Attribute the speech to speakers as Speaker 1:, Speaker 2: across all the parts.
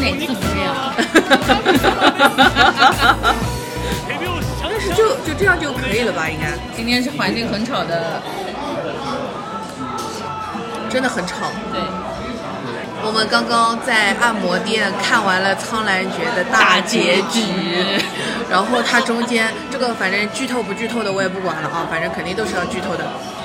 Speaker 1: 给自己这 样。
Speaker 2: 但是就就这样就可以了吧？应该
Speaker 1: 今天是环境很吵的，
Speaker 2: 真的很吵。
Speaker 1: 对，
Speaker 2: 我们刚刚在按摩店看完了《苍兰诀》的
Speaker 1: 大
Speaker 2: 结
Speaker 1: 结局。
Speaker 2: 然后它中间这个反正剧透不剧透的我也不管了啊，反正肯定都是要剧透的。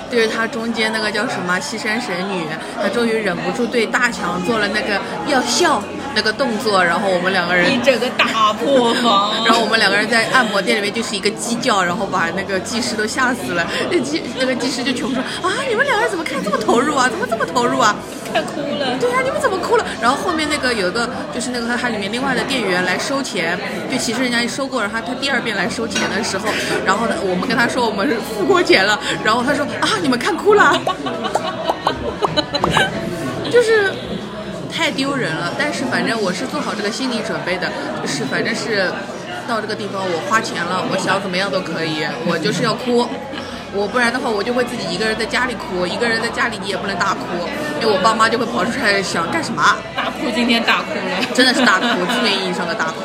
Speaker 2: 对于它中间那个叫什么西山神女，她终于忍不住对大强做了那个要笑那个动作，然后我们两个人
Speaker 1: 一整个大破防，
Speaker 2: 然后我们两个人在按摩店里面就是一个鸡叫，然后把那个技师都吓死了。那技那个技师就全部说啊，你们两个人怎么看这么投入啊？怎么这么投入啊？
Speaker 1: 快哭了。
Speaker 2: 对呀、啊你们怎么哭了？然后后面那个有一个就是那个它里面另外的店员来收钱，就其实人家收过，然后他第二遍来收钱的时候，然后呢我们跟他说我们是付过钱了，然后他说啊你们看哭了， 就是。太丢人了，但是反正我是做好这个心理准备的，就是反正是到这个地方我花钱了，我想怎么样都可以，我就是要哭，我不然的话我就会自己一个人在家里哭，一个人在家里你也不能大哭，因为我爸妈就会跑出来想干什么啊，
Speaker 1: 大哭，今天大哭了，
Speaker 2: 真的是大哭，字面意义上的大哭。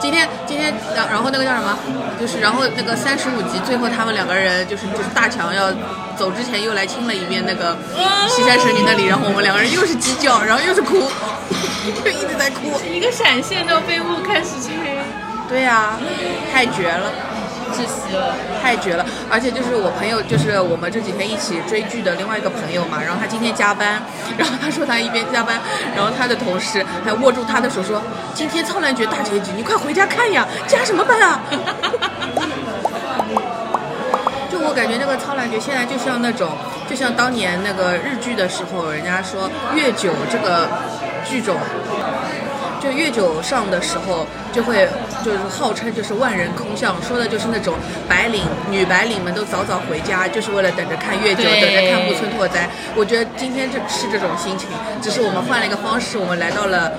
Speaker 2: 今天今天，然然后那个叫什么，就是然后那个三十五集最后他们两个人就是就是大强要走之前又来亲了一遍那个西山神女那里，然后我们两个人又是鸡叫，然后又是哭， 就一直在哭。
Speaker 1: 一个闪现到背部开始吹，
Speaker 2: 对呀、太绝了。
Speaker 1: 窒息了。
Speaker 2: 太绝了！而且就是我朋友，就是我们这几天一起追剧的另外一个朋友嘛，然后他今天加班，然后他说他一边加班，然后他的同事还握住他的手说：“今天《苍兰诀》大结局，你快回家看呀，加什么班啊？” 就我感觉那个《苍兰诀》现在就像那种，就像当年那个日剧的时候，人家说越久这个剧种就越久上的时候，就会就是号称就是万人空巷，说的就是那种白领女白领们都早早回家，就是为了等着看月九，
Speaker 1: 对
Speaker 2: 等着看木村拓哉。我觉得今天这是这种心情，只是我们换了一个方式，我们来到了。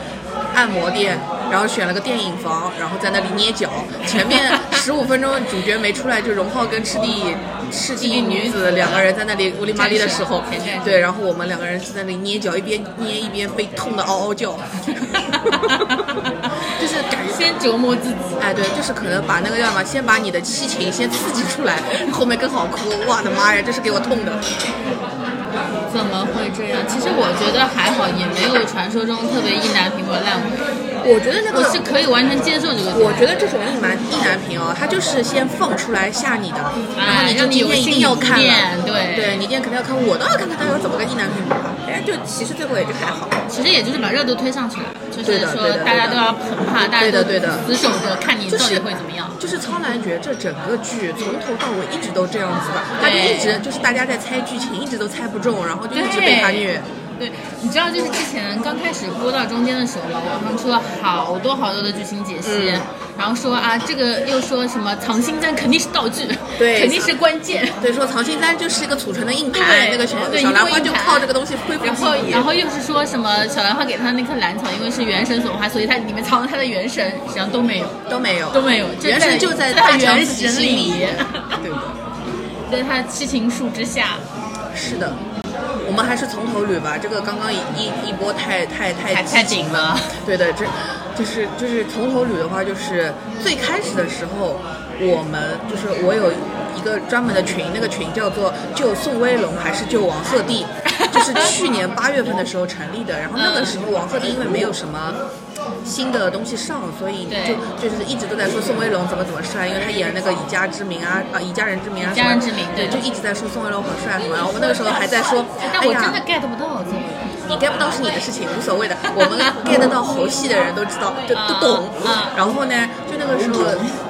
Speaker 2: 按摩店，然后选了个电影房，然后在那里捏脚。前面十五分钟主角没出来，就荣浩跟赤地赤地女子两个人在那里乌里麻里的时候
Speaker 1: 战士田战，士
Speaker 2: 对，然后我们两个人在那里捏脚，一边捏一边被痛的嗷嗷叫。 就是感觉，
Speaker 1: 先折磨自己，
Speaker 2: 哎，对，就是可能把那个叫什么，先把你的七情先刺激出来，后面更好哭。我的妈呀，这是给我痛的！
Speaker 1: 怎么会这样？其实我觉得还好，也没有传说中特别意难平和烂尾，
Speaker 2: 我觉得那
Speaker 1: 我是可以完全接受这个。
Speaker 2: 我觉得这种意难意难平哦，它就是先放出来吓你的，然哎后你就
Speaker 1: 让你
Speaker 2: 今
Speaker 1: 有
Speaker 2: 天一
Speaker 1: 心
Speaker 2: 定
Speaker 1: 理
Speaker 2: 要看了
Speaker 1: 铺垫，对
Speaker 2: 对你今天肯定要看，我倒要看看他要怎么个意难平法。哎，就其实最后也就还好。
Speaker 1: 其实也就是把热度推上去了，就
Speaker 2: 对
Speaker 1: 是
Speaker 2: 的对
Speaker 1: 说
Speaker 2: 的
Speaker 1: 大家都要很怕，大家都
Speaker 2: 对的对的
Speaker 1: 死守着，看你
Speaker 2: 就
Speaker 1: 到
Speaker 2: 是
Speaker 1: 底会怎么样。
Speaker 2: 就是《苍兰诀》这整个剧从头到尾一直都这样子的，他就
Speaker 1: 对
Speaker 2: 一直就是大家在猜剧情，一直都猜不中，然后就一直被他虐。
Speaker 1: 对，你知道，就是之前刚开始播到中间的时候吧，网上出了好多好多的剧情解析，
Speaker 2: 嗯
Speaker 1: 然后说啊，这个又说什么藏心簪肯定是道具，
Speaker 2: 对
Speaker 1: 肯定是关 键，
Speaker 2: 对，说藏心丹就是一个储存的硬盘，
Speaker 1: 对
Speaker 2: 那个小
Speaker 1: 哎对
Speaker 2: 小兰花
Speaker 1: 一个
Speaker 2: 就
Speaker 1: 硬盘
Speaker 2: 靠这个东西恢复
Speaker 1: 然
Speaker 2: 记
Speaker 1: 后
Speaker 2: 忆。
Speaker 1: 然后又是说什么小兰花给他那颗兰草，因为是元神所化，所以它里面藏了他的元神，实际上都没有，
Speaker 2: 都没有，
Speaker 1: 都没有，
Speaker 2: 原神就在
Speaker 1: 大
Speaker 2: 大强
Speaker 1: 元
Speaker 2: 自己
Speaker 1: 神
Speaker 2: 心里
Speaker 1: 里，
Speaker 2: 对的，
Speaker 1: 在他七情树之下，
Speaker 2: 是的。我们还是从头捋吧，这个刚刚一一一波太太太
Speaker 1: 太太紧了。
Speaker 2: 对的，这就是就是从头捋的话，就是最开始的时候，我们就是我有一个专门的群，那个群叫做“救宋威龙还是救王鹤棣”，就是去年八月份的时候成立的。然后那个时候王鹤棣因为没有什么。新的东西上，所以
Speaker 1: 对
Speaker 2: 就就是一直都在说宋威龙怎么怎么帅，因为他演那个以家之名啊啊以家人之名啊，
Speaker 1: 以家人之名
Speaker 2: 对，
Speaker 1: 对
Speaker 2: 就一直在说宋威龙很帅什么。然后我们那个时候还在说，
Speaker 1: 但
Speaker 2: 哎
Speaker 1: 我
Speaker 2: 呀，
Speaker 1: 真的 get 不到，怎么
Speaker 2: 你 get 不到是你的事情，无所谓的。我们 get 到猴戏的人都知道，都都懂
Speaker 1: 啊。
Speaker 2: 然后呢，就那个时候，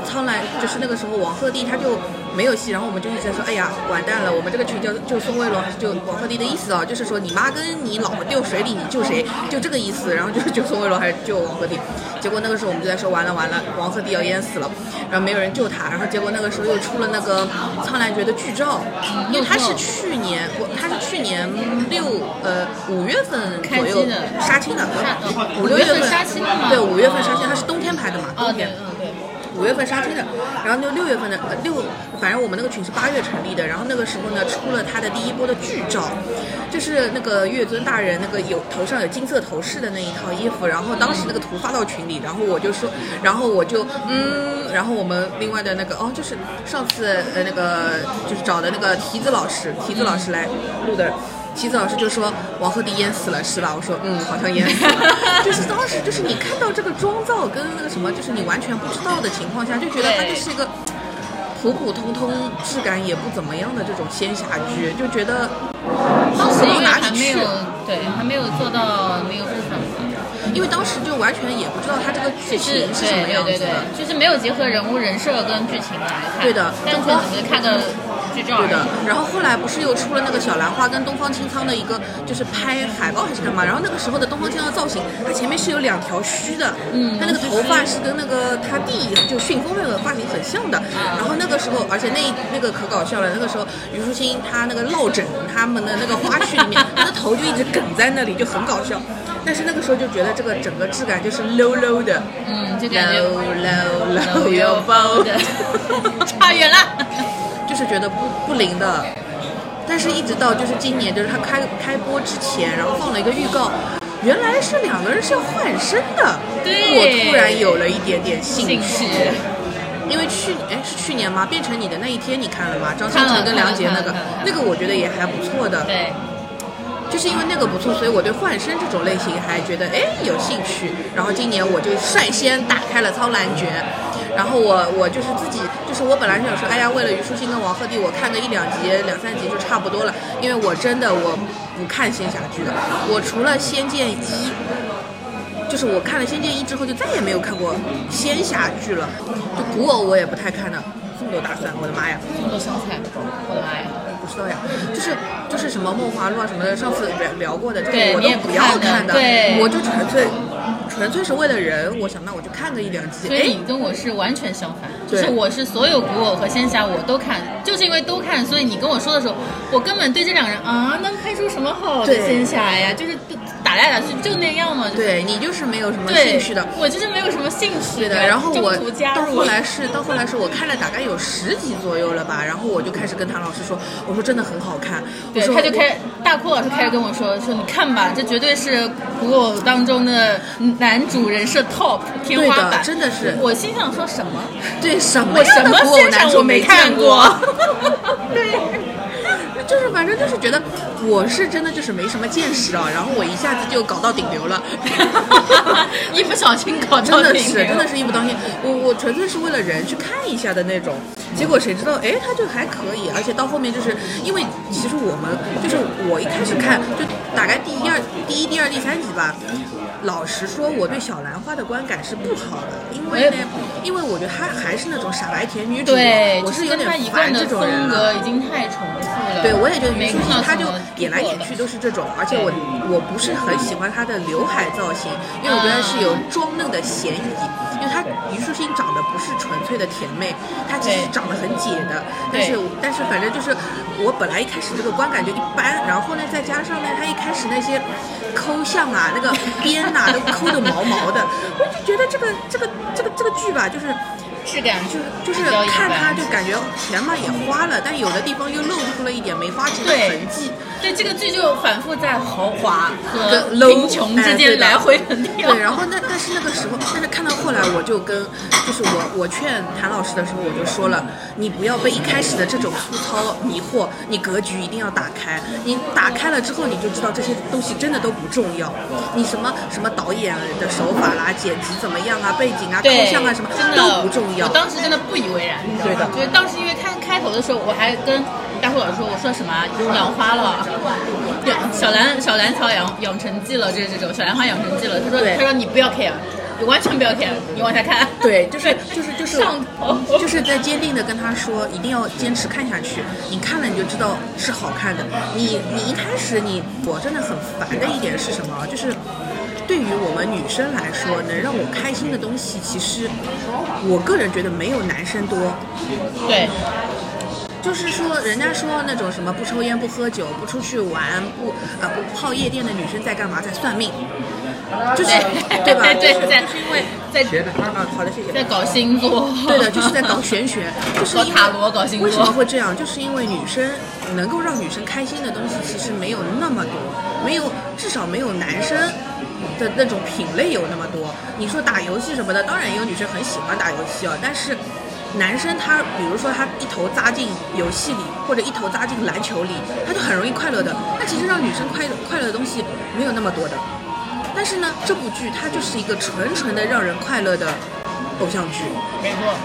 Speaker 2: 苍兰就是那个时候王鹤棣他就没有戏，然后我们就一直在说，哎呀，完蛋了，我们这个群叫就宋威龙还是就王鹤棣的意思啊，就是说你妈跟你老婆掉水里，你救谁，就这个意思。然后就是救宋威龙还是救王鹤棣。结果那个时候我们就在说，完了完了，王鹤棣要淹死了，然后没有人救他。然后结果那个时候又出了那个《苍兰诀》的剧照，
Speaker 1: 嗯
Speaker 2: 因为他是去年，我他是去年六呃五月份左
Speaker 1: 开
Speaker 2: 右
Speaker 1: 机的
Speaker 2: 杀青的
Speaker 1: 哦，
Speaker 2: 五
Speaker 1: 五
Speaker 2: 六
Speaker 1: 月份
Speaker 2: 份
Speaker 1: 杀青的吗
Speaker 2: 对，五月份杀青，它是冬天拍的嘛，
Speaker 1: 哦，
Speaker 2: 冬
Speaker 1: 对，
Speaker 2: 天。
Speaker 1: 嗯，对，
Speaker 2: 五月份杀青的，然后就六月份的呃六，反正我们那个群是八月成立的，然后那个时候呢出了他的第一波的剧照，就是那个月尊大人那个有头上有金色头饰的那一套衣服，然后当时那个图发到群里，然后我就说，然后我就嗯，然后我们另外的那个哦，就是上次呃那个就是找的那个蹄子老师，蹄子老师来录的。提子老师就说王鹤棣淹死了是吧？我说嗯，好像淹死 了。就是当时就是你看到这个妆造跟那个什么，就是你完全不知道的情况下，就觉得它就是一个普普通通、质感也不怎么样的这种仙侠剧，就觉得
Speaker 1: 当时因为还没有
Speaker 2: 不知道
Speaker 1: 对，还没有做到那个部分嘛，
Speaker 2: 因为当时就完全也不知道它这个剧
Speaker 1: 只是
Speaker 2: 情是什
Speaker 1: 对
Speaker 2: 么样
Speaker 1: 对对
Speaker 2: 子
Speaker 1: 对
Speaker 2: 的。，
Speaker 1: 就是没有结合人物人设跟剧情来看，
Speaker 2: 对的
Speaker 1: 单纯只是看个剧照
Speaker 2: 对
Speaker 1: 而已。
Speaker 2: 的，然后后来不是又出了那个小兰花跟东方青苍的一个，就是拍海报还是干嘛？然后那个时候的东方青苍的造型，它前面是有两条须的，
Speaker 1: 嗯
Speaker 2: 它那个头发是跟那个他弟就迅风那个发型很像的。然后那个时候，而且那那个可搞笑了，那个时候虞书欣她那个落枕，他们的那个花絮里面，她的头就一直梗在那里，就很搞笑。但是那个时候就觉得这个整个质感就是 low low 的
Speaker 1: 嗯，就感觉
Speaker 2: ，low low low
Speaker 1: 有
Speaker 2: your
Speaker 1: 包
Speaker 2: boat
Speaker 1: 的。，差远了。
Speaker 2: 就是觉得不不灵的。但是，一直到就是今年，就是他开开播之前，然后放了一个预告，原来是两个人是要换身的。
Speaker 1: 对
Speaker 2: 我突然有了一点点兴
Speaker 1: 兴
Speaker 2: 趣，
Speaker 1: 趣，
Speaker 2: 因为去哎是去年吗？变成你的那一天你看了吗？张新
Speaker 1: 看了
Speaker 2: 成跟梁洁那
Speaker 1: 看了
Speaker 2: 个
Speaker 1: 看了看了，
Speaker 2: 那个我觉得也还不错的。
Speaker 1: 对，
Speaker 2: 就是因为那个不错，所以我对换身这种类型还觉得哎有兴趣。然后今年我就率先打开了苍兰诀，然后我我就是自己，就是我本来是想说，哎呀，为了虞书欣跟王鹤棣，我看个一两集、两三集就差不多了，因为我真的我不看仙侠剧的，我除了《仙剑一》。就是我看了《仙剑一》之后，就再也没有看过仙侠剧了，就古偶我也不太看的，送走大蒜，我的妈呀！
Speaker 1: 这么多香菜，我的妈呀！
Speaker 2: 不知道呀，就是就是什么《梦华录》啊什么的，上次聊聊过的，这
Speaker 1: 对
Speaker 2: 个我
Speaker 1: 你
Speaker 2: 都
Speaker 1: 也不
Speaker 2: 不要
Speaker 1: 看的
Speaker 2: 看的，
Speaker 1: 对
Speaker 2: 我就纯粹纯粹是为了人，我想那我就看个一两集，
Speaker 1: 所以
Speaker 2: 哎，
Speaker 1: 你跟我是完全相反，就
Speaker 2: 对
Speaker 1: 是我是所有古偶和仙侠我都看，就是因为都看，所以你跟我说的时候，我根本对这两人啊，能拍出什么好的
Speaker 2: 对
Speaker 1: 仙侠呀？就是打来打去就那样嘛，就是
Speaker 2: 对你就是没有什么
Speaker 1: 对
Speaker 2: 兴趣的。
Speaker 1: 我就是没有什么兴趣
Speaker 2: 对的，然后我
Speaker 1: 中途加
Speaker 2: 到
Speaker 1: 入
Speaker 2: 后来是到后来是我看了大概有十集左右了吧，然后我就开始跟唐老师说，我说真的很好看，我
Speaker 1: 对，
Speaker 2: 说
Speaker 1: 他就
Speaker 2: 我
Speaker 1: 开大哭老师开始跟我说说，你看吧，这绝对是古偶当中的男主人设 top 天花
Speaker 2: 对
Speaker 1: 板，
Speaker 2: 的真的是
Speaker 1: 我心想说什么？
Speaker 2: 对什么
Speaker 1: 我什
Speaker 2: 样的
Speaker 1: 么
Speaker 2: 古偶
Speaker 1: 现
Speaker 2: 男
Speaker 1: 场
Speaker 2: 主
Speaker 1: 我没
Speaker 2: 见
Speaker 1: 看过？ 对，
Speaker 2: 就是反正就是觉得我是真的就是没什么见识啊，然后我一下子就搞到顶流了。
Speaker 1: 一不小心搞到
Speaker 2: 真的
Speaker 1: 顶
Speaker 2: 是，
Speaker 1: 流
Speaker 2: 真的是一步当先。我我纯粹是为了人去看一下的那种，结果谁知道，哎，他就还可以，而且到后面就是因为其实我们就是我一开始看就大概第一二第一第二第三集吧。老实说，我对小兰花的观感是不好的，因为呢，因为我觉得她还是那种傻白甜女主，
Speaker 1: 对，
Speaker 2: 我
Speaker 1: 就是
Speaker 2: 有
Speaker 1: 跟
Speaker 2: 点
Speaker 1: 他一贯
Speaker 2: 烦
Speaker 1: 的
Speaker 2: 这种人
Speaker 1: 风
Speaker 2: 了
Speaker 1: 格。已经太重复了。
Speaker 2: 对，我也觉得虞
Speaker 1: 没
Speaker 2: 书
Speaker 1: 看
Speaker 2: 欣
Speaker 1: 到
Speaker 2: 她
Speaker 1: 什
Speaker 2: 就
Speaker 1: 么
Speaker 2: 演来演去都是这种，而且我我不是很喜欢她的刘海造型，因为我觉得是
Speaker 1: 嗯
Speaker 2: 有装嫩的嫌疑。因为她虞书欣长得不是纯粹的甜妹，她其实
Speaker 1: 对
Speaker 2: 长得很解的，但
Speaker 1: 对
Speaker 2: 是但是反正就是我本来一开始这个观感就一般，然后呢再加上呢她一开始那些抠像啊，那个边呐、都抠的毛毛的，我就觉得这个这个这个这个剧吧，就是
Speaker 1: 质感
Speaker 2: 就就
Speaker 1: 比
Speaker 2: 是
Speaker 1: 较一
Speaker 2: 看他
Speaker 1: 般
Speaker 2: 就感觉钱嘛也花了，但有的地方又露出了一点没花钱的
Speaker 1: 对
Speaker 2: 痕迹。
Speaker 1: 对这个剧就反复在豪华和
Speaker 2: 跟 low，
Speaker 1: 贫穷之
Speaker 2: 哎对
Speaker 1: 间
Speaker 2: 的
Speaker 1: 来回横跳。
Speaker 2: 哎对，然后 那但是那个时候，但是看到后来，我就跟就是我我劝谭老师的时候，我就说了，你不要被一开始的这种粗糙迷惑，你格局一定要打开。你打开了之后，你就知道这些东西真的都不重要。你什么什么导演的手法啦、剪辑怎么样啊、背景啊、抠
Speaker 1: 对，
Speaker 2: 像啊什么
Speaker 1: 真的
Speaker 2: 都不重要
Speaker 1: 我。当时真的不以为然，你知道吗？就是当时因为看开头的时候，我还跟大辉老师说，我说什么啊养花了，养小兰小兰草养养成记了，这这种小兰花养成记了。他说
Speaker 2: 对
Speaker 1: 他说你不要 care，你完全不要 care，你往下看。
Speaker 2: 对就是就是就是
Speaker 1: 上头，
Speaker 2: 就是在坚定的跟他说，一定要坚持看下去。你看了你就知道是好看的。你你一开始你我真的很烦的一点是什么？就是对于我们女生来说，能让我开心的东西，其实我个人觉得没有男生多。
Speaker 1: 对
Speaker 2: 就是说，人家说那种什么不抽烟、不喝酒、不出去玩、不啊、不泡夜店的女生在干嘛？在算命，就是
Speaker 1: 对
Speaker 2: 对吧？
Speaker 1: 对
Speaker 2: 就是
Speaker 1: 在
Speaker 2: 就是因为
Speaker 1: 在
Speaker 3: 学的哈。
Speaker 2: 啊，好的，谢谢。
Speaker 1: 在搞星座，
Speaker 2: 对的，就是在搞玄学，就是因为
Speaker 1: 搞塔罗搞星座
Speaker 2: 为什么会这样？就是因为女生能够让女生开心的东西其实没有那么多，没有至少没有男生的那种品类有那么多。你说打游戏什么的，当然也有女生很喜欢打游戏哦，但是。男生他，比如说他一头扎进游戏里，或者一头扎进篮球里，他就很容易快乐的。那其实让女生快快乐的东西没有那么多的。但是呢，这部剧它就是一个纯纯的让人快乐的偶像剧。
Speaker 1: 没错，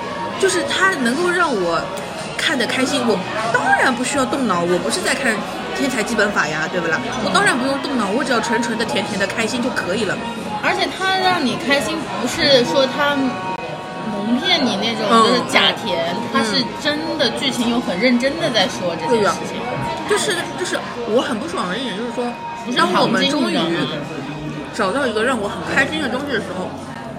Speaker 2: 就是它能够让我看得开心。我当然不需要动脑，我不是在看《天才基本法》呀，对不啦？我当然不用动脑，我只要纯纯的、甜甜的开心就可以了。
Speaker 1: 而且它让你开心，不是说它蒙骗你那种
Speaker 2: 嗯
Speaker 1: 就是假甜，它是真的剧情有很认真的在说这件
Speaker 2: 对呀啊
Speaker 1: 事情，
Speaker 2: 就是就是，我很不爽的一点就是说
Speaker 1: 不，是
Speaker 2: 当我
Speaker 1: 糖
Speaker 2: 们
Speaker 1: 精
Speaker 2: 终
Speaker 1: 你知
Speaker 2: 于
Speaker 1: 道吗？
Speaker 2: 找到一个让我很开心的东西的时候，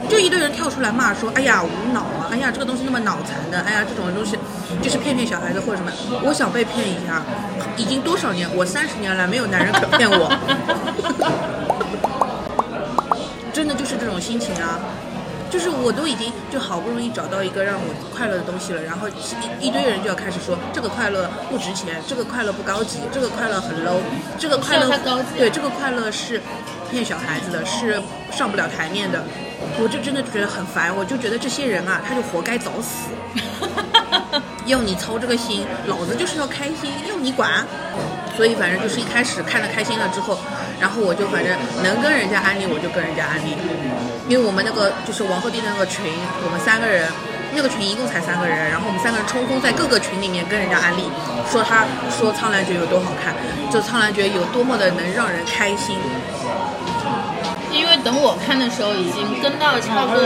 Speaker 2: 就一堆人跳出来骂说：“哎呀，无脑啊！哎呀，这个东西那么脑残的！哎呀，这种东西就是骗骗小孩子或者什么。”我想被骗一下，已经多少年？我三十年来没有男人可骗我，真的就是这种心情啊。就是我都已经就好不容易找到一个让我快乐的东西了，然后一一堆人就要开始说这个快乐不值钱，这个快乐不高级，这个快乐很 low，这个快乐
Speaker 1: 需要它高级
Speaker 2: 对这个快乐是骗小孩子的，是上不了台面的。我就真的觉得很烦，我就觉得这些人啊，他就活该早死。要你操这个心，老子就是要开心，要你管。所以反正就是一开始看了开心了之后，然后我就反正能跟人家安利我就跟人家安利，因为我们那个就是王鹤棣那个群，我们三个人。那个群一共才三个人，然后我们三个人冲锋在各个群里面跟人家安利，说他说《苍兰诀》有多好看，就《苍兰诀》有多么的能让人开心。
Speaker 1: 因为等我看的时候已经跟到差不多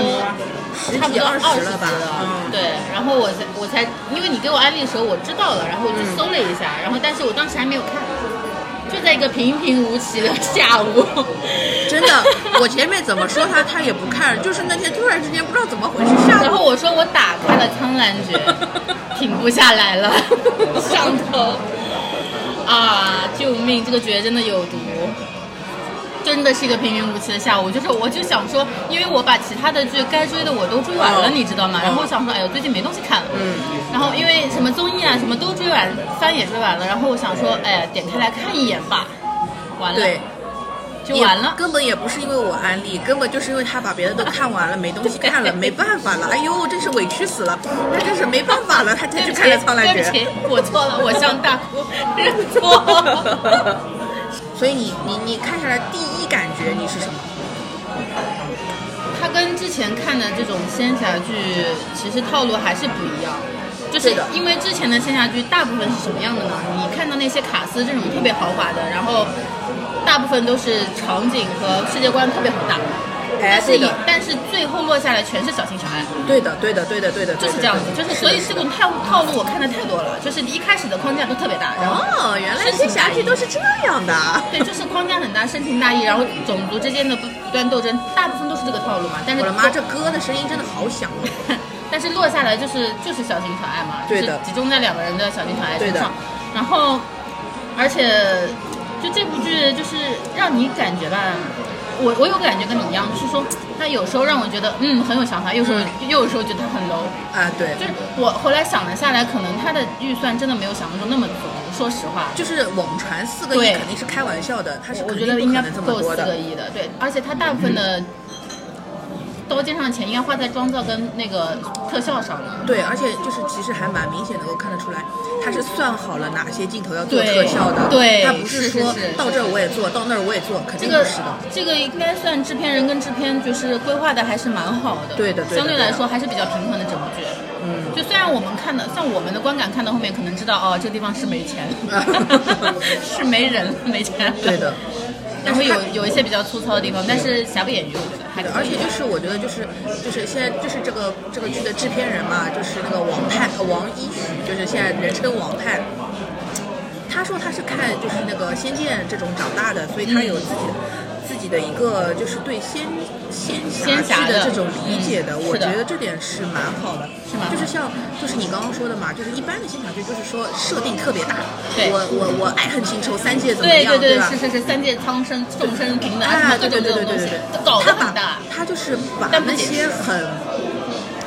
Speaker 2: 十
Speaker 1: 差不
Speaker 2: 几
Speaker 1: 多
Speaker 2: 二
Speaker 1: 二
Speaker 2: 十
Speaker 1: 十
Speaker 2: 了吧？嗯，
Speaker 1: 对，然后我才我才，因为你给我安利的时候我知道了，然后我就搜了一
Speaker 2: 嗯
Speaker 1: 下，然后但是我当时还没有看，就在一个平平无奇的下午，
Speaker 2: 真的，我前面怎么说他，他也不看，就是那天突然之间不知道怎么回事，下
Speaker 1: 然
Speaker 2: 午
Speaker 1: 后我说我打开了《苍兰诀》，停不下来了，上头啊！救命，这个诀真的有毒，真的是一个平平无奇的下午。就是我就想说，因为我把其他的剧该追的我都追完了，
Speaker 2: 嗯
Speaker 1: 你知道吗？然后我想说，哎呦，最近没东西看了。
Speaker 2: 嗯。
Speaker 1: 然后因为什么综艺啊，什么都追完，番也追完了，然后我想说，哎呀，点开来看一眼吧，完了，
Speaker 2: 对，
Speaker 1: 就完了
Speaker 2: 也。根本也不是因为我安利，根本就是因为他把别的都看完了，没东西看了，没办法了。哎呦，真是委屈死了，那真是没办法了，他才
Speaker 1: 对
Speaker 2: 去
Speaker 1: 不起，
Speaker 2: 看了《苍兰诀
Speaker 1: 对不》。起，我错了，我向大哭，认 错。
Speaker 2: 所以你你你看下来第一感觉你是什么？
Speaker 1: 它跟之前看的这种仙侠剧，其实套路还是不一样。就是
Speaker 2: 对的
Speaker 1: 因为之前的仙侠剧大部分是什么样的呢？你看到那些卡司这种特别豪华的，然后大部分都是场景和世界观特别宏大，
Speaker 2: 哎，
Speaker 1: 但是
Speaker 2: 对
Speaker 1: 也
Speaker 2: 的，
Speaker 1: 但是最后落下来全是小情小爱，
Speaker 2: 对的，对的，对的，对的，
Speaker 1: 就是这样子。就是所以这种套套路我看的太多了，就是一开始的框架都特别大，然后
Speaker 2: 哦，原来仙侠剧都是这样的。啊
Speaker 1: 对，就是框架很大，深情大义，然后种族之间的不不断斗争，大部分都是这个套路嘛。但是
Speaker 2: 我的妈，这歌的声音真的好响哦！
Speaker 1: 但是落下来就是就是小情小爱嘛，
Speaker 2: 对的
Speaker 1: 就是集中在两个人的小情小爱
Speaker 2: 对
Speaker 1: 身
Speaker 2: 的
Speaker 1: 上。然后，而且就这部剧就是让你感觉吧，我我有感觉跟你一样，就是说它有时候让我觉得嗯很有想法，有时候、又有时候觉得它很 low。
Speaker 2: 啊，对，
Speaker 1: 就是我后来想了下来，可能它的预算真的没有想象中那么足，说实话。
Speaker 2: 就是网传四个
Speaker 1: 对
Speaker 2: 亿肯定是开玩笑的，他是
Speaker 1: 我我
Speaker 2: 肯
Speaker 1: 觉
Speaker 2: 定不
Speaker 1: 得应
Speaker 2: 可
Speaker 1: 该
Speaker 2: 能这
Speaker 1: 不
Speaker 2: 么
Speaker 1: 够
Speaker 2: 多
Speaker 1: 四个
Speaker 2: 的。嗯
Speaker 1: 亿的，对，而且它大部分的刀尖上的钱应该花在妆造跟那个特效上了。
Speaker 2: 对，而且就是其实还蛮明显能够看得出来，他是算好了哪些镜头要做
Speaker 1: 对
Speaker 2: 特效的，
Speaker 1: 对
Speaker 2: 他不是说
Speaker 1: 是是是
Speaker 2: 到这儿我也做，到那儿我也做，肯
Speaker 1: 这
Speaker 2: 定不
Speaker 1: 个
Speaker 2: 是的。
Speaker 1: 这个应该算制片人跟制片就是规划的还是蛮好的，
Speaker 2: 对的对的
Speaker 1: 相对来
Speaker 2: 对的
Speaker 1: 说还是比较平衡的整部剧。
Speaker 2: 嗯，
Speaker 1: 就虽然我们看的，像我们的观感看到后面可能知道哦，这个地方是没 钱，是没人没钱了
Speaker 2: 对的。
Speaker 1: 然后有有一些比较粗糙的地方，但是瑕不掩瑜，我觉得还可以。
Speaker 2: 而且就是我觉得就是就是现在就是这个这个剧的制片人嘛，就是那个王盼呃王一许，就是现在人称王盼。他说他是看就是那个《仙剑》这种长大的，所以他有自己的自己的一个就是对仙仙
Speaker 1: 仙侠
Speaker 2: 侠剧
Speaker 1: 的
Speaker 2: 这种理解的，
Speaker 1: 嗯
Speaker 2: 我
Speaker 1: 是的
Speaker 2: 觉得这点是蛮好的，
Speaker 1: 是蛮好
Speaker 2: 就是像就是你刚刚说的嘛，就是一般的仙侠剧就是说设定特别大，
Speaker 1: 对
Speaker 2: 我我我爱恨情仇三界怎么
Speaker 1: 对
Speaker 2: 样，
Speaker 1: 对对，
Speaker 2: 吧
Speaker 1: 是？是是，三界苍生众生平等，什
Speaker 2: 啊
Speaker 1: 么，
Speaker 2: 对
Speaker 1: 各
Speaker 2: 对对
Speaker 1: 种各
Speaker 2: 对对
Speaker 1: 种东
Speaker 2: 对
Speaker 1: 西
Speaker 2: 对，，
Speaker 1: 搞
Speaker 2: 他
Speaker 1: 得
Speaker 2: 把
Speaker 1: 很 大。
Speaker 2: 他就是把
Speaker 1: 但不
Speaker 2: 那
Speaker 1: 解
Speaker 2: 些
Speaker 1: 释
Speaker 2: 很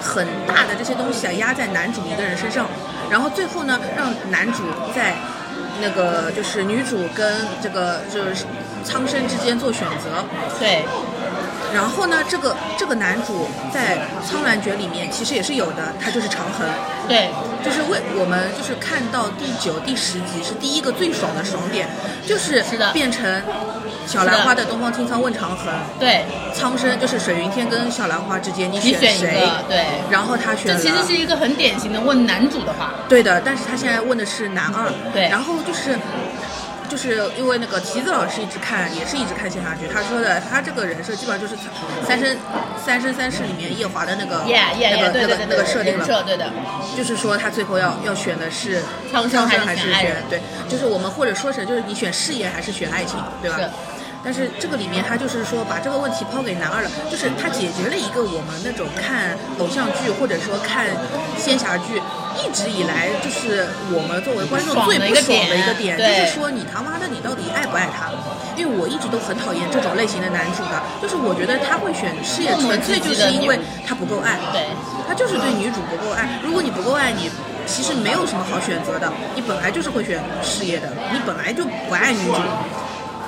Speaker 2: 很大的这些东西啊压在男主一个人身上，然后最后呢，让男主在那个就是女主跟这个就是苍生之间做选择，
Speaker 1: 对，
Speaker 2: 然后呢，这个这个男主在《苍兰诀》里面其实也是有的，他就是长恒，
Speaker 1: 对，
Speaker 2: 就是为我们就是看到第九、第十集是第一个最爽的爽点，就是
Speaker 1: 是的
Speaker 2: 变成小兰花的东方青苍问长恒，
Speaker 1: 对，
Speaker 2: 苍生就是水云天跟小兰花之间，你
Speaker 1: 你选一
Speaker 2: 谁？
Speaker 1: 个，对。
Speaker 2: 然后他选
Speaker 1: 这
Speaker 2: 了。
Speaker 1: 其实是一个很典型的问男主的话，
Speaker 2: 对的，但是他现在问的是男二，
Speaker 1: 对
Speaker 2: 然后就是。就是因为那个提子老师一直看，也是一直看仙侠剧。他说的，他这个人设基本上就是《三生三生三世》里面夜华的那个
Speaker 1: yeah yeah
Speaker 2: 那
Speaker 1: yeah，
Speaker 2: 个
Speaker 1: 对
Speaker 2: 那
Speaker 1: 对
Speaker 2: 个
Speaker 1: 对
Speaker 2: 那
Speaker 1: 对，
Speaker 2: 个设定
Speaker 1: 人
Speaker 2: 了。
Speaker 1: 设对的，
Speaker 2: 就是说他最后要要选的是
Speaker 1: 苍
Speaker 2: 生
Speaker 1: 生还是
Speaker 2: 还
Speaker 1: 选
Speaker 2: 是
Speaker 1: 爱
Speaker 2: 选
Speaker 1: 人
Speaker 2: 对，就是我们或者说是就是你选事业还是选爱情，对吧？
Speaker 1: 是
Speaker 2: 但是这个里面他就是说把这个问题抛给男二了，就是他解决了一个我们那种看偶像剧或者说看仙侠剧一直以来就是我们作为观众
Speaker 1: 爽
Speaker 2: 最
Speaker 1: 的
Speaker 2: 不
Speaker 1: 一个
Speaker 2: 爽的一个点，
Speaker 1: 点对
Speaker 2: 就是说你他妈的你到底爱不爱他？因为我一直都很讨厌这种类型的男主的，就是我觉得他会选事业
Speaker 1: 不能
Speaker 2: 纯粹就
Speaker 1: 自己的
Speaker 2: 是因为
Speaker 1: 女
Speaker 2: 他不够爱。
Speaker 1: 对，
Speaker 2: 他就是对女主不够爱。如果你不够爱你，其实没有什么好选择的，你本来就是会选事业的，你本来就不爱女主。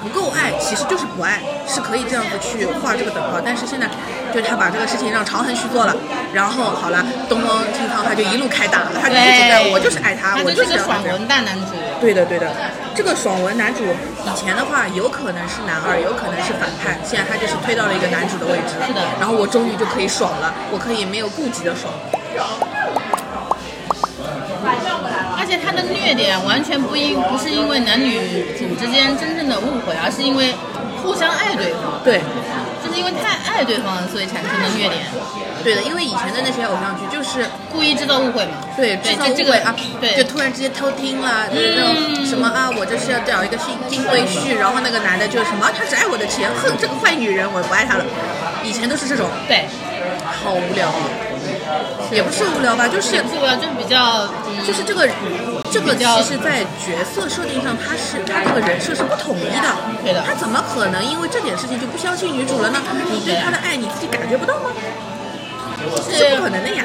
Speaker 2: 不够爱，其实就是不爱，是可以这样子去画这个等号。但是现在，就是他把这个事情让长恒去做了，然后好了，东方青苍他就一路开打了，他就一直在，
Speaker 1: 对，
Speaker 2: 我就是爱他，
Speaker 1: 他
Speaker 2: 我
Speaker 1: 就是
Speaker 2: 是
Speaker 1: 个
Speaker 2: 要他
Speaker 1: 爽
Speaker 2: 这样。
Speaker 1: 文大男主，
Speaker 2: 对的，对的。这个爽文男主以前的话，有可能是男二，有可能是反派，现在他就是推到了一个男主的位置。
Speaker 1: 是的
Speaker 2: 然后我终于就可以爽了，我可以没有顾忌的爽。
Speaker 1: 而且他的虐点完全不因不是因为男女主之间真正的误会，而是因为互相爱对方，
Speaker 2: 对，
Speaker 1: 就是因为太爱对方了，所以产生的虐点，
Speaker 2: 对的，因为以前的那些偶像剧就是
Speaker 1: 故意制造误会嘛，
Speaker 2: 对
Speaker 1: 对
Speaker 2: 制造
Speaker 1: 这这
Speaker 2: 误
Speaker 1: 个
Speaker 2: 会啊，
Speaker 1: 对嗯
Speaker 2: 就突然之间偷听了，就是那种什么啊，我就是要找一个新金龟婿，然后那个男的就什么，他只爱我的钱，哼，这个坏女人，我不爱她了。以前都是这种，
Speaker 1: 对，
Speaker 2: 好无聊啊，也不是无聊吧，就是
Speaker 1: 这个就比较嗯
Speaker 2: 就是这个这个
Speaker 1: 比较
Speaker 2: 其实，在角色设定上，他是他这个人设是不统一的。
Speaker 1: 对的嗯
Speaker 2: 他怎么可能因为这点事情就不相信女主了呢？你对他的爱你自己感觉不到吗？这是不可能的呀。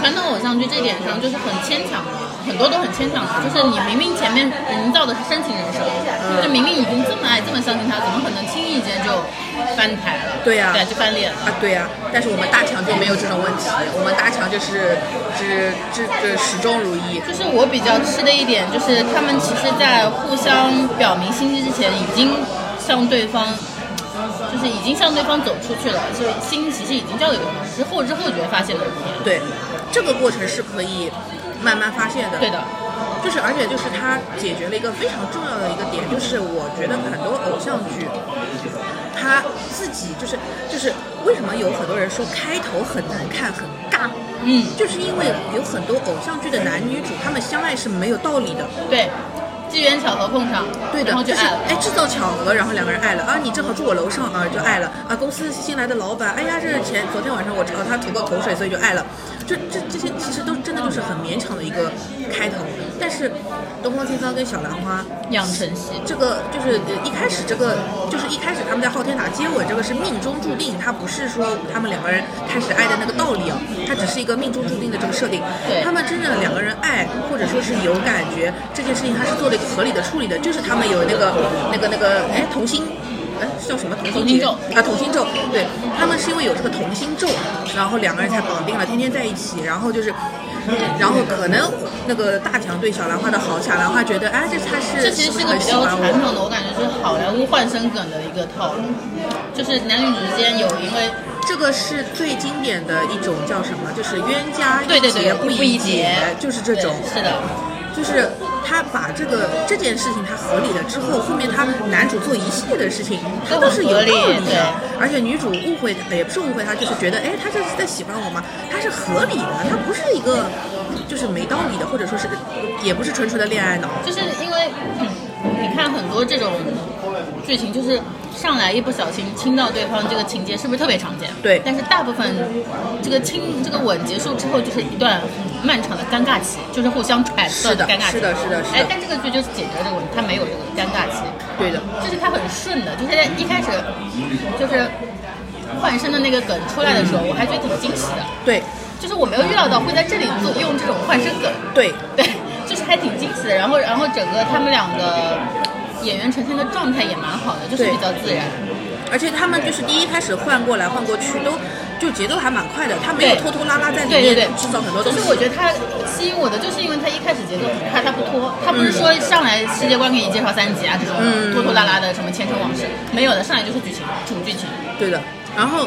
Speaker 1: 传统偶像剧这点上就是很牵强的，很多都很牵强的，就是你明明前面营造的是深情人设，
Speaker 2: 嗯
Speaker 1: 就是明明已经这么爱、这么相信他，怎么可能轻易间就翻台了？
Speaker 2: 对呀
Speaker 1: 对，就翻脸了。
Speaker 2: 啊，对呀、但是我们大强就没有这种问题，我们大强就是只只只始终如一。
Speaker 1: 就是我比较吃的一点，就是他们其实，在互相表明心迹之前，已经向对方，就是已经向对方走出去了，所以心其实已经交给对方，只是后知后觉发现的一点。
Speaker 2: 对，这个过程是可以慢慢发现的。
Speaker 1: 对的，
Speaker 2: 就是而且就是它解决了一个非常重要的一个点，就是我觉得很多偶像剧，他自己就是就是为什么有很多人说开头很难看很尬，
Speaker 1: 嗯，
Speaker 2: 就是因为有很多偶像剧的男女主他们相爱是没有道理的，
Speaker 1: 对，机缘巧合碰上，
Speaker 2: 对的
Speaker 1: 然后，就
Speaker 2: 就是
Speaker 1: 爱了。
Speaker 2: 哎制造巧合，然后两个人爱了啊，你正好住我楼上啊就爱了啊，公司新来的老板，哎呀这前昨天晚上我朝他吐过口水，所以就爱了，这这这些其实都真的就是很勉强的一个开头，但是东方青苍跟小兰花。
Speaker 1: 养成系，
Speaker 2: 这个就是呃一开始这个就是一开始他们在昊天塔接吻，这个是命中注定，它不是说他们两个人开始爱的那个道理哦，它只是一个命中注定的这个设定
Speaker 1: 对。
Speaker 2: 他们真正两个人爱或者说是有感觉这件事情，他是做了一个合理的处理的，就是他们有那个那个那个哎童心。哎，是叫什么同
Speaker 1: 同
Speaker 2: 心
Speaker 1: 心
Speaker 2: 结
Speaker 1: 咒
Speaker 2: 啊？同心咒，对他们是因为有这个同心咒，然后两个人才绑定了，天天在一起，然后就是，然后可能那个大强对小兰花的好，小兰花觉得哎，这他是
Speaker 1: 这其实是个比较传统的，我感觉是好莱坞换身梗的一个套路，就是男女主之间有因为
Speaker 2: 这个是最经典的一种叫什么？就是冤家
Speaker 1: 对
Speaker 2: 宜
Speaker 1: 对对
Speaker 2: 解
Speaker 1: 不
Speaker 2: 宜
Speaker 1: 解，
Speaker 2: 就是这种，
Speaker 1: 对是的，
Speaker 2: 就是他把这个这件事情他合理了之后，后面他男主做一系列的事情，他都是有道理
Speaker 1: 都很合理对
Speaker 2: 的。而且女主误会他，也不是误会他，就是觉得哎，他这是在喜欢我吗？他是合理的，他不是一个就是没道理的，或者说是也不是纯纯的恋爱脑。
Speaker 1: 就是因为、嗯你看很多这种剧情，就是上来一不小心亲到对方这个情节是不是特别常见？
Speaker 2: 对
Speaker 1: 但是大部分这个亲这个吻结束之后，就是一段很漫长的尴尬期，就是互相揣测
Speaker 2: 是的
Speaker 1: 尴尬期。
Speaker 2: 是的是的是的
Speaker 1: 哎，但这个剧就是解决了这个问题，它没有这个尴尬期。
Speaker 2: 对的，
Speaker 1: 就是他很顺的，就是在一开始就是换身的那个梗出来的时候，我还觉得挺惊喜的，
Speaker 2: 对
Speaker 1: 就是我没有预料到会在这里做用这种换身梗，
Speaker 2: 对
Speaker 1: 对，就是还挺惊喜的。然后，然后整个他们两个演员呈现的状态也蛮好的，就是
Speaker 2: 对
Speaker 1: 比较自然，
Speaker 2: 而且他们就是第一开始换过来换过去都就节奏还蛮快的，他没有
Speaker 1: 对
Speaker 2: 拖拖拉拉在里
Speaker 1: 对对
Speaker 2: 面
Speaker 1: 对
Speaker 2: 制造很多东
Speaker 1: 就
Speaker 2: 西
Speaker 1: 是。我觉得他吸引我的，就是因为他一开始节奏很快，他不拖，他不是说上来世界观给你介绍三集啊这种拖拖拉拉的什么前尘往事，没有的，上来就是剧情主剧情。
Speaker 2: 对的，然后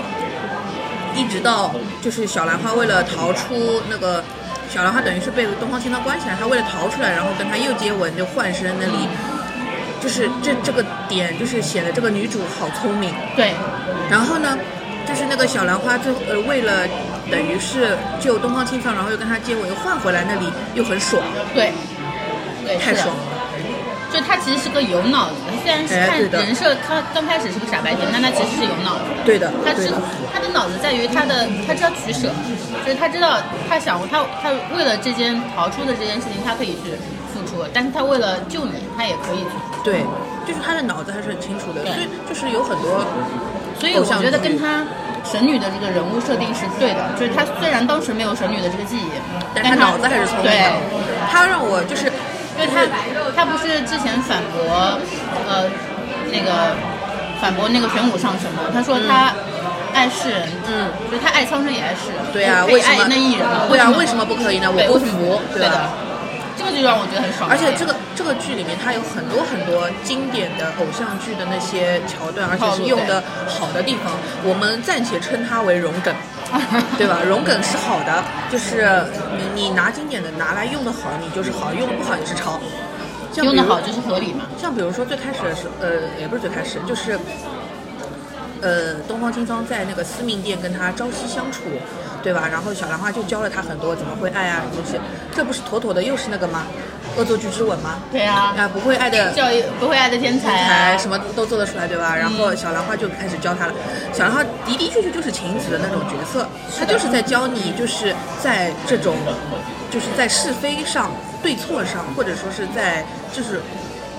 Speaker 2: 一直到就是小兰花为了逃出那个。小兰花等于是被东方青龙关起来，她为了逃出来，然后跟他又接吻，就换身那里，就是这这个点就是显得这个女主好聪明，
Speaker 1: 对，
Speaker 2: 然后呢，就是那个小兰花最后呃为了等于是救东方青苍，然后又跟他接吻，又换回来那里又很爽，
Speaker 1: 对，对，
Speaker 2: 太
Speaker 1: 是的啊
Speaker 2: 爽了。
Speaker 1: 就他其实是个有脑子的，他虽然是
Speaker 2: 哎
Speaker 1: 看
Speaker 2: 对的
Speaker 1: 人设，他刚开始是个傻白甜，但他其实是有脑子的。
Speaker 2: 对的
Speaker 1: 他
Speaker 2: 对
Speaker 1: 知
Speaker 2: 的
Speaker 1: 他的脑子在于他的，他知道取舍，就是他知道他想他他为了这件逃出的这件事情，他可以去付出，但是他为了救你，他也可以去付出。
Speaker 2: 对，就是他的脑子还是很清楚的，
Speaker 1: 对
Speaker 2: 所以就是有很多
Speaker 1: 所以我觉得跟她神女的这个人物设定是对的，就是她虽然当时没有神女的这个记忆，
Speaker 2: 但
Speaker 1: 她
Speaker 2: 他脑子还是聪明
Speaker 1: 对
Speaker 2: 的，。他让我就是
Speaker 1: 因为他他不是之前反驳呃那个反驳那个玄武上神吗？他说他爱世人，
Speaker 2: 嗯，
Speaker 1: 就是他爱苍生也爱世人，
Speaker 2: 对啊，
Speaker 1: 可以
Speaker 2: 为什
Speaker 1: 爱
Speaker 2: 么
Speaker 1: 那一人嘛？
Speaker 2: 对啊，为
Speaker 1: 为
Speaker 2: 什么不可以呢？
Speaker 1: 对
Speaker 2: 我不
Speaker 1: 为什么
Speaker 2: 服，
Speaker 1: 对
Speaker 2: 吧？
Speaker 1: 的，这个就让我觉得很爽。啊
Speaker 2: 而且这个这个剧里面，它有很多很多经典的偶像剧的那些桥段，而且
Speaker 1: 套
Speaker 2: 是
Speaker 1: 路
Speaker 2: 用的好的地方，我们暂且称它为融 梗。对吧？融梗是好的，就是你你拿经典的拿来用的好，你就是好；用的不好，你是抄。像比
Speaker 1: 用
Speaker 2: 如
Speaker 1: 的好就是合理嘛，
Speaker 2: 像比如说最开始的时候，呃，也不是最开始，就是，呃，东方青苍在那个司命殿跟他朝夕相处，对吧？然后小兰花就教了他很多怎么会爱啊什么东西，这不是妥妥的又是那个吗？恶作剧之吻吗？
Speaker 1: 对啊
Speaker 2: 啊，不会爱的
Speaker 1: 教育不会爱的天才
Speaker 2: 才
Speaker 1: 啊，
Speaker 2: 什么都做得出来，对吧？然后小兰花就开始教他了。小兰花的的确确就是晴子的那种角色，她就是在教你，就是在这种，就是在是非上、对错上，或者说是在就是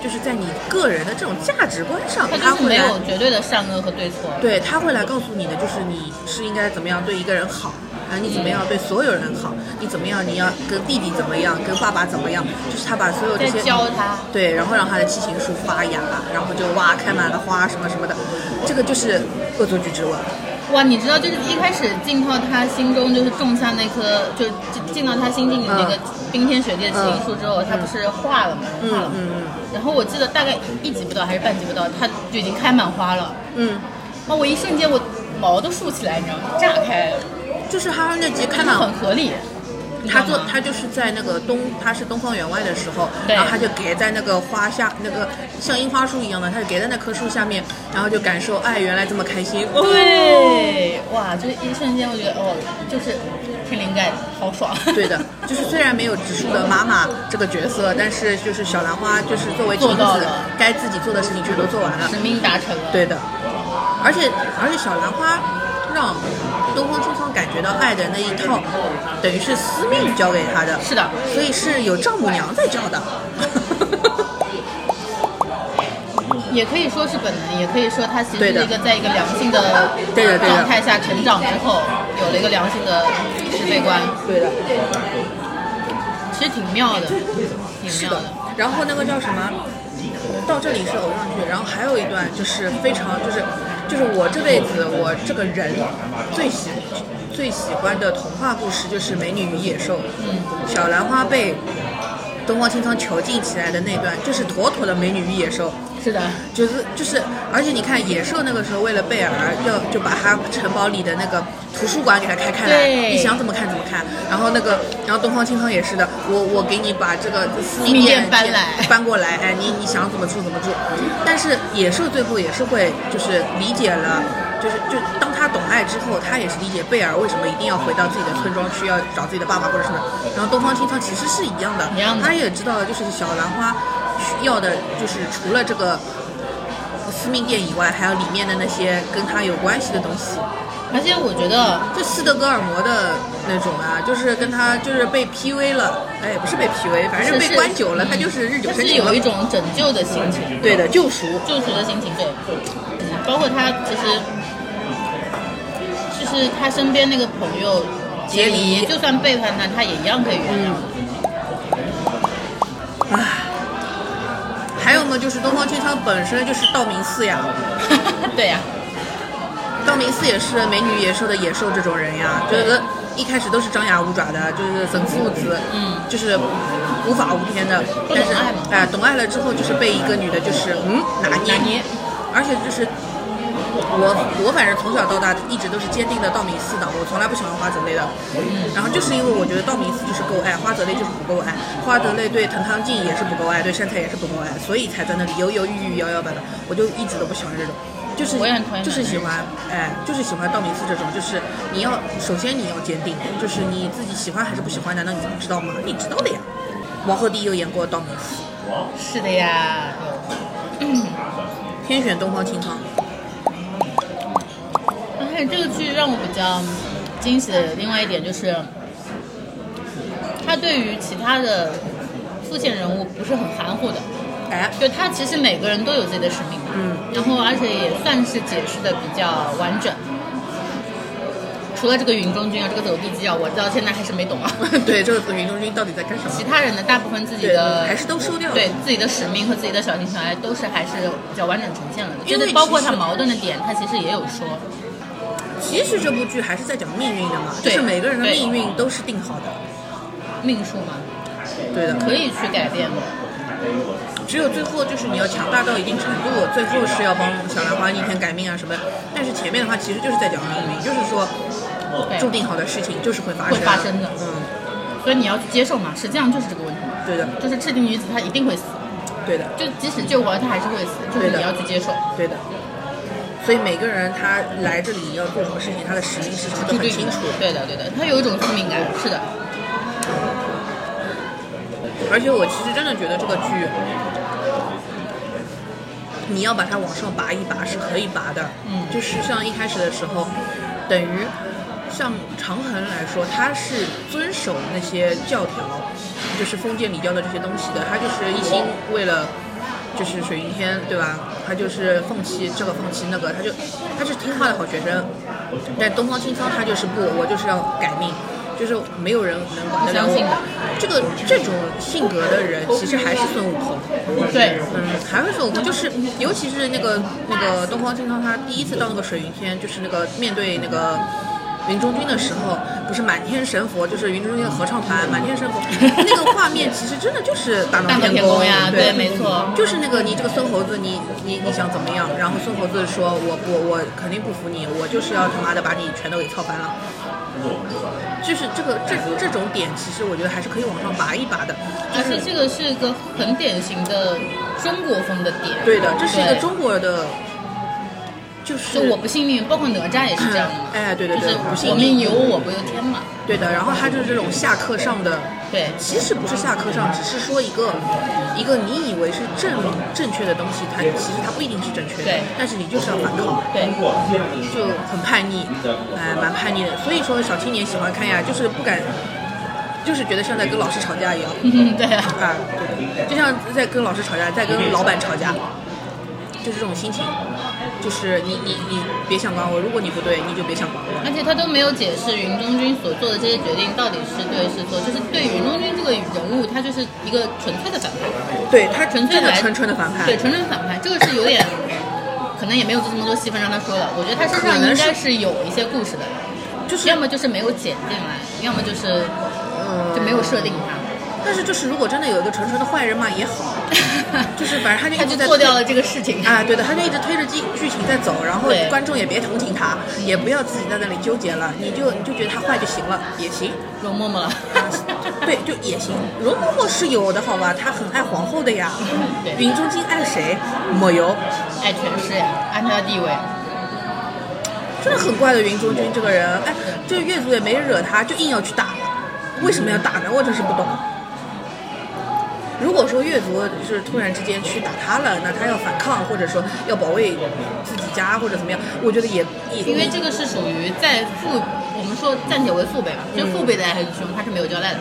Speaker 2: 就是在你个人的这种价值观上，
Speaker 1: 他
Speaker 2: 她
Speaker 1: 就是
Speaker 2: 会啊
Speaker 1: 没
Speaker 2: 来
Speaker 1: 有绝对的善恶和对错。
Speaker 2: 对，他会来告诉你的，就是你是应该怎么样对一个人好，啊，你怎么样对所有人好，你怎么样，你要跟弟弟怎么样，跟爸爸怎么样，就是他把所有这
Speaker 1: 在
Speaker 2: 些
Speaker 1: 教他
Speaker 2: 对，然后让他的七情书发芽，然后就哇开满了花什么什么的，这个就是恶作剧之吻，
Speaker 1: 哇，你知道，就是一开始进到他心中，就是种下那颗，就进进到他心境里那
Speaker 2: 嗯
Speaker 1: 个冰天雪地的情书之后，他不是化了嘛，化了嘛。
Speaker 2: 嗯
Speaker 1: 然后我记得大概一集不到还是半集不到，他就已经开满花了。
Speaker 2: 嗯，
Speaker 1: 啊，我一瞬间我毛都竖起来，你知道吗？炸开了，
Speaker 2: 就是他那集开
Speaker 1: 真的
Speaker 2: 满
Speaker 1: 很合理。你知
Speaker 2: 嗯他
Speaker 1: 道吗
Speaker 2: 做他就是在那个东，他是东方员外的时候，
Speaker 1: 对
Speaker 2: 然后他就给在那个花下，那个像樱花树一样的，他就给在那棵树下面，然后就感受，哎，原来这么开心。哦，
Speaker 1: 对，哇，就是一瞬间我觉得哦，就是挺灵感，好爽。
Speaker 2: 对的，就是虽然没有直树的妈妈这个角色，但是就是小兰花就是作为晴
Speaker 1: 做到
Speaker 2: 子
Speaker 1: 了，
Speaker 2: 该自己做的事情全都做完了。
Speaker 1: 使命达成了。
Speaker 2: 对的，而且而且小兰花让东方青苍感觉到爱的那一套，等于是司命教给他的，
Speaker 1: 是的，
Speaker 2: 所以是有丈母娘在教的。
Speaker 1: 也可以说是本能，也可以说他其实
Speaker 2: 对
Speaker 1: 是
Speaker 2: 的
Speaker 1: 一个在一个良性的
Speaker 2: 对的对的
Speaker 1: 状态下成长之后，有了一个良性的是非观，
Speaker 2: 对的。
Speaker 1: 其实挺妙的，挺
Speaker 2: 是
Speaker 1: 妙
Speaker 2: 的
Speaker 1: 的。，
Speaker 2: 然后那个叫什么？到这里是偶像剧，然后还有一段就是非常就是就是我这辈子我这个人最喜最喜欢的童话故事就是《美女与野兽》，小兰花被东方青苍囚禁起来的那段，就是妥妥的《美女与野兽》。
Speaker 1: 是的，
Speaker 2: 就是就是，而且你看野兽那个时候为了贝尔，要就把他城堡里的那个图书馆给他开开来，
Speaker 1: 对
Speaker 2: 你想怎么看怎么看。然后那个，然后东方青苍也是的，我我给你把这个司
Speaker 1: 密
Speaker 2: 命
Speaker 1: 电
Speaker 2: 殿
Speaker 1: 搬来
Speaker 2: 搬过来，哎，你你想怎么住怎么住。但是野兽最后也是会就是理解了。就是就当他懂爱之后，他也是理解贝尔为什么一定要回到自己的村庄去，要找自己的爸爸或者什么。然后东方青苍其实是一样的，
Speaker 1: 一样的
Speaker 2: 他也知道，就是小兰花需要的就是除了这个司命殿以外，还有里面的那些跟他有关系的东西。
Speaker 1: 而且我觉得
Speaker 2: 就斯德哥尔摩的那种啊，就是跟他就是被 PUA 了，哎，也不是被 PUA，反正
Speaker 1: 是
Speaker 2: 被
Speaker 1: 是
Speaker 2: 关久了，他就是日久
Speaker 1: 它
Speaker 2: 生
Speaker 1: 是
Speaker 2: 情了
Speaker 1: 有一。种拯救的心情，
Speaker 2: 对的，救赎。
Speaker 1: 救赎的心情，对，包括他其实就是他身边那个朋友
Speaker 2: 杰里
Speaker 1: 就算背叛他，他也一样可以 原谅。
Speaker 2: 嗯唉，还有呢，就是东方圈枪本身就是道明寺呀，
Speaker 1: 对啊呀、
Speaker 2: 道明寺也是美女野兽的野兽这种人呀，就是一开始都是张牙舞爪的，就是神父子，
Speaker 1: 嗯，
Speaker 2: 就是无法无天的。
Speaker 1: 不
Speaker 2: 但
Speaker 1: 懂
Speaker 2: 是
Speaker 1: 爱嘛
Speaker 2: 哎、懂爱了之后，就是被一个女的，就是嗯拿捏，
Speaker 1: 拿捏
Speaker 2: 而且就是。我我反正从小到大一直都是坚定的道明寺党，我从来不喜欢花泽类的。然后就是因为我觉得道明寺就是够爱，花泽类就是不够爱，花泽类对藤堂静也是不够爱，对山菜也是不够爱，所以才在那里犹犹豫豫、摇摇摆摆。我就一直都不喜欢这种，就是
Speaker 1: 我也很讨厌
Speaker 2: 就是喜欢，哎，就是喜欢道明寺这种，就是你要首先你要坚定，就是你自己喜欢还是不喜欢，难道你不知道吗？你知道的呀。王鹤棣又演过道明寺，
Speaker 1: 是的呀，
Speaker 2: 天选东方青苍。
Speaker 1: 而且哎这个剧让我比较惊喜的另外一点就是，他对于其他的副线人物不是很含糊的，
Speaker 2: 哎，
Speaker 1: 就他其实每个人都有自己的使命，
Speaker 2: 嗯，
Speaker 1: 然后而且也算是解释的比较完整。除了这个云中君啊，这个走地鸡啊，我到现在还是没懂啊。
Speaker 2: 对，这个云中君到底在干什么
Speaker 1: 其？他人的大部分自己
Speaker 2: 对
Speaker 1: 的，
Speaker 2: 还是都收掉了
Speaker 1: 对自己的使命和自己的小情小爱都是还是比较完整呈现了的，
Speaker 2: 因为
Speaker 1: 就是包括他
Speaker 2: 其实
Speaker 1: 矛盾的点，他其实也有说。
Speaker 2: 其实这部剧还是在讲命运的嘛，就
Speaker 1: 对
Speaker 2: 是每个人的
Speaker 1: 对
Speaker 2: 命运都是定好的，
Speaker 1: 命数嘛，
Speaker 2: 对的。
Speaker 1: 可以去改变的。
Speaker 2: 只有最后就是你要强大到一定程度，最后是要帮小兰花逆天改命啊什么的。但是前面的话其实就是在讲命运，就是说注
Speaker 1: 对，
Speaker 2: 定好的事情就是会发生，
Speaker 1: 会发生的
Speaker 2: 嗯，
Speaker 1: 所以你要去接受嘛，实际上就是这个问题，
Speaker 2: 对的，
Speaker 1: 就是赤地女子她一定会死，
Speaker 2: 对的，
Speaker 1: 就即使救活了她还是会死，就是
Speaker 2: 对的
Speaker 1: 你要去接受。
Speaker 2: 对的。所以每个人他来这里要做什么事情，他的使命是什么都
Speaker 1: 就
Speaker 2: 很
Speaker 1: 对
Speaker 2: 清楚。
Speaker 1: 对的对的，她有一种宿命感，是的，
Speaker 2: 而且我其实真的觉得这个剧，你要把它往上拔一拔是可以拔的。
Speaker 1: 嗯
Speaker 2: 就是像一开始的时候，等于像长恒来说，他是遵守那些教条，就是封建礼教的这些东西的，他就是一心为了。就是水云天，对吧？他就是放弃这个，放弃那个，他就他是听话的好学生。但东方青苍他就是不，我就是要改命，就是没有人能管得了
Speaker 1: 不相信的
Speaker 2: 我。这个这种性格的人，其实还是孙悟空。
Speaker 1: 对，
Speaker 2: 嗯，还是孙悟空，就是尤其是那个那个东方青苍，他第一次到那个水云天，就是那个面对那个。云中君的时候，不是满天神佛，就是云中君的合唱团，满天神 佛，那个画面其实真的就是大闹
Speaker 1: 大闹天
Speaker 2: 宫
Speaker 1: 宫呀，
Speaker 2: 对
Speaker 1: 对，没错。
Speaker 2: 就是那个你这个孙猴子，你你你想怎么样？然后孙猴子说：“我不，我肯定不服你，我就是要他妈的把你全都给操翻了。”就是这个这这种点，其实我觉得还是可以往上拔一拔的。就
Speaker 1: 而且
Speaker 2: 是
Speaker 1: 这个是一个很典型的中国风的点，
Speaker 2: 对的，这是一个
Speaker 1: 对
Speaker 2: 中国的，就是
Speaker 1: 就我不信命，包括哪吒也是这样的嘛，
Speaker 2: 哎，对对
Speaker 1: 就
Speaker 2: 对
Speaker 1: 是，
Speaker 2: 不信
Speaker 1: 我
Speaker 2: 命
Speaker 1: 命由我不由天嘛，
Speaker 2: 对的。然后他就是这种下课上的，
Speaker 1: 对，
Speaker 2: 其实不是下课上，只是说一个一个你以为是正正确的东西，它其实它不一定是正确的
Speaker 1: 对，
Speaker 2: 但是你就是要反抗。
Speaker 1: 对，
Speaker 2: 就很叛逆，哎，蛮叛逆的。所以说小青年喜欢看呀，就是不敢，就是觉得像在跟老师吵架一样，
Speaker 1: 嗯，对啊，
Speaker 2: 啊，对的，就像在跟老师吵架，在跟老板吵架，就是这种心情。就是你你你别想管我，如果你不对，你就别想管我。
Speaker 1: 而且他都没有解释云中君所做的这些决定到底是对是错，就是对云中君这个人物，他就是一个纯粹的反派，
Speaker 2: 对他
Speaker 1: 纯粹
Speaker 2: 真的
Speaker 1: 来
Speaker 2: 纯纯的反派
Speaker 1: 对，，纯纯反派，这个是有点，可能也没有这么多戏份让他说了，我觉得他身
Speaker 2: 可
Speaker 1: 上
Speaker 2: 能
Speaker 1: 应
Speaker 2: 是
Speaker 1: 该是有一些故事的，
Speaker 2: 就是
Speaker 1: 要么就是没有剪进来，要么就是
Speaker 2: 嗯
Speaker 1: 就没有设定他，
Speaker 2: 但是就是如果真的有一个纯纯的坏人嘛也好， 就是反正他就
Speaker 1: 他
Speaker 2: 一直
Speaker 1: 就
Speaker 2: 在
Speaker 1: 做掉了这个事情，
Speaker 2: 啊，对的，他就一直推着剧剧情在走，然后
Speaker 1: 对
Speaker 2: 观众也别同情他，也不要自己在那里纠结了，你就你就觉得他坏就行了，也行。
Speaker 1: 容嬷 嬷了，
Speaker 2: 啊对，就也行。容嬷嬷是有的，好吧，她很爱皇后的呀。
Speaker 1: 对
Speaker 2: 云中君爱谁？没有，
Speaker 1: 爱权势呀，按他的地位，
Speaker 2: 真的很怪的云中君这个人。哎，这月族也没惹他，就硬要去打，为什么要打呢？我真是不懂。如果说越族就是突然之间去打他了，那他要反抗，或者说要保卫自己家或者怎么样，我觉得也也
Speaker 1: 因为这个是属于在父，我们说暂且为父辈吧，就是父辈的爱恨之中，他是没有交代的，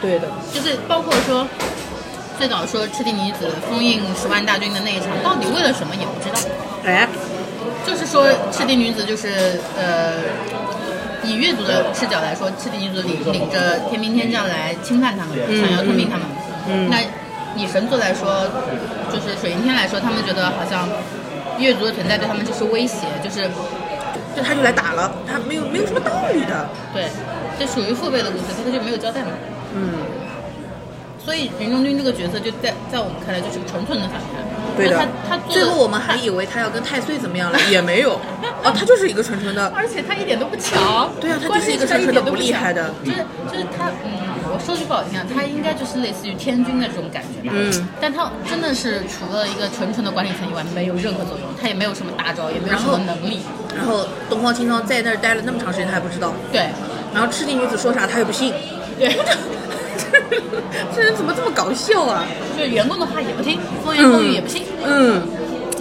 Speaker 2: 对的，
Speaker 1: 就是包括说最早说赤地尼子封印十万大军的那一场，到底为了什么也不知道。
Speaker 2: 哎，
Speaker 1: 就是说，赤地女子就是呃，以越族的视角来说，赤地女子领领着天兵天将来侵犯他们，想要吞并他们。
Speaker 2: 嗯
Speaker 1: 那以神族来说，就是水银天来说，他们觉得好像越族的存在对他们就是威胁，就是
Speaker 2: 就他就来打了，他没有没有什么道理的，
Speaker 1: 对，这属于父辈的故事，他就没有交代嘛。
Speaker 2: 嗯。
Speaker 1: 所以云中君这个角色就在在我们看来就是纯纯的反派。
Speaker 2: 对
Speaker 1: 就
Speaker 2: 的，
Speaker 1: 他他做
Speaker 2: 最后
Speaker 1: 的
Speaker 2: 我们还以为他要跟太岁怎么 样了，也没有，哦，他就是一个纯纯的，
Speaker 1: 而且他一点都不强。
Speaker 2: 对啊他
Speaker 1: 关
Speaker 2: 就是一
Speaker 1: 键
Speaker 2: 个
Speaker 1: 他
Speaker 2: 纯
Speaker 1: 一
Speaker 2: 纯
Speaker 1: 点
Speaker 2: 的
Speaker 1: 都
Speaker 2: 不厉害的
Speaker 1: 强就是就是他，嗯，我说句不好听啊，他应该就是类似于天君的这种感觉吧。
Speaker 2: 嗯，
Speaker 1: 但他真的是除了一个纯纯的管理层以外，没有任何作用，他也没有什么大招，也没有什
Speaker 2: 然
Speaker 1: 么
Speaker 2: 后
Speaker 1: 能力。
Speaker 2: 然后东方青苍在那儿待了那么长时间，他还不知道，
Speaker 1: 对，
Speaker 2: 然后赤地女子说啥他也不信，
Speaker 1: 对，
Speaker 2: 这人怎么这么搞笑啊？
Speaker 1: 就是员工的话也不听，风言风语也不信，
Speaker 2: 嗯，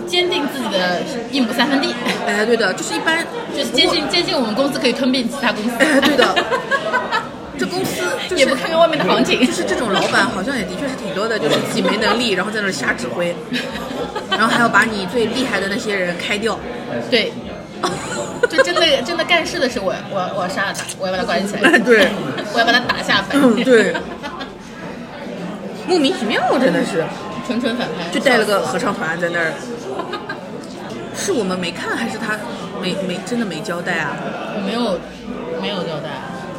Speaker 1: 坚定自己的硬不三分地，
Speaker 2: 哎，对的，就是一般，
Speaker 1: 就是坚信坚信我们公司可以吞并其他公司。
Speaker 2: 哎 对 的这公司就是
Speaker 1: 也不看看外面的行情
Speaker 2: 就是这种老板好像也的确是挺多的，就是自己没能力，然后在那儿瞎指挥，然后还要把你最厉害的那些人开掉，
Speaker 1: 对，就真的真的干事的时候，我我我要杀了他，我要把他关起 来。
Speaker 2: 对，
Speaker 1: 我要把他打下凡。
Speaker 2: 嗯对莫名其妙，啊真的是。
Speaker 1: 纯纯反派。
Speaker 2: 就带了个合唱团在那儿。是我们没看，还是他没没真的没交代啊？
Speaker 1: 我没有没有交代。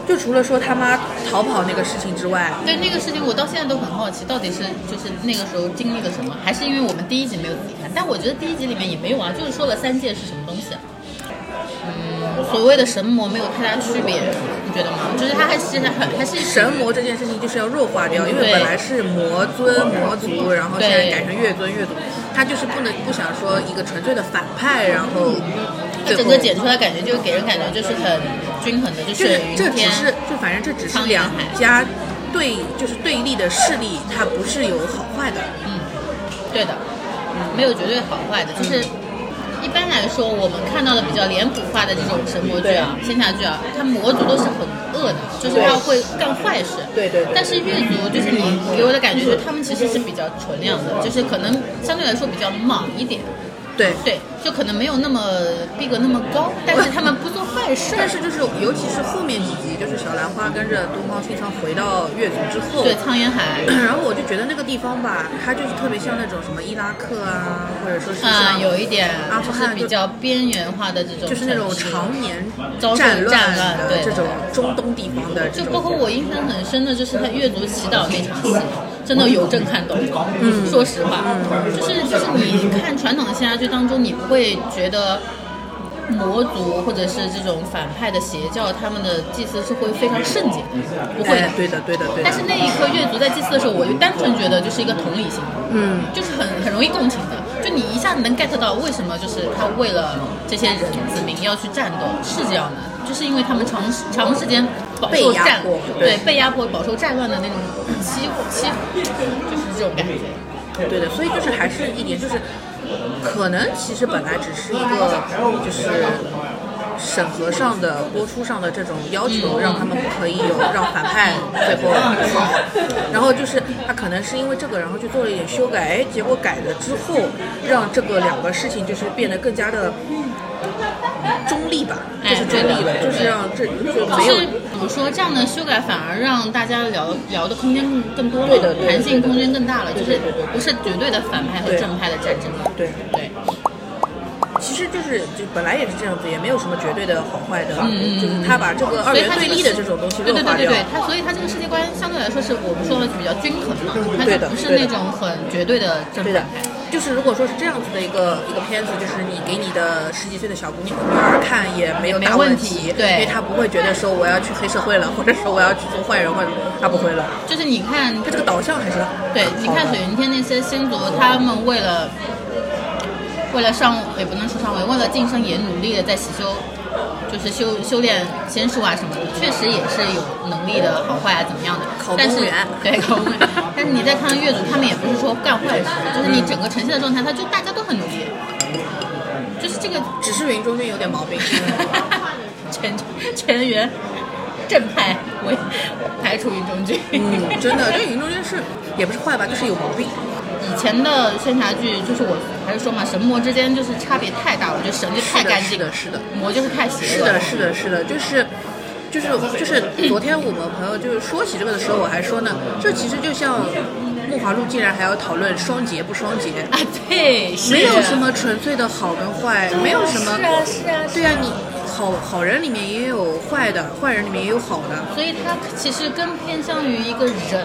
Speaker 2: 就除了说他妈逃跑那个事情之外，
Speaker 1: 对那个事情，我到现在都很好奇，到底是就是那个时候经历了什么，还是因为我们第一集没有仔细看？但我觉得第一集里面也没有啊，就是说了三界是什么东西、啊。嗯，所谓的神魔没有太大区别，你觉得吗？就是它还是很还是
Speaker 2: 神魔这件事情就是要弱化掉，因为
Speaker 1: 嗯对
Speaker 2: 本来是魔尊魔族，然后现在
Speaker 1: 对
Speaker 2: 改成越尊越族，他就是不能不想说一个纯粹的反派，然后最
Speaker 1: 它嗯整
Speaker 2: 后
Speaker 1: 个剪出来感觉就给人感觉就是很均衡的，就
Speaker 2: 就是是
Speaker 1: 云
Speaker 2: 这只
Speaker 1: 天
Speaker 2: 是就反正这只是
Speaker 1: 苍蝇
Speaker 2: 两
Speaker 1: 海
Speaker 2: 家对就是对立的势力，它不是有好坏的。
Speaker 1: 对的，没有绝对好坏的，就是一般来说我们看到的比较脸谱化的这种神魔剧啊、仙侠剧啊，它魔族都是很恶的，就是他会干坏事。
Speaker 2: 对对对
Speaker 1: 但是越族就是你给我的感觉，就是他们其实是比较纯良的，就是可能相对来说比较莽一点，
Speaker 2: 对，
Speaker 1: 对，就可能没有那么逼格那么高，但是他们不做坏事。
Speaker 2: 但是就是，尤其是后面几集，就是小兰花跟着东方青苍回到越族之后，
Speaker 1: 对苍岩海，
Speaker 2: 然后我就觉得那个地方吧，它就是特别像那种什么伊拉克啊，或者说是
Speaker 1: 啊、
Speaker 2: 像
Speaker 1: 有一点
Speaker 2: 阿富
Speaker 1: 就是
Speaker 2: 汗
Speaker 1: 比较边缘化的这种城市，
Speaker 2: 就是那种常年
Speaker 1: 遭受
Speaker 2: 战
Speaker 1: 战乱
Speaker 2: 的
Speaker 1: 对
Speaker 2: 这种中东地方的这
Speaker 1: 就
Speaker 2: 种，
Speaker 1: 包括我印象很深的，就是他越族祈祷那场戏，真的有震撼到我。嗯，说实话，就是就是你看传统的仙侠剧当中，你不会觉得魔族或者是这种反派的邪教，他们的祭祀是会非常圣洁的，不会的
Speaker 2: 哎。对的，对的，对的
Speaker 1: 但。是那一刻越族在祭祀的时候，我就单纯觉得就是一个同理心，
Speaker 2: 嗯，
Speaker 1: 就是很很容易共情的。就你一下子能 get 到为什么就是他为了这些人子民要去战斗，是这样的，就是因为他们长时长时间饱受
Speaker 2: 被压
Speaker 1: 战
Speaker 2: 迫
Speaker 1: 对被压迫、饱受战乱的那种欺欺，就是这种感觉。
Speaker 2: 对的，所以就是还是一点就是，可能其实本来只是一个就是审核上的、播出上的这种要
Speaker 1: 嗯
Speaker 2: 求，让他们不可以有让反派最后，
Speaker 1: 嗯
Speaker 2: 然后就是他可能是因为这个，然后去做了一点修改，哎，结果改了之后，让这个两个事情就是变得更加的。中立吧，就是
Speaker 1: 哎
Speaker 2: 中立了，就是让这就
Speaker 1: 就
Speaker 2: 没有
Speaker 1: 是怎么说，这样的修改反而让大家聊聊的空间更更多
Speaker 2: 对的
Speaker 1: 了，
Speaker 2: 对的
Speaker 1: 弹性空间更大了，就
Speaker 2: 对
Speaker 1: 是
Speaker 2: 对对
Speaker 1: 不是绝对的反派和
Speaker 2: 对
Speaker 1: 正派的战争了。
Speaker 2: 对，
Speaker 1: 对，
Speaker 2: 其实就是就本来也是这样子，也没有什么绝对的好坏的，
Speaker 1: 嗯嗯
Speaker 2: 就是他把这个二
Speaker 1: 所以
Speaker 2: 元
Speaker 1: 它
Speaker 2: 对
Speaker 1: 个
Speaker 2: 立的这种东西
Speaker 1: 对
Speaker 2: 弱
Speaker 1: 对
Speaker 2: 化
Speaker 1: 对对
Speaker 2: 掉。
Speaker 1: 对，它所以它这个世界观相对来说是我们说的比较均衡嘛，它
Speaker 2: 嗯对
Speaker 1: 就
Speaker 2: 的
Speaker 1: 不是
Speaker 2: 对的
Speaker 1: 那种很绝对的正
Speaker 2: 对
Speaker 1: 反
Speaker 2: 的
Speaker 1: 派。，
Speaker 2: 就是如果说是这样子的一个一个片子，就是你给你的十几岁的小姑娘女儿看也没有
Speaker 1: 没
Speaker 2: 大
Speaker 1: 问
Speaker 2: 问
Speaker 1: 题
Speaker 2: 题，
Speaker 1: 对
Speaker 2: 因为她不会觉得说我要去黑社会了，或者说我要去做坏人，或者她不会了，
Speaker 1: 就是你看，
Speaker 2: 她这个导向还是
Speaker 1: 对，你看
Speaker 2: 好
Speaker 1: 水
Speaker 2: 的
Speaker 1: 云天那些仙族，他们为了为了上，也不能说上位，为了晋升也努力的在习修，就是修修炼仙术啊什么的，确实也是有能力的好坏啊怎么样的
Speaker 2: 考。
Speaker 1: 但是
Speaker 2: 公务员
Speaker 1: 对考公务员， 但是你在看越组，他们也不是说干坏事，就是你整个呈现的状态，他就大家都很努力，就是这个
Speaker 2: 只是云中间有点毛病。
Speaker 1: 全全员正派为排除云中君。
Speaker 2: 嗯，真的，这云中间是也不是坏吧，就是有毛病。
Speaker 1: 以前的仙侠剧就是我还是说嘛，神魔之间就是差别太大了，我觉得神就太干
Speaker 2: 是
Speaker 1: 净，
Speaker 2: 的是的
Speaker 1: 魔就是太邪
Speaker 2: 是
Speaker 1: 恶
Speaker 2: 的，。是的，是的，就是。就是就是，昨天我们朋友就是说起这个的时候，我还说呢，这其实就像木华路竟然还要讨论双节不双节，
Speaker 1: 啊，对，是
Speaker 2: 没有什么纯粹的好跟坏，没有什么
Speaker 1: 是啊是啊，
Speaker 2: 对啊，你好好人里面也有坏的，坏人里面也有好的，
Speaker 1: 所以它其实更偏向于一个人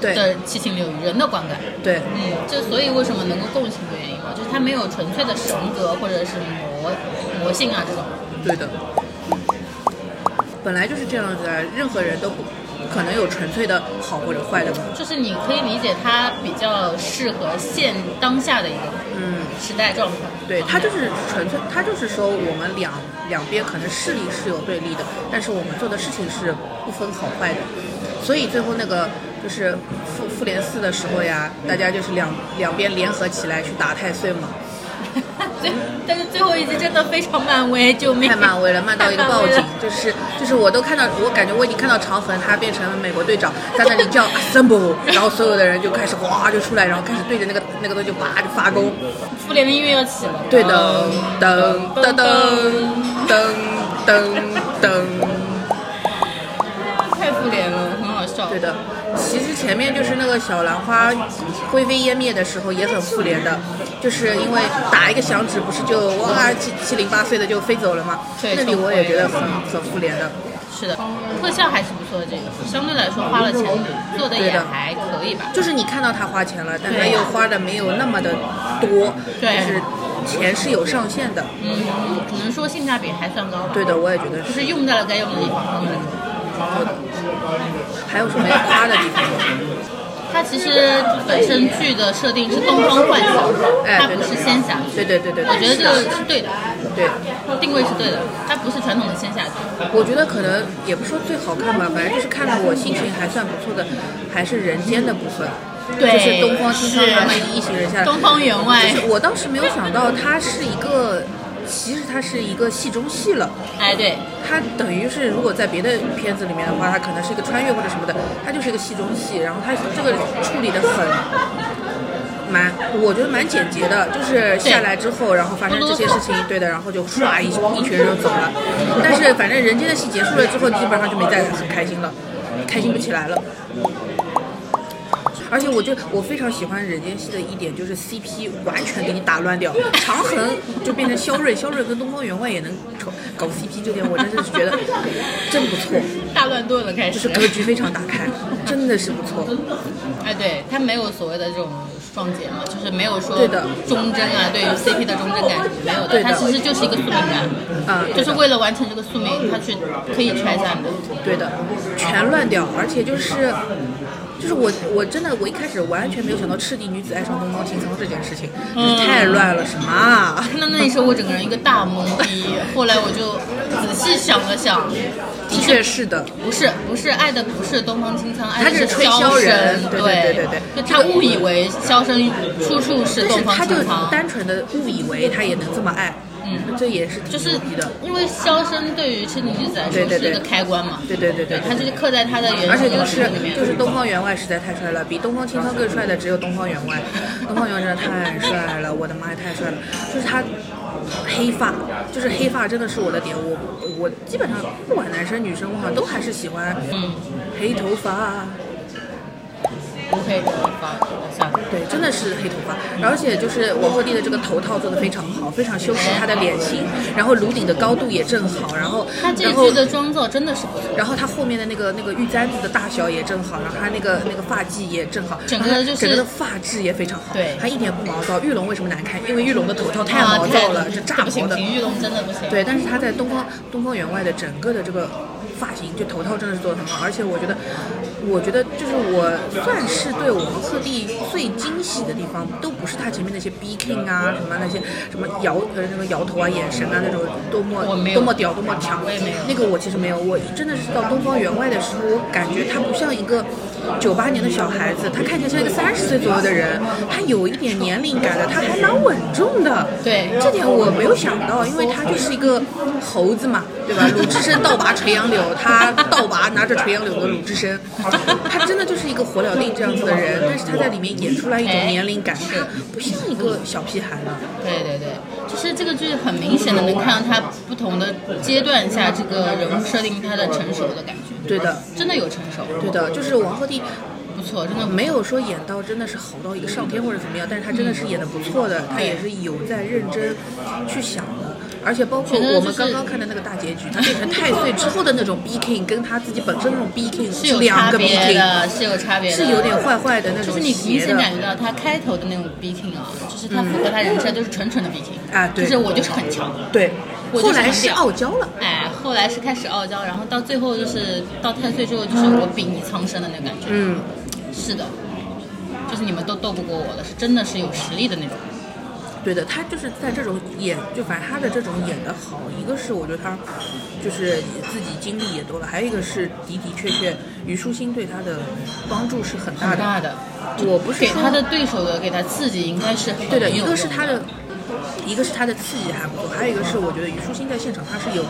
Speaker 2: 对
Speaker 1: 的七情六欲，人的观感。
Speaker 2: 对，
Speaker 1: 嗯，这所以为什么能够共情的原因吧，就是它没有纯粹的神格或者是魔魔性啊这种。
Speaker 2: 对的，本来就是这样子啊，任何人都不不可能有纯粹的好或者坏的嘛，
Speaker 1: 就是你可以理解它比较适合现当下的一个
Speaker 2: 嗯，
Speaker 1: 时代状况。
Speaker 2: 对，他就是纯粹，他就是说我们两两边可能势力是有对立的，但是我们做的事情是不分好坏的，所以最后那个就是复复联四的时候呀，大家就是两两边联合起来去打太岁嘛，
Speaker 1: 最 但是最后一集真的非常漫威，救命！
Speaker 2: 太漫威了，漫到一个
Speaker 1: 太漫
Speaker 2: 报
Speaker 1: 威
Speaker 2: 警
Speaker 1: 了，
Speaker 2: 就是就是我都看到，我感觉我已经看到长恒他变成美国队长，在那里叫 assemble，然后所有的人就开始哗就出来，然后开始对着那个那个东西叭就发功，
Speaker 1: 复联的音乐要起了。
Speaker 2: 对的，噔噔噔噔噔噔，
Speaker 1: 太复联了，很好笑。
Speaker 2: 对的。其实前面就是那个小兰花灰飞烟灭的时候也很复联的，就是因为打一个响指不是就哇七七零八碎的就飞走了吗？
Speaker 1: 对
Speaker 2: 那里我也觉得很很复联的。
Speaker 1: 是的，特效还是不错的，这个相对来说花了钱，做的
Speaker 2: 对
Speaker 1: 也
Speaker 2: 的
Speaker 1: 还可以吧。
Speaker 2: 就是你看到他花钱了，但他
Speaker 1: 对
Speaker 2: 又花的没有那么的多，
Speaker 1: 对
Speaker 2: 就是钱是有上限的。
Speaker 1: 嗯，只能说性价比还算高吧，
Speaker 2: 对的，我也觉得。
Speaker 1: 就是是用在了该用的地方。
Speaker 2: 还有什么要夸的地方吗？
Speaker 1: 它其实本身剧的设定是东方幻想，
Speaker 2: 哎
Speaker 1: 它
Speaker 2: 对
Speaker 1: 不
Speaker 2: 的
Speaker 1: 是仙侠剧。
Speaker 2: 对对对对，
Speaker 1: 我觉得这
Speaker 2: 是
Speaker 1: 个
Speaker 2: 的
Speaker 1: 是对的，
Speaker 2: 对，
Speaker 1: 定位是对的，它不是传统的仙侠剧。
Speaker 2: 我觉得可能也不说最好看吧，反正就是看了我心情还算不错的，还是人间的部分，
Speaker 1: 对
Speaker 2: 就是东方青苍他
Speaker 1: 是
Speaker 2: 们一行人下来，
Speaker 1: 东方员外，
Speaker 2: 我倒是没有想到它是一个，其实它是一个戏中戏了。
Speaker 1: 哎对，
Speaker 2: 它等于是，如果在别的片子里面的话，它可能是一个穿越或者什么的，它就是一个戏中戏，然后它这个处理的很蛮，我觉得蛮简洁的，就是下来之后，然后发生这些事情，对的，然后就唰一一群人就走了。但是反正人间的戏结束了之后，基本上就没再很开心了，开心不起来了。而且我就我非常喜欢人间戏的一点就是 CP 完全给你打乱掉，长恒就变成肖瑞，肖瑞跟东方员外也能搞搞 CP，这点我真的是觉得真不错，
Speaker 1: 大乱炖了开
Speaker 2: 就
Speaker 1: 始
Speaker 2: 是。格局非常打开，真的是不错。
Speaker 1: 哎对，它没有所谓的这种双节嘛，就是没有说
Speaker 2: 对的
Speaker 1: 忠贞啊，对于 CP 的忠贞感什么没有
Speaker 2: 对
Speaker 1: 的，
Speaker 2: 的
Speaker 1: 它其实就是一个宿命感，
Speaker 2: 啊对的
Speaker 1: 就是为了完成这个宿命，它去可以拆散的。
Speaker 2: 对的，全乱掉，而且就是。就是我，我真的，我一开始完全没有想到赤地女子爱上东方青苍这件事情，就是
Speaker 1: 嗯
Speaker 2: 太乱了，什么啊？
Speaker 1: 看到那一时候，我整个人一个大懵逼。 后来我就仔细想了想，
Speaker 2: 的确是的，
Speaker 1: 不是不是爱的不是东方青苍，爱
Speaker 2: 他就
Speaker 1: 的
Speaker 2: 是吹
Speaker 1: 萧
Speaker 2: 箫人
Speaker 1: 生
Speaker 2: 对
Speaker 1: 对
Speaker 2: 对对对对
Speaker 1: 就他误以为萧生处处是
Speaker 2: 但
Speaker 1: 东
Speaker 2: 是
Speaker 1: 方
Speaker 2: 他就
Speaker 1: 青苍，
Speaker 2: 单纯的误以为他也能这么爱，
Speaker 1: 嗯，
Speaker 2: 这也是挺
Speaker 1: 就是
Speaker 2: 牛逼的，
Speaker 1: 因为萧生对于痴女女子来
Speaker 2: 对
Speaker 1: 说
Speaker 2: 对
Speaker 1: 是
Speaker 2: 对
Speaker 1: 一个开关嘛，
Speaker 2: 对对对对
Speaker 1: 他就是刻在他的原
Speaker 2: 而且
Speaker 1: 生
Speaker 2: 就
Speaker 1: 的
Speaker 2: 是
Speaker 1: 里面。
Speaker 2: 就是东方员外实在太帅了，比东方青苍更帅的只有东方员外。 东方员外真的太帅了，我的妈呀，太帅了！就是他黑发，就是黑发真的是我的点。我我基本上不管男生女生，我好像都还是喜欢
Speaker 1: 嗯
Speaker 2: 黑头发。
Speaker 1: ，OK，发算了。
Speaker 2: 对，真的是黑头发，而且就是王鹤棣的这个头套做的非常好，非常修饰他的脸型，然后颅顶的高度也正好，然后
Speaker 1: 他这
Speaker 2: 然
Speaker 1: 一
Speaker 2: 后
Speaker 1: 剧的妆造真的是不错，
Speaker 2: 然后他后面的那个那个玉簪子的大小也正好，然后他那个那个发髻也正好，
Speaker 1: 整个
Speaker 2: 然后
Speaker 1: 就是
Speaker 2: 整个的发质也非常好，
Speaker 1: 对
Speaker 2: 他一点不毛躁。玉龙为什么难看？因为玉龙的头套太
Speaker 1: 啊
Speaker 2: 毛躁了，这
Speaker 1: 这
Speaker 2: 炸
Speaker 1: 不
Speaker 2: 毛
Speaker 1: 行，
Speaker 2: 的。
Speaker 1: 秦玉龙真的不行。
Speaker 2: 对，但是他在东方东方员外的整个的这个发型，就头套真的是做的很好，而且我觉得，我觉得就是我算是对我们鹤棣最惊喜的地方，都不是他前面那些 B King 啊，什么那些什么摇呃那个摇头啊、眼神啊那种多么
Speaker 1: 我没有
Speaker 2: 多么屌、多么强
Speaker 1: 我也没有，
Speaker 2: 那个我其实没有，我真的是到东方员外的时候，我感觉他不像一个九八年的小孩子，他看起来像一个三十岁左右的人，他有一点年龄感的，他还蛮稳重的。
Speaker 1: 对
Speaker 2: 这点我没有想到，因为他就是一个猴子嘛，对吧？鲁智深倒拔垂杨柳，他倒拔拿着垂杨柳的鲁智深，他真的就是一个火燎令这样子的人，但是他在里面演出来一种年龄感，他不像一个小屁孩了。
Speaker 1: 对对对，就是这个剧很明显的能看到他不同的阶段下这个人物设定他的成熟的感觉，
Speaker 2: 对的，
Speaker 1: 真的有成熟，
Speaker 2: 对的，就是王鹤棣
Speaker 1: 不错，真的
Speaker 2: 没有说演到真的是吼到一个上天或者怎么样，但是他真的是演的不错的，他也是有在认真去想的。而且包括
Speaker 1: 觉得
Speaker 2: 我们
Speaker 1: 就是
Speaker 2: 刚刚看的那个大结局，他变成太岁之后的那种 B king，跟他自己本身那种 B king
Speaker 1: 是有
Speaker 2: 两
Speaker 1: 差
Speaker 2: 个 B
Speaker 1: 别
Speaker 2: king，
Speaker 1: 的，是有差别的，
Speaker 2: 是有点坏坏的那
Speaker 1: 就
Speaker 2: 种
Speaker 1: 是你明
Speaker 2: 邪
Speaker 1: 显
Speaker 2: 的。
Speaker 1: 感觉到他开头的那种 B king 啊，就是他符合他人设，就是纯纯的 B king
Speaker 2: 啊对
Speaker 1: 就是我就是很强，
Speaker 2: 对，
Speaker 1: 我
Speaker 2: 后
Speaker 1: 就是
Speaker 2: 来
Speaker 1: 很
Speaker 2: 是
Speaker 1: 屌
Speaker 2: 傲娇了。
Speaker 1: 哎，后来是开始傲娇，然后到最后就是到太岁之后，就是我比你苍生的那个感觉，
Speaker 2: 嗯，
Speaker 1: 是的，就是你们都斗不过我了，是真的是有实力的那种，
Speaker 2: 对的，他就是在这种演，就反正他的这种演的好，一个是我觉得他就是自己经历也多了，还有一个是的的确确虞书欣对他的帮助是很大
Speaker 1: 很
Speaker 2: 的。
Speaker 1: 大的，
Speaker 2: 我不是
Speaker 1: 给
Speaker 2: 说
Speaker 1: 他的对手的给他刺激应该是很
Speaker 2: 对的，
Speaker 1: 有
Speaker 2: 一
Speaker 1: 用
Speaker 2: 个是他的，一个是他的刺激还不错，还有一个是我觉得虞书欣在现场她是有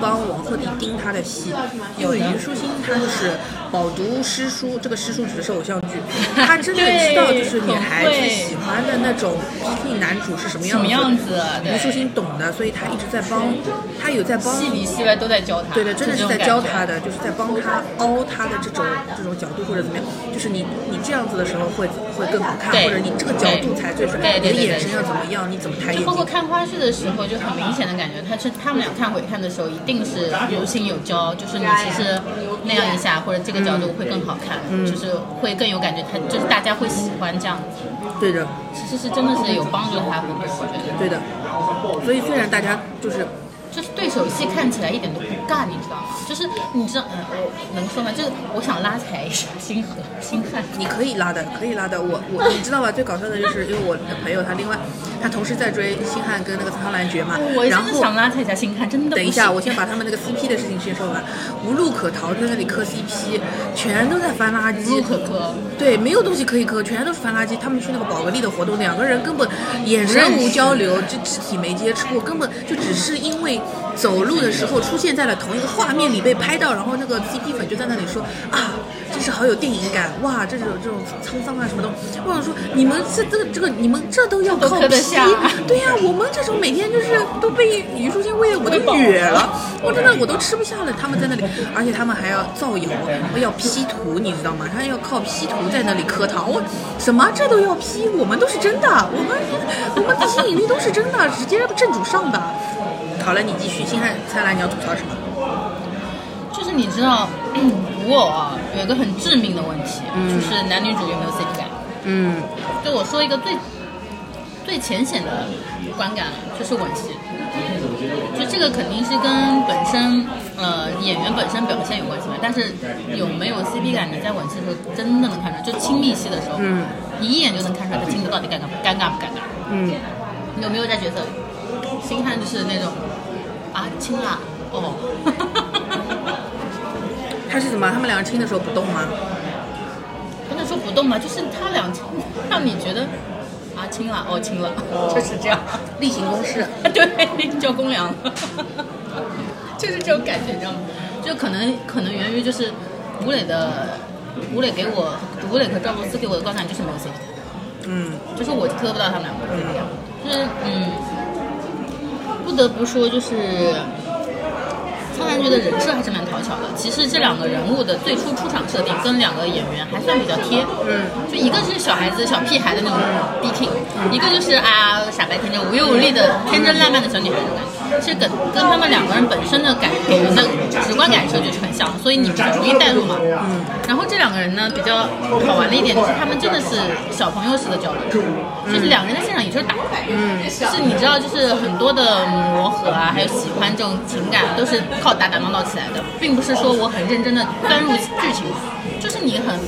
Speaker 2: 帮王鹤棣盯他的戏，因为虞书欣她就是饱读诗书，这个诗书指的是偶像 剧，她真的知道就是女孩子喜欢的那种 BT 男主是什么
Speaker 1: 什
Speaker 2: 样
Speaker 1: 么
Speaker 2: 子。
Speaker 1: 样子，啊对
Speaker 2: 虞，书欣懂的，所以她一直在帮，她有在帮
Speaker 1: 戏里戏外都在教他，
Speaker 2: 对的，真的是在教他
Speaker 1: 的，
Speaker 2: 的，就是在帮他凹他的这种这种角度或者怎么样，就是你你这样子的时候会会更好看，
Speaker 1: 对
Speaker 2: 或者你这个角度才最帅，
Speaker 1: 对
Speaker 2: 你的
Speaker 1: 对对对
Speaker 2: 眼神要怎么样，你怎么抬眼
Speaker 1: 包括
Speaker 2: 睛。
Speaker 1: 看花絮的时候，就很明显的感觉，他是他们俩看回看的时候，一定是有心有教，就是你其实那样一下，或者这个角度会更好看，就是会更有感觉，他就是大家会喜欢这样子，
Speaker 2: 对的，
Speaker 1: 其实是真的是有帮助他很多，我觉得，
Speaker 2: 对的。所以虽然大家就是
Speaker 1: 就是对手戏看起来一点都不干，你知道吗？就是你知道，嗯，我能说吗？就是我想拉踩一下星河星 汉，
Speaker 2: 你可以拉的，可以拉的，我我你知道吧？最搞笑的就是因为我的朋友他另外他同时在追星汉跟那个苍兰诀嘛，
Speaker 1: 我真
Speaker 2: 然
Speaker 1: 的
Speaker 2: 后
Speaker 1: 想拉踩一下星汉，真的不
Speaker 2: 等一
Speaker 1: 行。
Speaker 2: 下，我先把他们那个 CP 的事情先说完，无路可逃，在那里磕 CP，全都在翻垃圾，
Speaker 1: 无路可磕。
Speaker 2: 对，没有东西可以磕，全都是翻垃圾。他们去那个宝格丽的活动，两个人根本眼神无交流，就肢体没接触，根本就只是因为走路的时候出现在了同一个画面里被拍到，然后那个 CP 粉就在那里说啊，真是好有电影感，哇，这种这种沧桑啊什么的。我想说，你们这这个这个，你们这都要
Speaker 1: 都
Speaker 2: 靠
Speaker 1: 磕得
Speaker 2: P
Speaker 1: 下啊
Speaker 2: 对呀、我们这种每天就是都被虞书欣喂我都
Speaker 1: 喂饱
Speaker 2: 哕
Speaker 1: 了
Speaker 2: 了，我真的我都吃不下了。他们在那里，而且他们还要造谣，要 P 图，你知道吗？他要靠 P 图在那里磕糖。我什么这都要 P？我们都是真的，我们我们地心引力都是真的，直接正主上的。好了，你继续，星汉灿烂，你要吐槽什么？
Speaker 1: 就是你知道，古偶啊有一个很致命的问题，啊就是男女主有没有 CP 感。
Speaker 2: 嗯，
Speaker 1: 就我说一个最最浅显的观感，就是吻戏。就这个肯定是跟本身呃演员本身表现有关系嘛，但是有没有 CP 感，你在吻戏的时候真的能看出来，就亲密戏的时候，
Speaker 2: 嗯
Speaker 1: 你一眼就能看出来他亲的到底尴尬不尴尬不尴尬。
Speaker 2: 嗯，
Speaker 1: 有没有在角色里？星汉就是那种啊亲啦哦。
Speaker 2: 他是怎么？他们两个亲的时候不动吗？
Speaker 1: 不能说不动吧，就是他俩让你觉得啊亲了哦亲了， 就是这样，
Speaker 2: 例行公事。
Speaker 1: 对，叫公粮， 就是这种感觉，你知道吗？就可能可能源于就是吴磊的吴磊给我吴磊和赵露思给我的观感就是没有 CP 感。
Speaker 2: 嗯，
Speaker 1: 就是我磕不到他们两个这样，就是嗯，不得不说就是苍兰诀的人设还是蛮讨巧的。其实这两个人物的最初出场设定跟两个演员还算比较贴，
Speaker 2: 嗯，
Speaker 1: 就一个是小孩子小屁孩的那种 B King，、一个就是啊傻白甜的无忧无虑的天真烂漫的小女孩的感觉，其实跟跟他们两个人本身的感给人的直观感受就是很像，所以你比较容易代入嘛，嗯。然后这两个人呢比较好玩的一点就是他们真的是小朋友式的交流，
Speaker 2: 嗯
Speaker 1: 就是两个人在现场也就是打牌，嗯，就是你知道就是很多的磨合啊，还有喜欢这种情感都是靠打打闹闹起来的，并不是说我很认真的钻入剧情，就是你很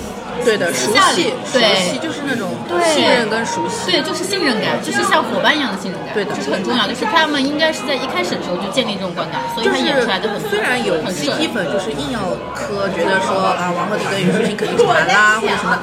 Speaker 2: 对的，熟
Speaker 1: 下
Speaker 2: 悉
Speaker 1: 里，
Speaker 2: 熟
Speaker 1: 对
Speaker 2: 悉就是那种
Speaker 1: 对
Speaker 2: 信任跟熟悉。
Speaker 1: 对，就是信任感，就是像伙伴一样的信任感，
Speaker 2: 对的
Speaker 1: 就是很重要。就是他们应该是在一开始的时候就建立这种观感，所以
Speaker 2: 就
Speaker 1: 他
Speaker 2: 是
Speaker 1: 演出来的很
Speaker 2: 虽然有
Speaker 1: 很顺
Speaker 2: CP 粉就是硬要磕，觉得说啊王鹤棣跟虞书欣肯定是完啦或者什么，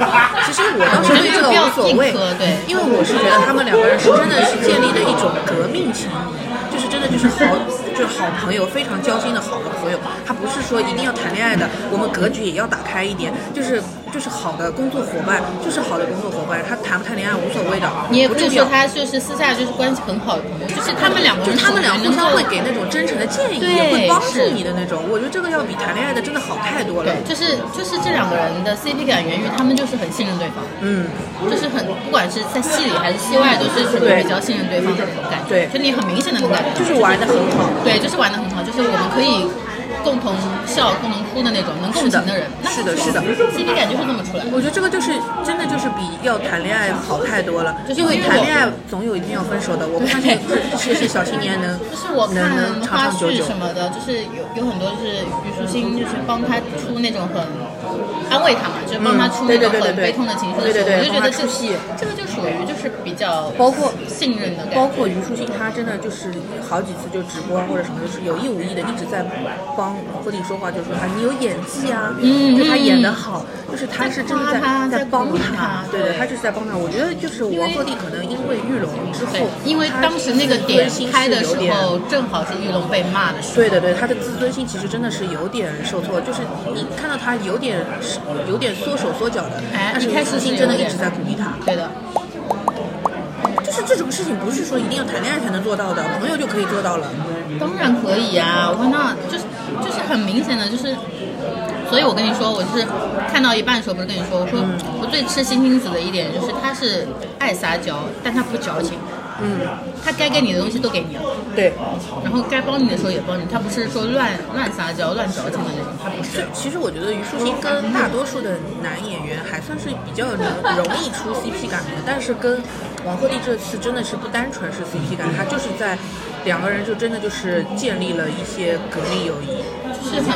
Speaker 2: 其实我倒是对这个无所谓
Speaker 1: 不要硬磕对，
Speaker 2: 因为我是觉得他们两个人是真的是建立了一种革命情谊，就是真的就是好就是好朋友，非常交心的好的朋友，他不是说一定要谈恋爱的，我们格局也要打开一点，就是就是好的工作伙伴，就是好的工作伙伴，他谈不谈恋爱无所谓的，
Speaker 1: 你也
Speaker 2: 不
Speaker 1: 不是
Speaker 2: 重
Speaker 1: 说
Speaker 2: 要。
Speaker 1: 他就是私下就是关系很好的朋友，就是他们两个
Speaker 2: 就
Speaker 1: 人，
Speaker 2: 他们俩互相会给那种真诚的建议，也会
Speaker 1: 对
Speaker 2: 帮助
Speaker 1: 是
Speaker 2: 你的那种。我觉得这个要比谈恋爱的真的好太多了
Speaker 1: 对。，就是就是这两个人的 CP 感源于他们就是很信任对方，
Speaker 2: 嗯，
Speaker 1: 就是很不管是在戏里还是戏外，都是属于比较信任对方的那种感觉，
Speaker 2: 对
Speaker 1: 就你很明显的能感觉到，
Speaker 2: 就是玩的很好。
Speaker 1: 对，就是玩的很好，就是我们可以共同笑、共同哭的那种，能共情人，那
Speaker 2: 是的是的
Speaker 1: ，CP 感就是这么出来的。
Speaker 2: 我觉得这个就是真的就是比要谈恋爱好太多了，
Speaker 1: 就是
Speaker 2: 因为
Speaker 1: 因为
Speaker 2: 谈
Speaker 1: 我
Speaker 2: 恋爱总有一天要分手的。我不相信是是小青年能
Speaker 1: 就是我看
Speaker 2: 能能
Speaker 1: 花
Speaker 2: 长长久
Speaker 1: 絮
Speaker 2: 久
Speaker 1: 什。么的，就是有有很多就是虞书欣，就是帮他出那种很安慰他嘛，就是帮他出那
Speaker 2: 嗯对对对
Speaker 1: 种
Speaker 2: 对
Speaker 1: 很
Speaker 2: 对
Speaker 1: 悲痛的情绪
Speaker 2: 对
Speaker 1: 的时
Speaker 2: 对对
Speaker 1: 候，我就觉得
Speaker 2: 帮他出
Speaker 1: 这
Speaker 2: 戏
Speaker 1: 这个就属于就是比较
Speaker 2: 包括
Speaker 1: 信任的感
Speaker 2: 包
Speaker 1: 觉。
Speaker 2: 括虞书欣，她真的就是好几次就直播或者什么，就是有意无意的一直在帮王鹤棣说话，就说啊你有演技啊，
Speaker 1: 嗯
Speaker 2: 就她
Speaker 1: 嗯
Speaker 2: 演得好，就是她是真的
Speaker 1: 在夸她
Speaker 2: 在
Speaker 1: 在
Speaker 2: 帮
Speaker 1: 鼓励
Speaker 2: 她
Speaker 1: 她，
Speaker 2: 对对，她就是在帮她。我觉得就是王
Speaker 1: 为
Speaker 2: 鹤棣可能因为玉龙之
Speaker 1: 对
Speaker 2: 后，，
Speaker 1: 因为
Speaker 2: 他
Speaker 1: 当时那个
Speaker 2: 自尊
Speaker 1: 点
Speaker 2: 心
Speaker 1: 开
Speaker 2: 是
Speaker 1: 的
Speaker 2: 有
Speaker 1: 时
Speaker 2: 点
Speaker 1: 候，正好是玉龙被骂的时候。
Speaker 2: 对的，对，他的自尊心其实真的是有点受挫，就是你看到他有点是有点缩手缩脚的，
Speaker 1: 哎
Speaker 2: 但是
Speaker 1: 一开始
Speaker 2: 吴
Speaker 1: 是
Speaker 2: 昕
Speaker 1: 有
Speaker 2: 真的一
Speaker 1: 点
Speaker 2: 直在鼓励他，
Speaker 1: 对的，
Speaker 2: 就是这种事情不是说一定要谈恋爱才能做到的，朋友就可以做到了。
Speaker 1: 当然可以啊，我那就是就是很明显的就是，所以我跟你说，我就是看到一半的时候不是跟你说，我说
Speaker 2: 嗯
Speaker 1: 我最吃星星子的一点就是他是爱撒娇，但他不矫情，
Speaker 2: 嗯，
Speaker 1: 他该给你的东西都给你了，
Speaker 2: 对，
Speaker 1: 然后该帮你的时候也帮你，他不是说乱乱撒娇、乱矫情的那种，他不是。
Speaker 2: 其实我觉得虞书欣跟大多数的男演员还算是比较能容易出 CP 感的，但是跟王鹤棣这次真的是不单纯是 CP 感，他就是在两个人就真的就是建立了一些革命友谊。
Speaker 1: 就是很，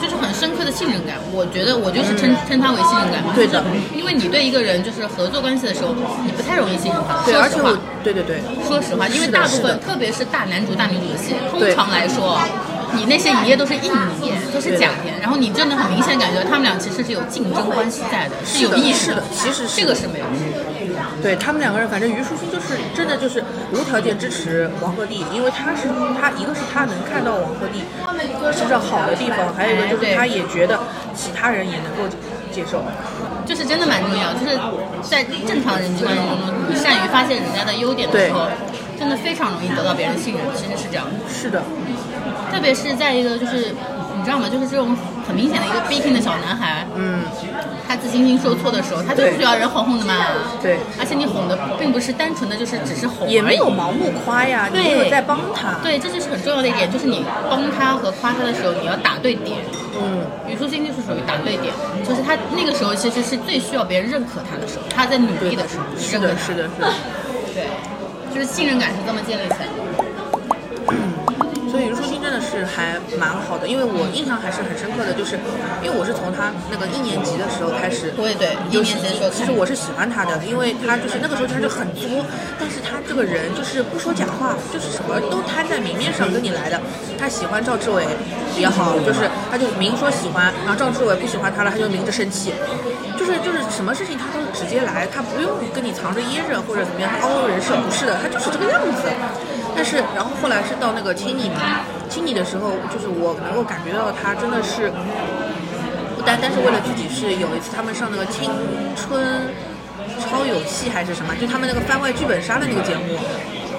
Speaker 1: 就是很深刻的信任感。我觉得我就是称、称它为信任感
Speaker 2: 嗯
Speaker 1: 嘛。
Speaker 2: 对的，
Speaker 1: 因为你对一个人就是合作关系的时候，你不太容易信任他。
Speaker 2: 对，
Speaker 1: 说
Speaker 2: 而
Speaker 1: 实
Speaker 2: 且
Speaker 1: 话
Speaker 2: 我，对对对，
Speaker 1: 说实话，因为
Speaker 2: 是的
Speaker 1: 大部
Speaker 2: 是的
Speaker 1: 分，特别是大男主、大女主的戏，通
Speaker 2: 对
Speaker 1: 常来说，你那些一夜都是硬一夜，都是假颜，然后你真的很明显感觉他们俩其实是有竞争关系在的，是有意识
Speaker 2: 是的其实是
Speaker 1: 这个是没有的。
Speaker 2: 对他们两个人，反正虞书欣就是真的就是无条件支持王鹤棣，因为他是他一个是他能看到王鹤棣身上好的地方，还有一个就是他也觉得其他人也能够接受。
Speaker 1: 就是真的蛮重要，就是在正常人际关系当中，你善于发现人家的优点的时候，真的非常容易得到别人信任，其实是这样的。
Speaker 2: 是的，
Speaker 1: 特别是在一个就是你知道吗？就是这种很明显的一个 b a k i n g 的小男孩，
Speaker 2: 嗯，
Speaker 1: 他自信心受挫的时候，他就是需要人哄哄的嘛。
Speaker 2: 对，
Speaker 1: 而且你哄的并不是单纯的就是只是哄而已，
Speaker 2: 也没有盲目夸呀，你
Speaker 1: 对
Speaker 2: 也有在帮他。
Speaker 1: 对，这就是很重要的一点，就是你帮他和夸他的时候，你要打对点。
Speaker 2: 嗯，
Speaker 1: 虞书欣就是属于打对点，就是他那个时候其实是最需要别人认可他的时候，他在努力的时候，
Speaker 2: 是
Speaker 1: 认可
Speaker 2: 的，
Speaker 1: 他
Speaker 2: 是的，是的。
Speaker 1: 对，就是信任感是这么建立起来的。
Speaker 2: 所以虞书欣真的是还蛮好的，因为我印象还是很深刻的，就是因为我是从他那个一年级的时候开始，
Speaker 1: 我也对，一
Speaker 2: 就是
Speaker 1: 年级的时候
Speaker 2: 其实
Speaker 1: 看
Speaker 2: 我是喜欢他的，因为他就是那个时候他就很作，但是他这个人就是不说假话，就是什么都摊在明面上跟你来的。他喜欢赵志伟也好，就是他就明说喜欢，然后赵志伟不喜欢他了，他就明着生气，就是就是什么事情他都直接来，他不用跟你藏着掖着或者怎么样，他哦人设不是的，他就是这个样子。但是然后后来是到那个青你嘛，青你的时候，就是我能够感觉到他真的是。不单单是为了自己，是有一次他们上那个青春超有戏还是什么，就他们那个番外剧本杀的那个节目，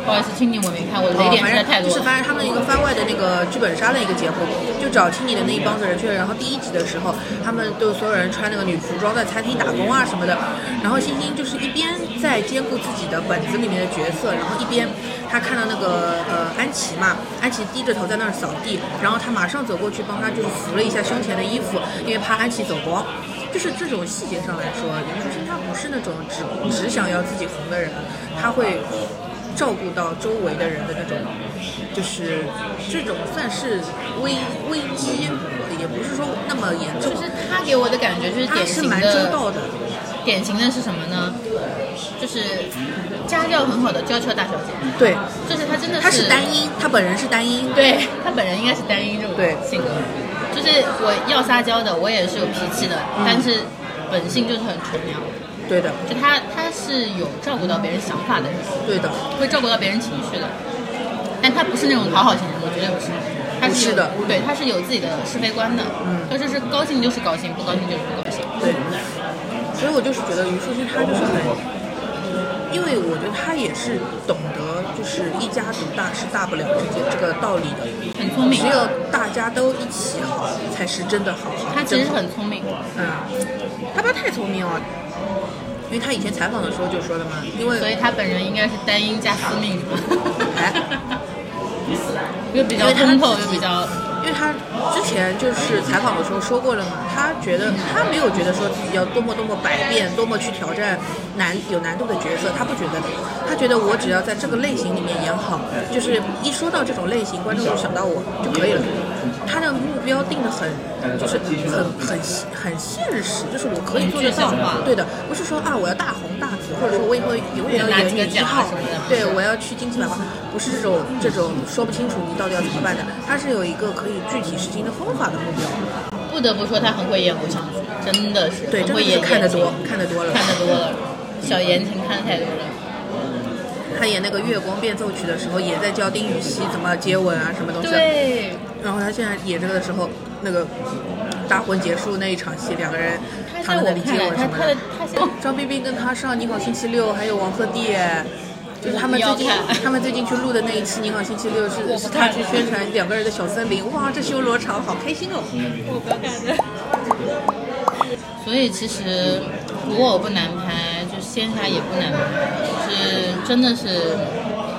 Speaker 1: 不好意思，青你我没看，我雷
Speaker 2: 哦，
Speaker 1: 点
Speaker 2: 反
Speaker 1: 实在太
Speaker 2: 正就是
Speaker 1: 多了。
Speaker 2: 反正他们一个番外的那个剧本杀的一个节目，就找青你的那一帮子人去了。然后第一集的时候，他们都所有人穿那个女服装在餐厅打工啊什么的。然后星星就是一边在兼顾自己的本子里面的角色，然后一边他看到那个呃安琪嘛，安琪低着头在那儿扫地，然后他马上走过去帮他就是扶了一下胸前的衣服，因为怕安琪走光。就是这种细节上来说，虞书欣她不是那种只只想要自己红的人，她会照顾到周围的人的那种就是这种算是危危机，也不是说那么严重
Speaker 1: 就。是他给我的感觉就是
Speaker 2: 他
Speaker 1: 典
Speaker 2: 是
Speaker 1: 型
Speaker 2: 蛮周
Speaker 1: 的，
Speaker 2: 到的，
Speaker 1: 典型的是什么呢？就是家教很好的娇俏大小姐，
Speaker 2: 对，
Speaker 1: 就是她真的
Speaker 2: 他是单音，他本人是单音，
Speaker 1: 对他本人应该是单一这种
Speaker 2: 对
Speaker 1: 性格，就是我要撒娇的，我也是有脾气的，但是本性就是很纯良。
Speaker 2: 对的，
Speaker 1: 就他他是有照顾到别人想法的人，
Speaker 2: 对的，
Speaker 1: 会照顾到别人情绪的，但他不是那种讨好型人，我觉得不是。他
Speaker 2: 不是
Speaker 1: 是有
Speaker 2: 的
Speaker 1: 对，他是有自己的是非观的，嗯，他就是高兴就是高兴，不高兴就是不高兴。
Speaker 2: 对。所以我就是觉得虞书欣她就是很，因为我觉得她也是懂得就是一家独大是大不了这件这个道理的，
Speaker 1: 很聪明
Speaker 2: 只有大家都一起好，才是真的好好。
Speaker 1: 他其实是很聪明，
Speaker 2: 嗯，他不要太聪明哦，因为他以前采访的时候就说了嘛，因为
Speaker 1: 所以他本人应该是单音加私密，
Speaker 2: 哎
Speaker 1: 又比较
Speaker 2: 因为他
Speaker 1: 通透，
Speaker 2: 自
Speaker 1: 又
Speaker 2: 己
Speaker 1: 比较
Speaker 2: 因为他之前就是采访的时候说过了嘛，他觉得他没有觉得说自己要多么多么百变，多么去挑战难有难度的角色，他不觉得的。他觉得我只要在这个类型里面演好，就是一说到这种类型，观众就想到我就可以了。他的目标定的很，就是很很很现实，就是我可以做得到
Speaker 1: 很具象化。
Speaker 2: 对的，不是说啊我要大红大紫，或者说我以后永远要
Speaker 1: 拿
Speaker 2: 演
Speaker 1: 几个
Speaker 2: 女一
Speaker 1: 奖啊
Speaker 2: 号
Speaker 1: 什么的，
Speaker 2: 对我要去金鸡百花，不是这种这种说不清楚你到底要怎么办的，它是有一个可以具体实行的方法的目标。
Speaker 1: 不得不说，他很会演偶像剧，真的是
Speaker 2: 对，
Speaker 1: 很
Speaker 2: 真
Speaker 1: 会
Speaker 2: 的是
Speaker 1: 演
Speaker 2: 看得多
Speaker 1: 言，
Speaker 2: 看得多
Speaker 1: 情
Speaker 2: 了。
Speaker 1: 看得多了。小言情看得太多了，
Speaker 2: 他演那个《月光变奏曲》的时候，也在教丁禹兮怎么接吻啊，什么东西。
Speaker 1: 对，
Speaker 2: 然后他现在演这个的时候，那个大婚结束那一场戏，两个人
Speaker 1: 他
Speaker 2: 躺
Speaker 1: 在
Speaker 2: 在那
Speaker 1: 我
Speaker 2: 里接
Speaker 1: 看来，
Speaker 2: 吻
Speaker 1: 他
Speaker 2: 什么
Speaker 1: 他的
Speaker 2: 的。
Speaker 1: 他现
Speaker 2: 张彬彬跟他上《你好星期六》，还有王鹤棣，哎就是他们最近
Speaker 1: 我不要看
Speaker 2: 他们最近去录的那一期《你好星期六》
Speaker 1: 我
Speaker 2: 是
Speaker 1: 不
Speaker 2: 是
Speaker 1: 看
Speaker 2: 他去宣传两个人的小森林，哇，这修罗场好开心哦。
Speaker 1: 我不要看的。所以其实古偶不难拍，就是仙侠也不难拍，就是真的是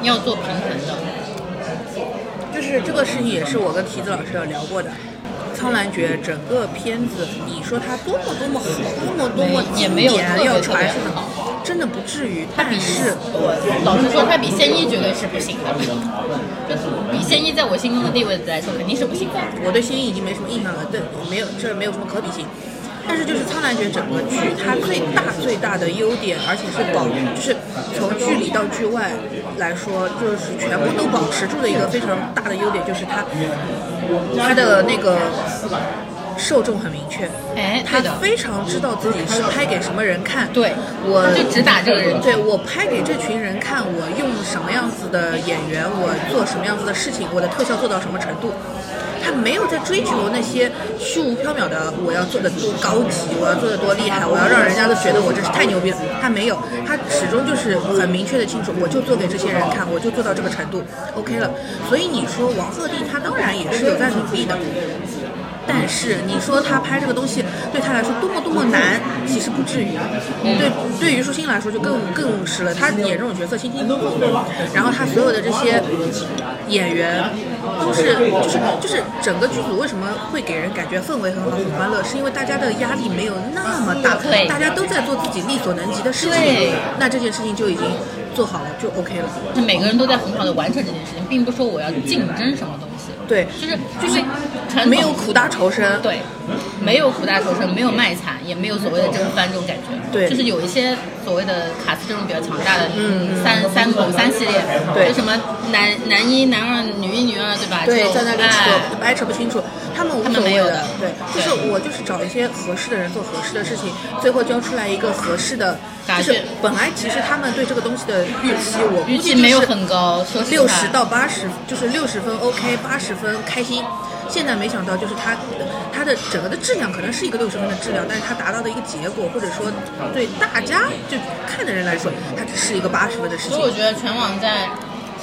Speaker 1: 要做平衡的。
Speaker 2: 就是这个事情也是我跟提子老师有聊过的。《苍兰诀》整个片子，你说它多么多么好，多么多么
Speaker 1: 也
Speaker 2: 经
Speaker 1: 没有特
Speaker 2: 典，啊
Speaker 1: 别
Speaker 2: 要
Speaker 1: 特别
Speaker 2: 传世的
Speaker 1: 好，
Speaker 2: 真的不至于。但哎是，
Speaker 1: 老实说，他比仙一绝对是不行的，就比仙一在我心中的地位来说，肯定是不行的。
Speaker 2: 我对仙一已经没什么印象了，对，没有这没有什么可比性。但是就是《苍兰诀》整个剧，它最大最大的优点，而且是保，就是从剧里到剧外来说，就是全部都保持住的一个非常大的优点，就是它它的那个受众很明确。
Speaker 1: 哎，
Speaker 2: 他
Speaker 1: 对的，
Speaker 2: 非常知道自己是拍给什么人看，
Speaker 1: 对
Speaker 2: 我
Speaker 1: 他就只打这个人
Speaker 2: 对我拍给这群人看，我用什么样子的演员，我做什么样子的事情，我的特效做到什么程度。他没有在追求那些虚无缥缈的，我要做的多高级，我要做的多厉害，我要让人家都觉得我真是太牛逼了。他没有，他始终就是很明确的清楚，我就做给这些人看，我就做到这个程度，OK 了。所以你说王鹤棣，他当然也是有在努力的，但是你说他拍这个东西对他来说多么多么难，其实不至于。啊对，对于舒欣来说就更更务实了。他演这种角色轻轻松松，然后他所有的这些演员都是就是就是整个剧组为什么会给人感觉氛围很好很欢乐，是因为大家的压力没有那么大
Speaker 1: 对，
Speaker 2: 大家都在做自己力所能及的事
Speaker 1: 对
Speaker 2: 情，那这件事情就已经做好了，就 OK 了。
Speaker 1: 是每个人都在很好的完成这件事情，并不是说我要竞争什么东西，
Speaker 2: 对，
Speaker 1: 就是就是传统
Speaker 2: 没有苦大仇深。
Speaker 1: 对，没有苦大仇深，没有卖惨，也没有所谓的争翻这种感觉。
Speaker 2: 对
Speaker 1: 就是有一些所谓的卡斯阵容比较强大的三三狗三系列，
Speaker 2: 嗯对
Speaker 1: 就什么男男一、男二、女一、女二，对吧？
Speaker 2: 对
Speaker 1: 这，种
Speaker 2: 在那里
Speaker 1: 哎
Speaker 2: 扯掰扯不清楚，他们无
Speaker 1: 他们
Speaker 2: 所
Speaker 1: 没
Speaker 2: 谓
Speaker 1: 有
Speaker 2: 的
Speaker 1: 的，
Speaker 2: 对，就是我就是找一些合适的人做合适的事情，最后交出来一个合适的，
Speaker 1: 答
Speaker 2: 就是
Speaker 1: 卷
Speaker 2: 本来其实他们对这个东西的预期，我
Speaker 1: 预
Speaker 2: 估计
Speaker 1: 期
Speaker 2: 就是
Speaker 1: 没有很高，说实
Speaker 2: 六
Speaker 1: 话
Speaker 2: 十。到八十，就是六十分 OK，八十分开心。现在没想到，就是他，他的整个的质量可能是一个六十分的质量，但是他达到的一个结果，或者说对大家就看的人来说，他只是一个八十分的事
Speaker 1: 所以我
Speaker 2: 情。
Speaker 1: 觉得全网在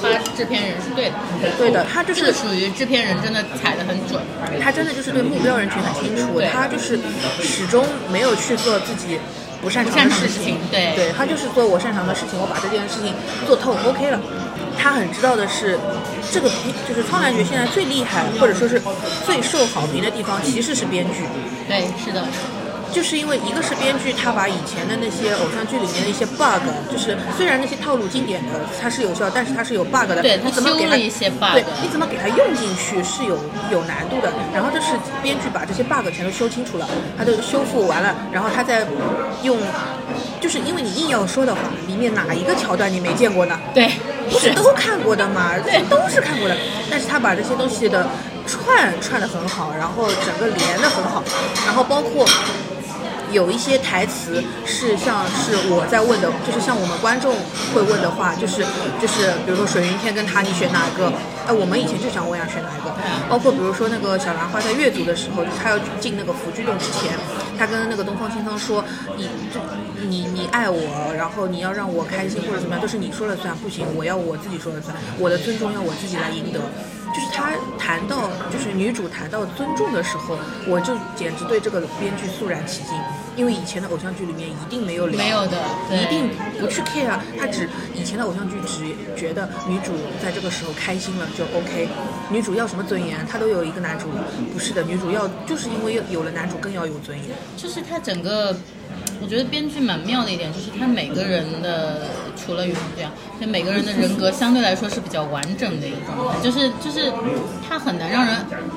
Speaker 1: 发制片人是对的，
Speaker 2: 对的，他就是
Speaker 1: 这个属于制片人真的踩得很准。
Speaker 2: 他真的就是对目标人群很清楚
Speaker 1: 对，
Speaker 2: 他就是始终没有去做自己不擅长
Speaker 1: 擅
Speaker 2: 的
Speaker 1: 长的
Speaker 2: 事
Speaker 1: 事
Speaker 2: 情
Speaker 1: 情，对
Speaker 2: 他就是做我擅长的事情，我把这件事情做透，OK 了。他很知道的是，这个就是《苍兰诀》现在最厉害，或者说是最受好评的地方，其实是编剧。
Speaker 1: 对，是的，
Speaker 2: 就是因为一个是编剧他把以前的那些偶像剧里面的一些 bug，就是虽然那些套路经典的它是有效，但是它是有 bug 的，
Speaker 1: 对
Speaker 2: 你怎么
Speaker 1: 它
Speaker 2: 给
Speaker 1: 修
Speaker 2: 它
Speaker 1: 了一些 bug
Speaker 2: 对，你怎么给它用进去是有有难度的。然后就是编剧把这些 bug 全都修清楚了，他都修复完了，然后他再用，就是因为你硬要说的话，里面哪一个桥段你没见过呢？
Speaker 1: 对，
Speaker 2: 不是
Speaker 1: 是
Speaker 2: 都看过的嘛，这都是看过的。但是他把这些东西的串串的很好，然后整个连的很好，然后包括有一些台词是像是我在问的，就是像我们观众会问的话，就是就是比如说水云天跟他，你选哪一个？哎，我们以前就想问要选哪一个。包括比如说那个小兰花在越族的时候，他要进那个福居洞之前，他跟那个东方青苍说，你就你你爱我，然后你要让我开心或者怎么样，都是你说了算，不行，我要我自己说了算，我的尊重要我自己来赢得。就是他谈到，就是女主谈到尊重的时候，我就简直对这个编剧肃然起敬，因为以前的偶像剧里面一定没有聊
Speaker 1: 没有的，对
Speaker 2: 一定不去 care，他只以前的偶像剧只觉得女主在这个时候开心了就 OK，女主要什么尊严，她都有一个男主，不是的，女主要就是因为有了男主更要有尊严，
Speaker 1: 就是他整个，我觉得编剧蛮妙的一点，就是他每个人的除了于红这样，就每个人的人格相对来说是比较完整的一个状态，就是就是他很难让人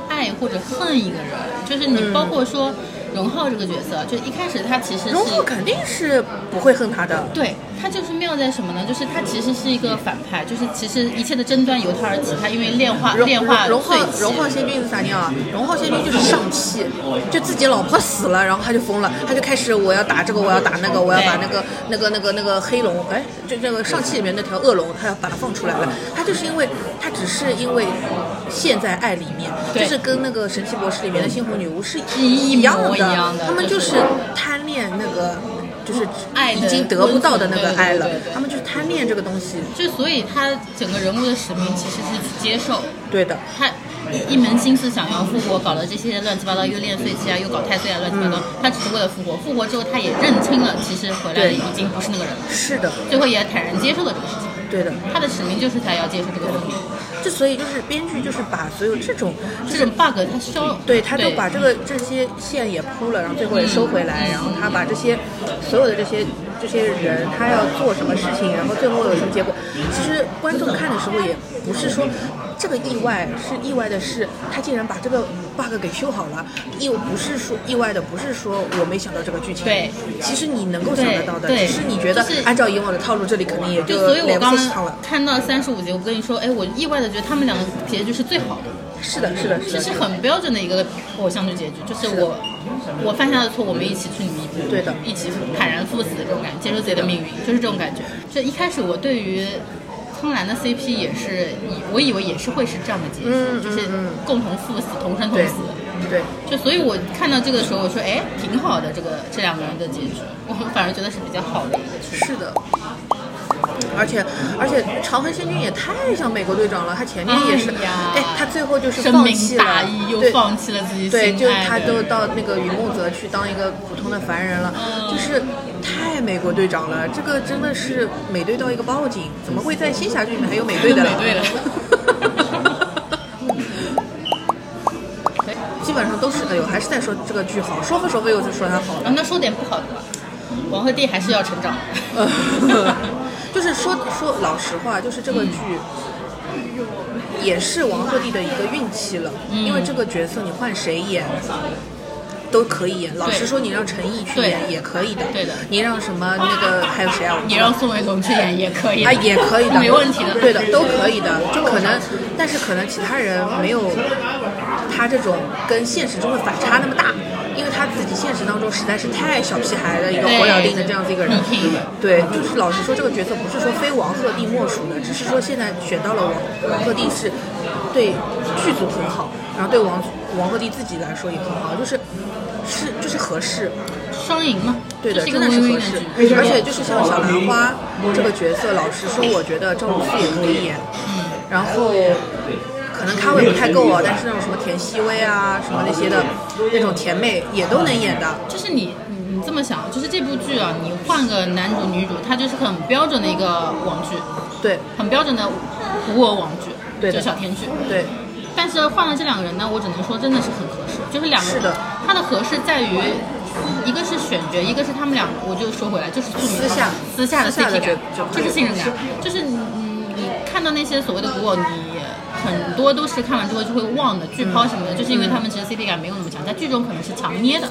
Speaker 1: 爱或者恨一个人，就是
Speaker 2: 嗯
Speaker 1: 你包括说荣浩这个角色，就一开始他其实是
Speaker 2: 荣浩肯定是不会恨她的，
Speaker 1: 对他就是妙在什么呢？就是他其实是一个反派，就是其实一切的争端由他而起，他因为炼化
Speaker 2: 荣
Speaker 1: 炼啊化
Speaker 2: 荣浩
Speaker 1: 罪己
Speaker 2: 荣浩仙君是啥样啊？荣浩仙君就是上气，就自己老婆死了，然后他就疯了，他就开始我要打这个，我要打那个，我要把那个那个那个那个黑龙，哎，就那个上气里面那条恶龙，他要把它放出来了。他就是因为他只是因为陷在爱里面，就
Speaker 1: 对
Speaker 2: 是跟那个神奇博士里面的猩红女巫是
Speaker 1: 一
Speaker 2: 一样
Speaker 1: 模一样的
Speaker 2: 他们就
Speaker 1: 就是
Speaker 2: 贪恋那个。就是
Speaker 1: 爱的
Speaker 2: 已经得不到的那个
Speaker 1: 温存
Speaker 2: 爱了
Speaker 1: 对对对，对
Speaker 2: 他们就是贪恋这个东西，
Speaker 1: 就所以他整个人物的使命其实是去接受，
Speaker 2: 对的。
Speaker 1: 他一门心思想要复活，搞了这些乱七八糟，又练碎期啊，又搞太岁啊，乱七八糟，
Speaker 2: 嗯
Speaker 1: 他只是为了复活。复活之后，他也认清了，其实回来的
Speaker 2: 对
Speaker 1: 已经不是那个人了，
Speaker 2: 是的，
Speaker 1: 最后也坦然接受了这个事情。
Speaker 2: 对的。
Speaker 1: 他的使命就是他要接受这个问题，
Speaker 2: 之所以就是编剧就是把所有这种就
Speaker 1: 这
Speaker 2: 是
Speaker 1: 种 bug 他消，
Speaker 2: 对他都把这个这些线也铺了，然后最后也收回来，然后他把这些所有的这些这些人他要做什么事情，然后最后有什么结果，其实观众看的时候也不是说。这个意外是意外的是，他竟然把这个 bug 给修好了，又不是说意外的，不是说我没想到这个剧情。
Speaker 1: 对，
Speaker 2: 其实你能够想得到的，
Speaker 1: 对
Speaker 2: 只
Speaker 1: 对
Speaker 2: 是你觉得
Speaker 1: 就是
Speaker 2: 按照以往的套路，这里肯定也
Speaker 1: 就所以我
Speaker 2: 连不
Speaker 1: 刚
Speaker 2: 下去趟
Speaker 1: 刚
Speaker 2: 了。
Speaker 1: 看到三十五集，我跟你说，哎，我意外的觉得他们两个结局是最好的。
Speaker 2: 是的，是的，是
Speaker 1: 这
Speaker 2: 的，
Speaker 1: 是很标准的一个偶像剧结局，就是我我犯下的错，我们一起去弥补，
Speaker 2: 对的
Speaker 1: 一起坦然赴死这种感觉，接受自己的命运，就是这种感觉。就一开始我对于苍兰的 CP 也是以我以为也是会是这样的结局，
Speaker 2: 嗯嗯
Speaker 1: 就是
Speaker 2: 嗯
Speaker 1: 共同赴死，同生同
Speaker 2: 对
Speaker 1: 死。，
Speaker 2: 对。
Speaker 1: 就所以，我看到这个时候，我说，哎，挺好的，这个这两个人的结局，我反而觉得是比较好的一个剧。
Speaker 2: 是的，而且而且长恨仙君也太像美国队长了，他前面也是，
Speaker 1: 哎呀
Speaker 2: 哎，他最后就是
Speaker 1: 深
Speaker 2: 放
Speaker 1: 明
Speaker 2: 弃
Speaker 1: 大
Speaker 2: 了
Speaker 1: 义，，又
Speaker 2: 对
Speaker 1: 放弃了自己
Speaker 2: 对，就
Speaker 1: 心爱
Speaker 2: 他
Speaker 1: 的
Speaker 2: 都到那个云梦泽去当一个普通的凡人了，
Speaker 1: 嗯
Speaker 2: 就是太美国队长了，这个真的是美队到一个报警，怎么会在仙侠剧里面还有美队的了？
Speaker 1: 美队了
Speaker 2: 基本上都是，哎呦，还是在说这个剧好，说吧说吧又在说它好了。
Speaker 1: 啊，那说点不好的吧，王鹤棣还是要成 长。
Speaker 2: 就是说说老实话，就是这个
Speaker 1: 嗯
Speaker 2: 剧。也是王鹤棣的一个运气了，因
Speaker 1: 嗯
Speaker 2: 为这个角色你换谁演都可以演。老实说，你让陈毅去
Speaker 1: 对
Speaker 2: 演也可以的，
Speaker 1: 对的
Speaker 2: 你让什么那个还有谁啊？我
Speaker 1: 你让宋威龙去演也可以的
Speaker 2: 啊，也可以的，
Speaker 1: 没问题的。
Speaker 2: 对的，都可以的。就可能，但是可能其他人没有他这种跟现实中的反差那么大，因为他自己现实当中实在是太小屁孩的一个
Speaker 1: 对
Speaker 2: 火脚丁的这样子一个人
Speaker 1: 你听。
Speaker 2: 对，就是老实说，这个角色不是说非王鹤棣莫属的，只是说现在选到了王王鹤棣是对剧组很好，然后对王王鹤棣自己来说也很好，就是是就是合适。
Speaker 1: 双赢嘛，
Speaker 2: 对的，
Speaker 1: 这是一
Speaker 2: 真
Speaker 1: 个
Speaker 2: 的是
Speaker 1: win-win
Speaker 2: 合
Speaker 1: 的
Speaker 2: 适
Speaker 1: 局。
Speaker 2: 而且就是像小兰花这个角色，老实说，我觉得赵露思也可以演。
Speaker 1: 嗯
Speaker 2: 然后可能咖位不太够啊，但是那种什么田曦薇啊，什么那些的那种甜妹也都能演的。
Speaker 1: 就是你你你这么想，就是这部剧啊，你换个男主女主，它就是很标准的一个网剧，
Speaker 2: 对
Speaker 1: 很标准的古偶网剧，
Speaker 2: 对的
Speaker 1: 就小甜剧。
Speaker 2: 对，
Speaker 1: 但是换了这两个人呢，我只能说真的是很合适，就是两个
Speaker 2: 是的，
Speaker 1: 它的合适在于，一个是选角，一个是他们两个，我就说回来，就是
Speaker 2: 私下
Speaker 1: 私下的
Speaker 2: 私下
Speaker 1: CP
Speaker 2: 的
Speaker 1: 感
Speaker 2: 这，
Speaker 1: 这是信任感，就是你你你看到那些所谓的古偶，你很多都是看完之后就会忘的，剧
Speaker 2: 嗯
Speaker 1: 抛什么的，就是因为他们其实 CP 感没有那么强，在剧中可能是强捏的，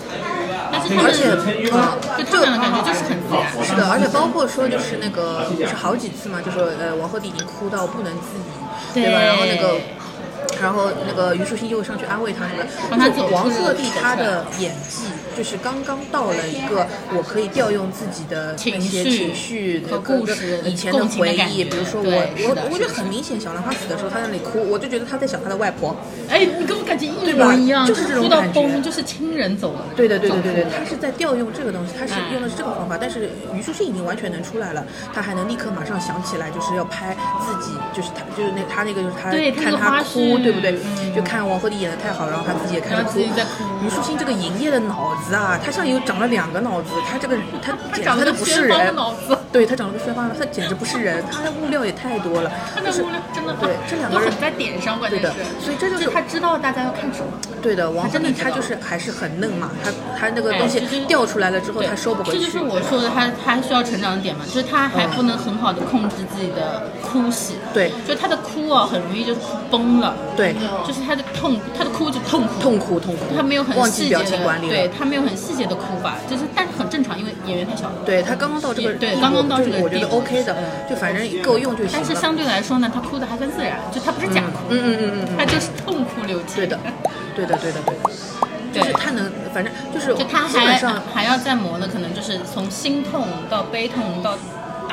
Speaker 1: 但是他们
Speaker 2: 而且嗯
Speaker 1: 就他们俩的感觉就是很自然，
Speaker 2: 是的，而且包括说就是那个，就是好几次嘛，就说呃，王鹤棣已经哭到不能自已，对吧？
Speaker 1: 对
Speaker 2: 然后那个。然后那个虞书欣就会上去安慰他什么的，
Speaker 1: 帮他走出
Speaker 2: 王
Speaker 1: 这个
Speaker 2: 鹤
Speaker 1: 苦
Speaker 2: 棣
Speaker 1: 涩
Speaker 2: 他的演技就是刚刚到了一个我可以调用自己的那些
Speaker 1: 情绪
Speaker 2: 情绪
Speaker 1: 和
Speaker 2: 各个
Speaker 1: 故事
Speaker 2: 以前的
Speaker 1: 共情的
Speaker 2: 回
Speaker 1: 感
Speaker 2: 忆，
Speaker 1: 觉
Speaker 2: 比如说我
Speaker 1: 对是的
Speaker 2: 我我
Speaker 1: 是
Speaker 2: 就
Speaker 1: 的
Speaker 2: 很明显，小兰花死的时候他在那里哭，我就觉得他在想他的外婆，
Speaker 1: 哎，你跟我感觉一
Speaker 2: 嗯对吧
Speaker 1: 模一样，
Speaker 2: 就是这种
Speaker 1: 哭到
Speaker 2: 感觉
Speaker 1: 崩，就是亲人走了，
Speaker 2: 对的，对对对对，
Speaker 1: 走
Speaker 2: 他是在调用这个东西，他是用的是这个方法，但是虞书欣已经完全能出来了，他还能立刻马上想起来，就是要拍自己，就是他就是那他那个就是他
Speaker 1: 对
Speaker 2: 看
Speaker 1: 他那
Speaker 2: 他
Speaker 1: 个
Speaker 2: 哭
Speaker 1: 花絮，
Speaker 2: 对不对？
Speaker 1: 嗯
Speaker 2: 就看王鹤棣演的太好，然后他自己也看
Speaker 1: 然
Speaker 2: 着
Speaker 1: 后
Speaker 2: 哭
Speaker 1: 自己在哭。
Speaker 2: 虞书欣这个营业的脑子啊，他像有长了两个脑子，他这个他
Speaker 1: 他
Speaker 2: 简
Speaker 1: 长
Speaker 2: 直都
Speaker 1: 了个
Speaker 2: 不是
Speaker 1: 宣方的
Speaker 2: 人，
Speaker 1: 脑子。
Speaker 2: 对他长了个宣方，他简直不是人，他的物料也太多了，
Speaker 1: 他的
Speaker 2: 就是
Speaker 1: 物料真的
Speaker 2: 对这两个
Speaker 1: 都
Speaker 2: 人
Speaker 1: 很在点上，关键
Speaker 2: 对的
Speaker 1: 是，
Speaker 2: 所以这就是
Speaker 1: 就他知道大家要看什么，
Speaker 2: 对的，王鹤
Speaker 1: 真的
Speaker 2: 棣
Speaker 1: 知
Speaker 2: 他
Speaker 1: 道
Speaker 2: 就是还是很嫩嘛，他他那个
Speaker 1: 哎
Speaker 2: 东西
Speaker 1: 这就是
Speaker 2: 掉出来了之后，
Speaker 1: 对
Speaker 2: 他收不回去。
Speaker 1: 这就是我说的他他需要成长的点嘛，就是他还不能很好的控制自己的哭戏，
Speaker 2: 嗯对
Speaker 1: 就他的哭啊，很容易就哭崩了，
Speaker 2: 对，
Speaker 1: 就是他的痛，他的哭就痛苦，
Speaker 2: 痛苦痛苦，
Speaker 1: 他没有很
Speaker 2: 忘
Speaker 1: 细
Speaker 2: 记
Speaker 1: 节
Speaker 2: 表
Speaker 1: 的，
Speaker 2: 情管理
Speaker 1: 对
Speaker 2: 了。
Speaker 1: 他没有很细节的哭法，就是但是很正常，因为演员太小了。
Speaker 2: 对他刚刚到这个
Speaker 1: 对
Speaker 2: 地步
Speaker 1: 刚刚到这个
Speaker 2: 就我觉
Speaker 1: 地
Speaker 2: 得
Speaker 1: 步嗯
Speaker 2: OK 的，就反正够用就行
Speaker 1: 但
Speaker 2: 了。
Speaker 1: 是相对来说呢，他哭的还算自然，就他不是假哭，
Speaker 2: 嗯嗯嗯嗯嗯，
Speaker 1: 他就是痛哭流涕。
Speaker 2: 对的，对的对的对的，
Speaker 1: 对
Speaker 2: 就是他能，反正就是
Speaker 1: 就他
Speaker 2: 基本
Speaker 1: 还
Speaker 2: 上
Speaker 1: 还要再磨呢，可能就是从心痛到悲痛到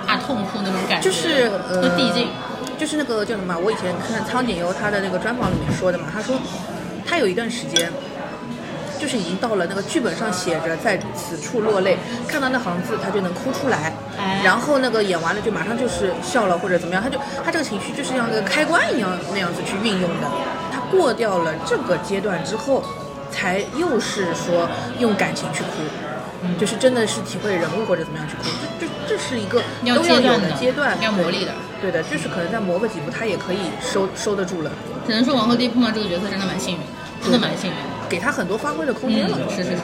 Speaker 1: 大痛哭那种感觉，
Speaker 2: 就是
Speaker 1: 都
Speaker 2: 呃
Speaker 1: 递进。
Speaker 2: 就是那个叫什么？我以前看苍井优他的那个专访里面说的嘛，他说他有一段时间。就是已经到了那个剧本上写着在此处落泪，看到那行字他就能哭出来，
Speaker 1: 哎
Speaker 2: 然后那个演完了就马上就是笑了或者怎么样，他就他这个情绪就是像个开关一样那样子去运用的。他过掉了这个阶段之后，才又是说用感情去哭，就是真的是体会人物或者怎么样去哭，这这这是一个都
Speaker 1: 要
Speaker 2: 要
Speaker 1: 阶
Speaker 2: 有
Speaker 1: 段的
Speaker 2: 的阶段，
Speaker 1: 要磨砺的。
Speaker 2: 对的，就是可能再磨个几步，他也可以收收得住了，
Speaker 1: 只能说王鹤棣碰到这个角色真的蛮幸运，真的蛮幸运的。
Speaker 2: 给他很多发挥的空间了。
Speaker 1: 嗯，是是是，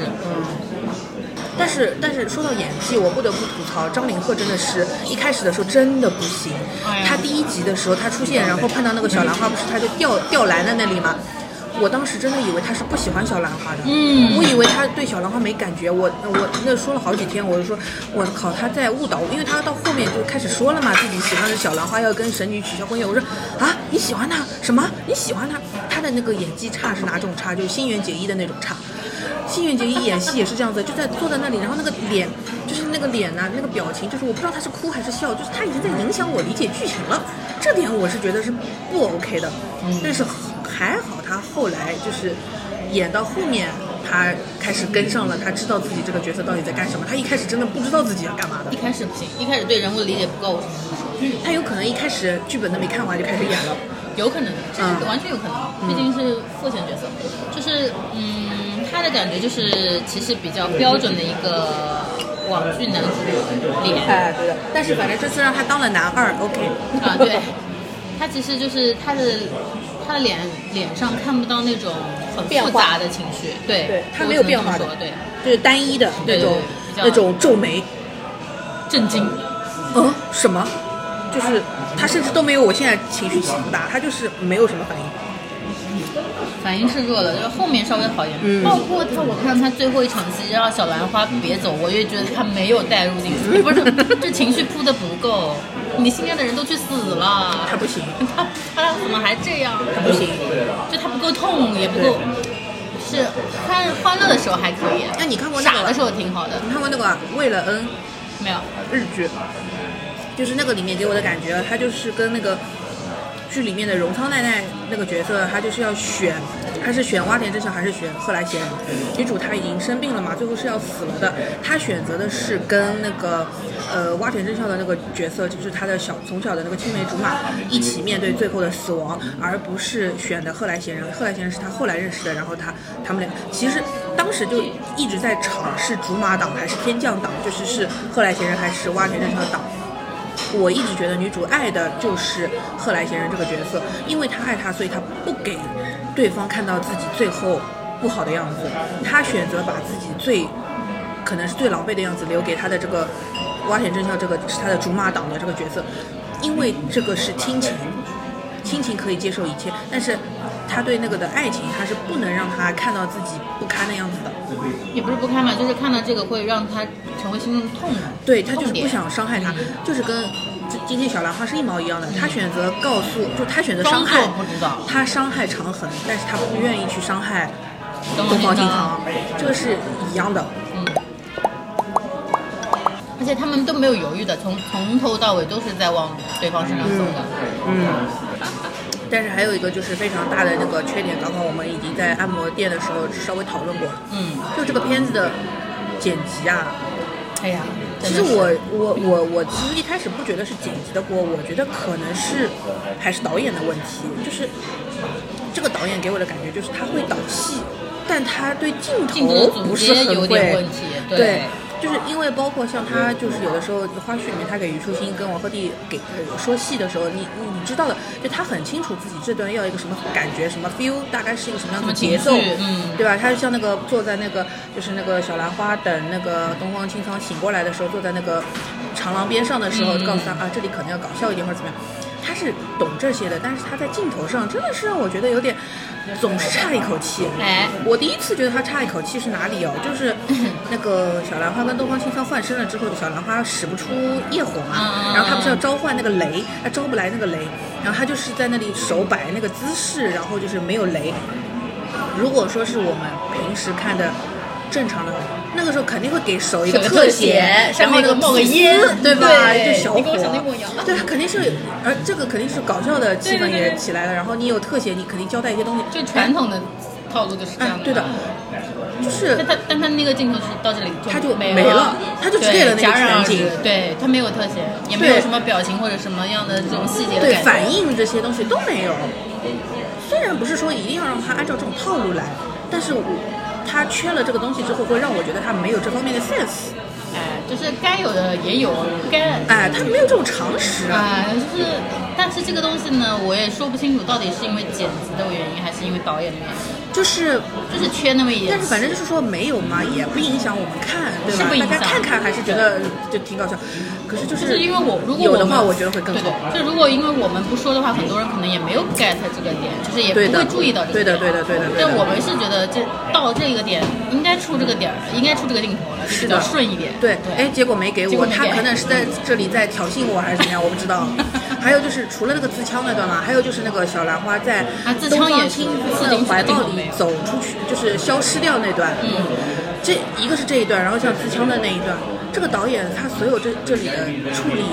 Speaker 2: 但是但是说到演技，我不得不吐槽张凌赫真的是一开始的时候真的不行
Speaker 1: 哎呀。
Speaker 2: 他第一集的时候他出现，然后碰到那个小兰花，不是他就掉掉篮的那里吗？我当时真的以为他是不喜欢小兰花的，
Speaker 1: 嗯
Speaker 2: 我以为他对小兰花没感觉，我我那说了好几天，我就说，我靠，他在误导我，因为他到后面就开始说了嘛，自己喜欢的小兰花要跟神女取消婚约，我说啊，你喜欢他什么？你喜欢他？啊他的那个演技差是哪种差？就是新垣结衣的那种差。新垣结衣演戏也是这样子，就在坐在那里，然后那个脸，就是那个脸呐、那个表情，就是我不知道他是哭还是笑，就是他已经在影响我理解剧情了。这点我是觉得是不 OK 的，但是还好他后来就是演到后面，他开始跟上了，他知道自己这个角色到底在干什么。他一开始真的不知道自己要干嘛的
Speaker 1: 一，开始不行，一开始对人物的理解不够，
Speaker 2: 他有可能一开始剧本都没看完就开始演了。
Speaker 1: 有可能，这是
Speaker 2: 嗯
Speaker 1: 完全有可能，毕竟是父亲角色，就是嗯，他的感觉就是其实比较标准的一个网剧男主脸，
Speaker 2: 哎，对的。但是反正这次让他当了男二，OK。
Speaker 1: 啊，对，他其实就是他的他的脸脸上看不到那种很
Speaker 2: 变
Speaker 1: 复
Speaker 2: 化
Speaker 1: 杂的情绪，对，
Speaker 2: 对他
Speaker 1: 我
Speaker 2: 没有
Speaker 1: 只能
Speaker 2: 变
Speaker 1: 这么
Speaker 2: 化的
Speaker 1: 说对，
Speaker 2: 就是单一的那种
Speaker 1: 对对对比较
Speaker 2: 那种皱眉，
Speaker 1: 震惊，
Speaker 2: 嗯，什么？就是他甚至都没有我现在情绪起伏大，他就是没有什么反应。
Speaker 1: 反应是弱的，就是后面稍微好一点，
Speaker 2: 嗯
Speaker 1: 包括他，我看他最后一场戏让小兰花别走，我也觉得他没有带入进 去，不是，这情绪铺的不够，你心爱的人都去死了，
Speaker 2: 他不行，
Speaker 1: 他他怎么还这样？
Speaker 2: 他不行。
Speaker 1: 就他不够痛，也不够，是看欢乐的时候还可以，
Speaker 2: 那你看过那
Speaker 1: 傻
Speaker 2: 个
Speaker 1: 的时候挺好的，
Speaker 2: 你看过那个啊为了恩
Speaker 1: 没有，
Speaker 2: 日剧，就是那个里面给我的感觉，他就是跟那个剧里面的荣仓奈奈那个角色，他就是要选，他是选洼田正孝还是选贺来贤？女主她已经生病了嘛，最后是要死了的。她选择的是跟那个呃洼田正孝的那个角色，就是她的小从小的那个青梅竹马一起面对最后的死亡，而不是选的贺来贤人。贺来贤人是她后来认识的，然后她他们俩其实当时就一直在吵是竹马党还是天降党，就是是贺来贤人还是洼田正孝党。我一直觉得女主爱的就是贺来贤人这个角色，因为她爱他，所以她不给对方看到自己最后不好的样子，她选择把自己最可能是最狼狈的样子留给他的这个蛙犬正孝这个是他的竹马党的这个角色，因为这个是亲情，亲情可以接受一切，但是他对那个的爱情，他是不能让他看到自己不堪的样子的。
Speaker 1: 也不是不开嘛，就是看到这个会让他成为心中的痛的。
Speaker 2: 对他就是
Speaker 1: 痛点
Speaker 2: 不想伤害他，就是跟今今天小兰花是一毛一样的。
Speaker 1: 嗯
Speaker 2: 他选择告诉，就他选择伤害
Speaker 1: 装作不知道，
Speaker 2: 他伤害长恒，但是他不愿意去伤害
Speaker 1: 东
Speaker 2: 东
Speaker 1: 方
Speaker 2: 方
Speaker 1: 青
Speaker 2: 青
Speaker 1: 堂
Speaker 2: 堂，这个是一样的。
Speaker 1: 嗯而且他们都没有犹豫的，从从头到尾都是在往对方身上走的。
Speaker 2: 嗯，但是还有一个就是非常大的那个缺点，刚刚我们已经在按摩店的时候稍微讨论过了，
Speaker 1: 嗯，
Speaker 2: 就这个片子的剪辑啊，
Speaker 1: 哎呀，
Speaker 2: 其
Speaker 1: 真
Speaker 2: 实
Speaker 1: 的是
Speaker 2: 我我我我其实一开始不觉得是剪辑的锅，我觉得可能是还是导演的问题，就是这个导演给我的感觉就是他会导戏，但他对镜
Speaker 1: 镜头
Speaker 2: 头
Speaker 1: 的
Speaker 2: 不
Speaker 1: 总
Speaker 2: 是
Speaker 1: 结
Speaker 2: 很会。
Speaker 1: 有点问题，对。
Speaker 2: 对，就是因为包括像他，就是有的时候花絮里面，他给虞书欣跟王鹤棣给呃说戏的时候，你你你知道的，就他很清楚自己这段要一个什么感觉，什么 feel，大概是一个什么样的
Speaker 1: 什么
Speaker 2: 节
Speaker 1: 情
Speaker 2: 奏，
Speaker 1: 绪嗯
Speaker 2: 对吧？他就像那个坐在那个就是那个小兰花等那个东方青苍醒过来的时候，坐在那个长廊边上的时候，
Speaker 1: 嗯
Speaker 2: 告诉他啊，这里可能要搞笑一点或者怎么样。他是懂这些的，但是他在镜头上真的是让我觉得有点，总是差一口气。
Speaker 1: 哎，
Speaker 2: 我第一次觉得他差一口气是哪里哦？就是那个小兰花跟东方青苍换身了之后，小兰花使不出业火嘛
Speaker 1: 嗯，
Speaker 2: 然后他不是要召唤那个雷，他招不来那个雷，然后他就是在那里手摆那个姿势，然后就是没有雷。如果说是我们平时看的正常的，那个时候肯定会给手一个
Speaker 1: 手个
Speaker 2: 特
Speaker 1: 特写上
Speaker 2: 然后
Speaker 1: 面
Speaker 2: 那个
Speaker 1: 冒个
Speaker 2: 皮丝
Speaker 1: 烟
Speaker 2: 对吧？
Speaker 1: 对
Speaker 2: 就小火，
Speaker 1: 你跟我想的一模一样
Speaker 2: 对，肯定是，而这个肯定是搞笑的气氛
Speaker 1: 对对对
Speaker 2: 也起来了，然后你有特写，你肯定交代一些东西，
Speaker 1: 就传统的套路就是这样
Speaker 2: 哎，对的
Speaker 1: 的。，
Speaker 2: 就是
Speaker 1: 但他但他那个镜头是到这里就
Speaker 2: 他就
Speaker 1: 没
Speaker 2: 没了他就只给了那个
Speaker 1: 对戛然而
Speaker 2: 全景
Speaker 1: 止对他没有特写，也没
Speaker 2: 对
Speaker 1: 有什么表情或者什么样的这种细节的
Speaker 2: 对
Speaker 1: 感觉
Speaker 2: 反应这些东西都没有。虽然不是说一定要让他按照这种套路来，但是我他缺了这个东西之后，会让我觉得他没有这方面的 sense。
Speaker 1: 哎，就是该有的也有，该
Speaker 2: 哎，他没有这种常识。
Speaker 1: 啊，就是，但是这个东西呢，我也说不清楚到底是因为剪辑的原因，还是因为导演的原因，
Speaker 2: 就是，
Speaker 1: 就是缺那么一点。
Speaker 2: 但是反正就是说没有嘛，也不影响我们看，对
Speaker 1: 是
Speaker 2: 吧
Speaker 1: 不？影
Speaker 2: 大
Speaker 1: 响
Speaker 2: 家看看还是觉得就挺搞笑。可是就
Speaker 1: 就是是因为我如果
Speaker 2: 有
Speaker 1: 我
Speaker 2: 的话，
Speaker 1: 们
Speaker 2: 我觉得会更
Speaker 1: 对
Speaker 2: 好。
Speaker 1: 对，就如果因为我们不说的话，很多人可能也没有 get 这个点，就是也
Speaker 2: 对
Speaker 1: 不
Speaker 2: 的
Speaker 1: 会注意到这个
Speaker 2: 对
Speaker 1: 点。
Speaker 2: 的
Speaker 1: 啊
Speaker 2: 对的对的对的
Speaker 1: 但我们是觉得这到这个点应该出这个点儿，应该出这个镜头了，就比
Speaker 2: 是
Speaker 1: 较
Speaker 2: 的
Speaker 1: 顺一点。
Speaker 2: 对，哎，
Speaker 1: 对，
Speaker 2: 结果没给
Speaker 1: 结
Speaker 2: 我，
Speaker 1: 果没
Speaker 2: 他
Speaker 1: 给嗯
Speaker 2: 可能是在这里在挑衅我还是怎么样，我不知 道。还有就是除了那个自枪那段嘛，还有就是那个小兰花在
Speaker 1: 啊自
Speaker 2: 东
Speaker 1: 枪
Speaker 2: 方
Speaker 1: 也是
Speaker 2: 青
Speaker 1: 刺
Speaker 2: 的
Speaker 1: 进去
Speaker 2: 怀抱
Speaker 1: 进去
Speaker 2: 里
Speaker 1: 没有
Speaker 2: 走出去，就是消失掉那段。
Speaker 1: 嗯，
Speaker 2: 这一个是这一段，然后像自枪的那一段，这个导演他所有这这里的处理，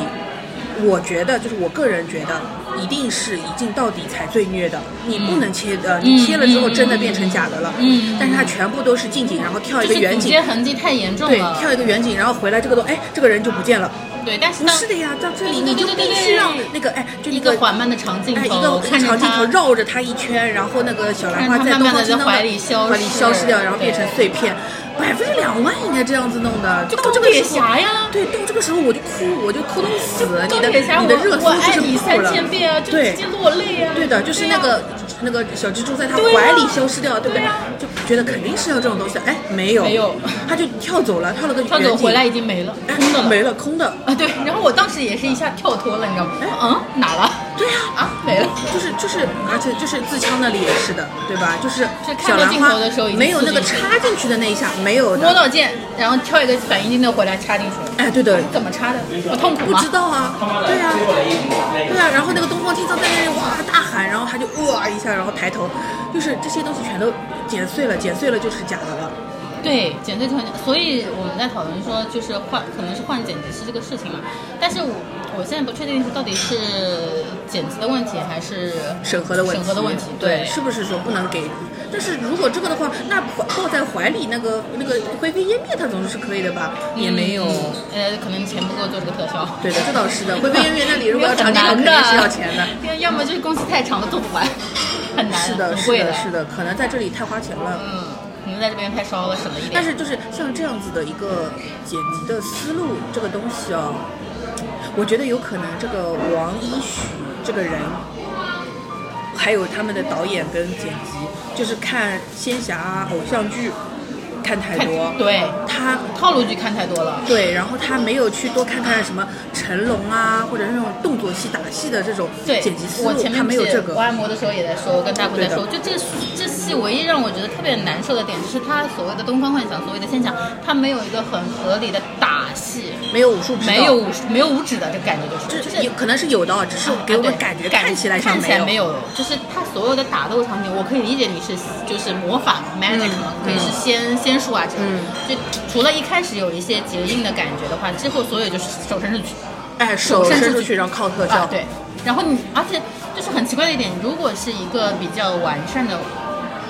Speaker 2: 我觉得就是我个人觉得。一定是一镜到底才最虐的，你
Speaker 1: 嗯
Speaker 2: 不能切的，你切了之后真的变成假的了。
Speaker 1: 嗯嗯嗯
Speaker 2: 但是它全部都是近景，然后跳一个
Speaker 1: 就是
Speaker 2: 远
Speaker 1: 总
Speaker 2: 景，
Speaker 1: 结痕迹太严重
Speaker 2: 对，
Speaker 1: 了。
Speaker 2: 跳一个远景，然后回来这个东，哎，这个人就不见了。
Speaker 1: 对，但是
Speaker 2: 不
Speaker 1: 当
Speaker 2: 是的呀，到这里
Speaker 1: 对对
Speaker 2: 你就
Speaker 1: 对对
Speaker 2: 必
Speaker 1: 对
Speaker 2: 须让
Speaker 1: 对
Speaker 2: 那个哎，就
Speaker 1: 一
Speaker 2: 那
Speaker 1: 个
Speaker 2: 个
Speaker 1: 缓慢的长镜
Speaker 2: 哎，一
Speaker 1: 头，
Speaker 2: 个
Speaker 1: 看着
Speaker 2: 长镜
Speaker 1: 他
Speaker 2: 头绕着他一圈，然后那个小兰花
Speaker 1: 看着
Speaker 2: 在
Speaker 1: 它
Speaker 2: 东
Speaker 1: 慢
Speaker 2: 方
Speaker 1: 慢地
Speaker 2: 青
Speaker 1: 在
Speaker 2: 苍
Speaker 1: 怀里消失
Speaker 2: 怀里消失掉，然后变成碎
Speaker 1: 对
Speaker 2: 片。百分之两万应该这样子弄的，
Speaker 1: 就
Speaker 2: 到这
Speaker 1: 钢
Speaker 2: 个
Speaker 1: 铁
Speaker 2: 时候，
Speaker 1: 侠呀。
Speaker 2: 对，到这个时候我就哭，我就哭到死。你
Speaker 1: 钢
Speaker 2: 的
Speaker 1: 铁侠，
Speaker 2: 你
Speaker 1: 我
Speaker 2: 的热
Speaker 1: 我
Speaker 2: 搜
Speaker 1: 爱
Speaker 2: 就是
Speaker 1: 你
Speaker 2: 哭
Speaker 1: 三
Speaker 2: 了
Speaker 1: 千遍啊，就直
Speaker 2: 对
Speaker 1: 接落泪啊。
Speaker 2: 对的，就是那
Speaker 1: 呀
Speaker 2: 个那个小蜘蛛在他
Speaker 1: 对呀
Speaker 2: 怀里消失掉，对不对
Speaker 1: 对呀？
Speaker 2: 就觉得肯定是要这种东西，哎，没有，
Speaker 1: 没有，
Speaker 2: 他就跳走了，跳了个
Speaker 1: 跳
Speaker 2: 远
Speaker 1: 走
Speaker 2: 景
Speaker 1: 回来已经没了，
Speaker 2: 哎
Speaker 1: 空的了。
Speaker 2: 没了，空的。
Speaker 1: 啊，对，然后我当时也是一下跳脱了，你知道吗？
Speaker 2: 哎
Speaker 1: 嗯，哪了？
Speaker 2: 对呀、
Speaker 1: 啊，没了。
Speaker 2: 就是就是，而且就是自枪那里也是的，对吧？就是
Speaker 1: 是看
Speaker 2: 小
Speaker 1: 到
Speaker 2: 兰
Speaker 1: 镜
Speaker 2: 花
Speaker 1: 头的时候已经
Speaker 2: 没有那个
Speaker 1: 刺进去
Speaker 2: 插进去的那一下，没有
Speaker 1: 摸
Speaker 2: 的。
Speaker 1: 到剑，然后挑一个反应镜头回来插进去，
Speaker 2: 哎，对的，
Speaker 1: 怎么插的？不痛苦
Speaker 2: 不
Speaker 1: 吗
Speaker 2: 知？道啊，对呀、对啊呀、然后那个东方青苍在那里哇大喊，然后他就哇一下，然后抬头，就是这些东西全都剪碎了，剪碎了就是假的了。
Speaker 1: 对，剪对条件。所以我们在讨论说，就是换，可能是换剪辑师这个事情嘛。但是我我现在不确定是到底是剪辑的问题还是
Speaker 2: 审核的问题，
Speaker 1: 审核的问题。
Speaker 2: 对，是不是说不能给？但是如果这个的话，那怀抱在怀里那个那个灰飞烟灭，它总是可以的吧？也没有，
Speaker 1: 嗯呃，可能钱不够做这个特效。
Speaker 2: 对的，这倒是的。灰飞烟灭那里如果要长镜头，肯定是要钱的。
Speaker 1: 要要么就是工期太长了做不完， 很难，
Speaker 2: 是的，
Speaker 1: 很
Speaker 2: 是
Speaker 1: 贵
Speaker 2: 的，是的，可能在这里太花钱了。
Speaker 1: 嗯，可能在这边太烧了，省了一点。
Speaker 2: 但是就是像这样子的一个剪辑的思路，这个东西哦，我觉得有可能这个王一许这个人，还有他们的导演跟剪辑，就是看仙侠偶像剧看太多，
Speaker 1: 对
Speaker 2: 他
Speaker 1: 套路剧看太多了。
Speaker 2: 对，然后他没有去多看看什么成龙啊，或者是那种动作戏、打戏的这种
Speaker 1: 对
Speaker 2: 剪辑，思
Speaker 1: 我
Speaker 2: 路
Speaker 1: 前，面
Speaker 2: 他没有
Speaker 1: 不是
Speaker 2: 这
Speaker 1: 我
Speaker 2: 个。
Speaker 1: 按摩的时候也在说，我跟大姑在
Speaker 2: 对的
Speaker 1: 说，就这个这戏唯一让我觉得特别难受的点，就是它所谓的东方幻想，所谓的现象，它没有一个很合理的打戏，
Speaker 2: 没有武术指导，
Speaker 1: 没有武没有五指的这个感觉，就是
Speaker 2: 这有可能是有的，只是给我
Speaker 1: 啊
Speaker 2: 们
Speaker 1: 对
Speaker 2: 感觉
Speaker 1: 感
Speaker 2: 看起来像
Speaker 1: 看起来没
Speaker 2: 有。
Speaker 1: 有，就是它所有的打斗场景，我可以理解你是就是魔法嘛 magic 嘛，可以是仙仙术啊这种，
Speaker 2: 嗯
Speaker 1: 就除了一开始有一些结印的感觉的话，之后所有就是手伸出去，
Speaker 2: 哎，手
Speaker 1: 伸
Speaker 2: 伸
Speaker 1: 出
Speaker 2: 出
Speaker 1: 去
Speaker 2: 去让靠特效，
Speaker 1: 啊，对。然后你，而且就是很奇怪的一点，如果是一个比较完善的，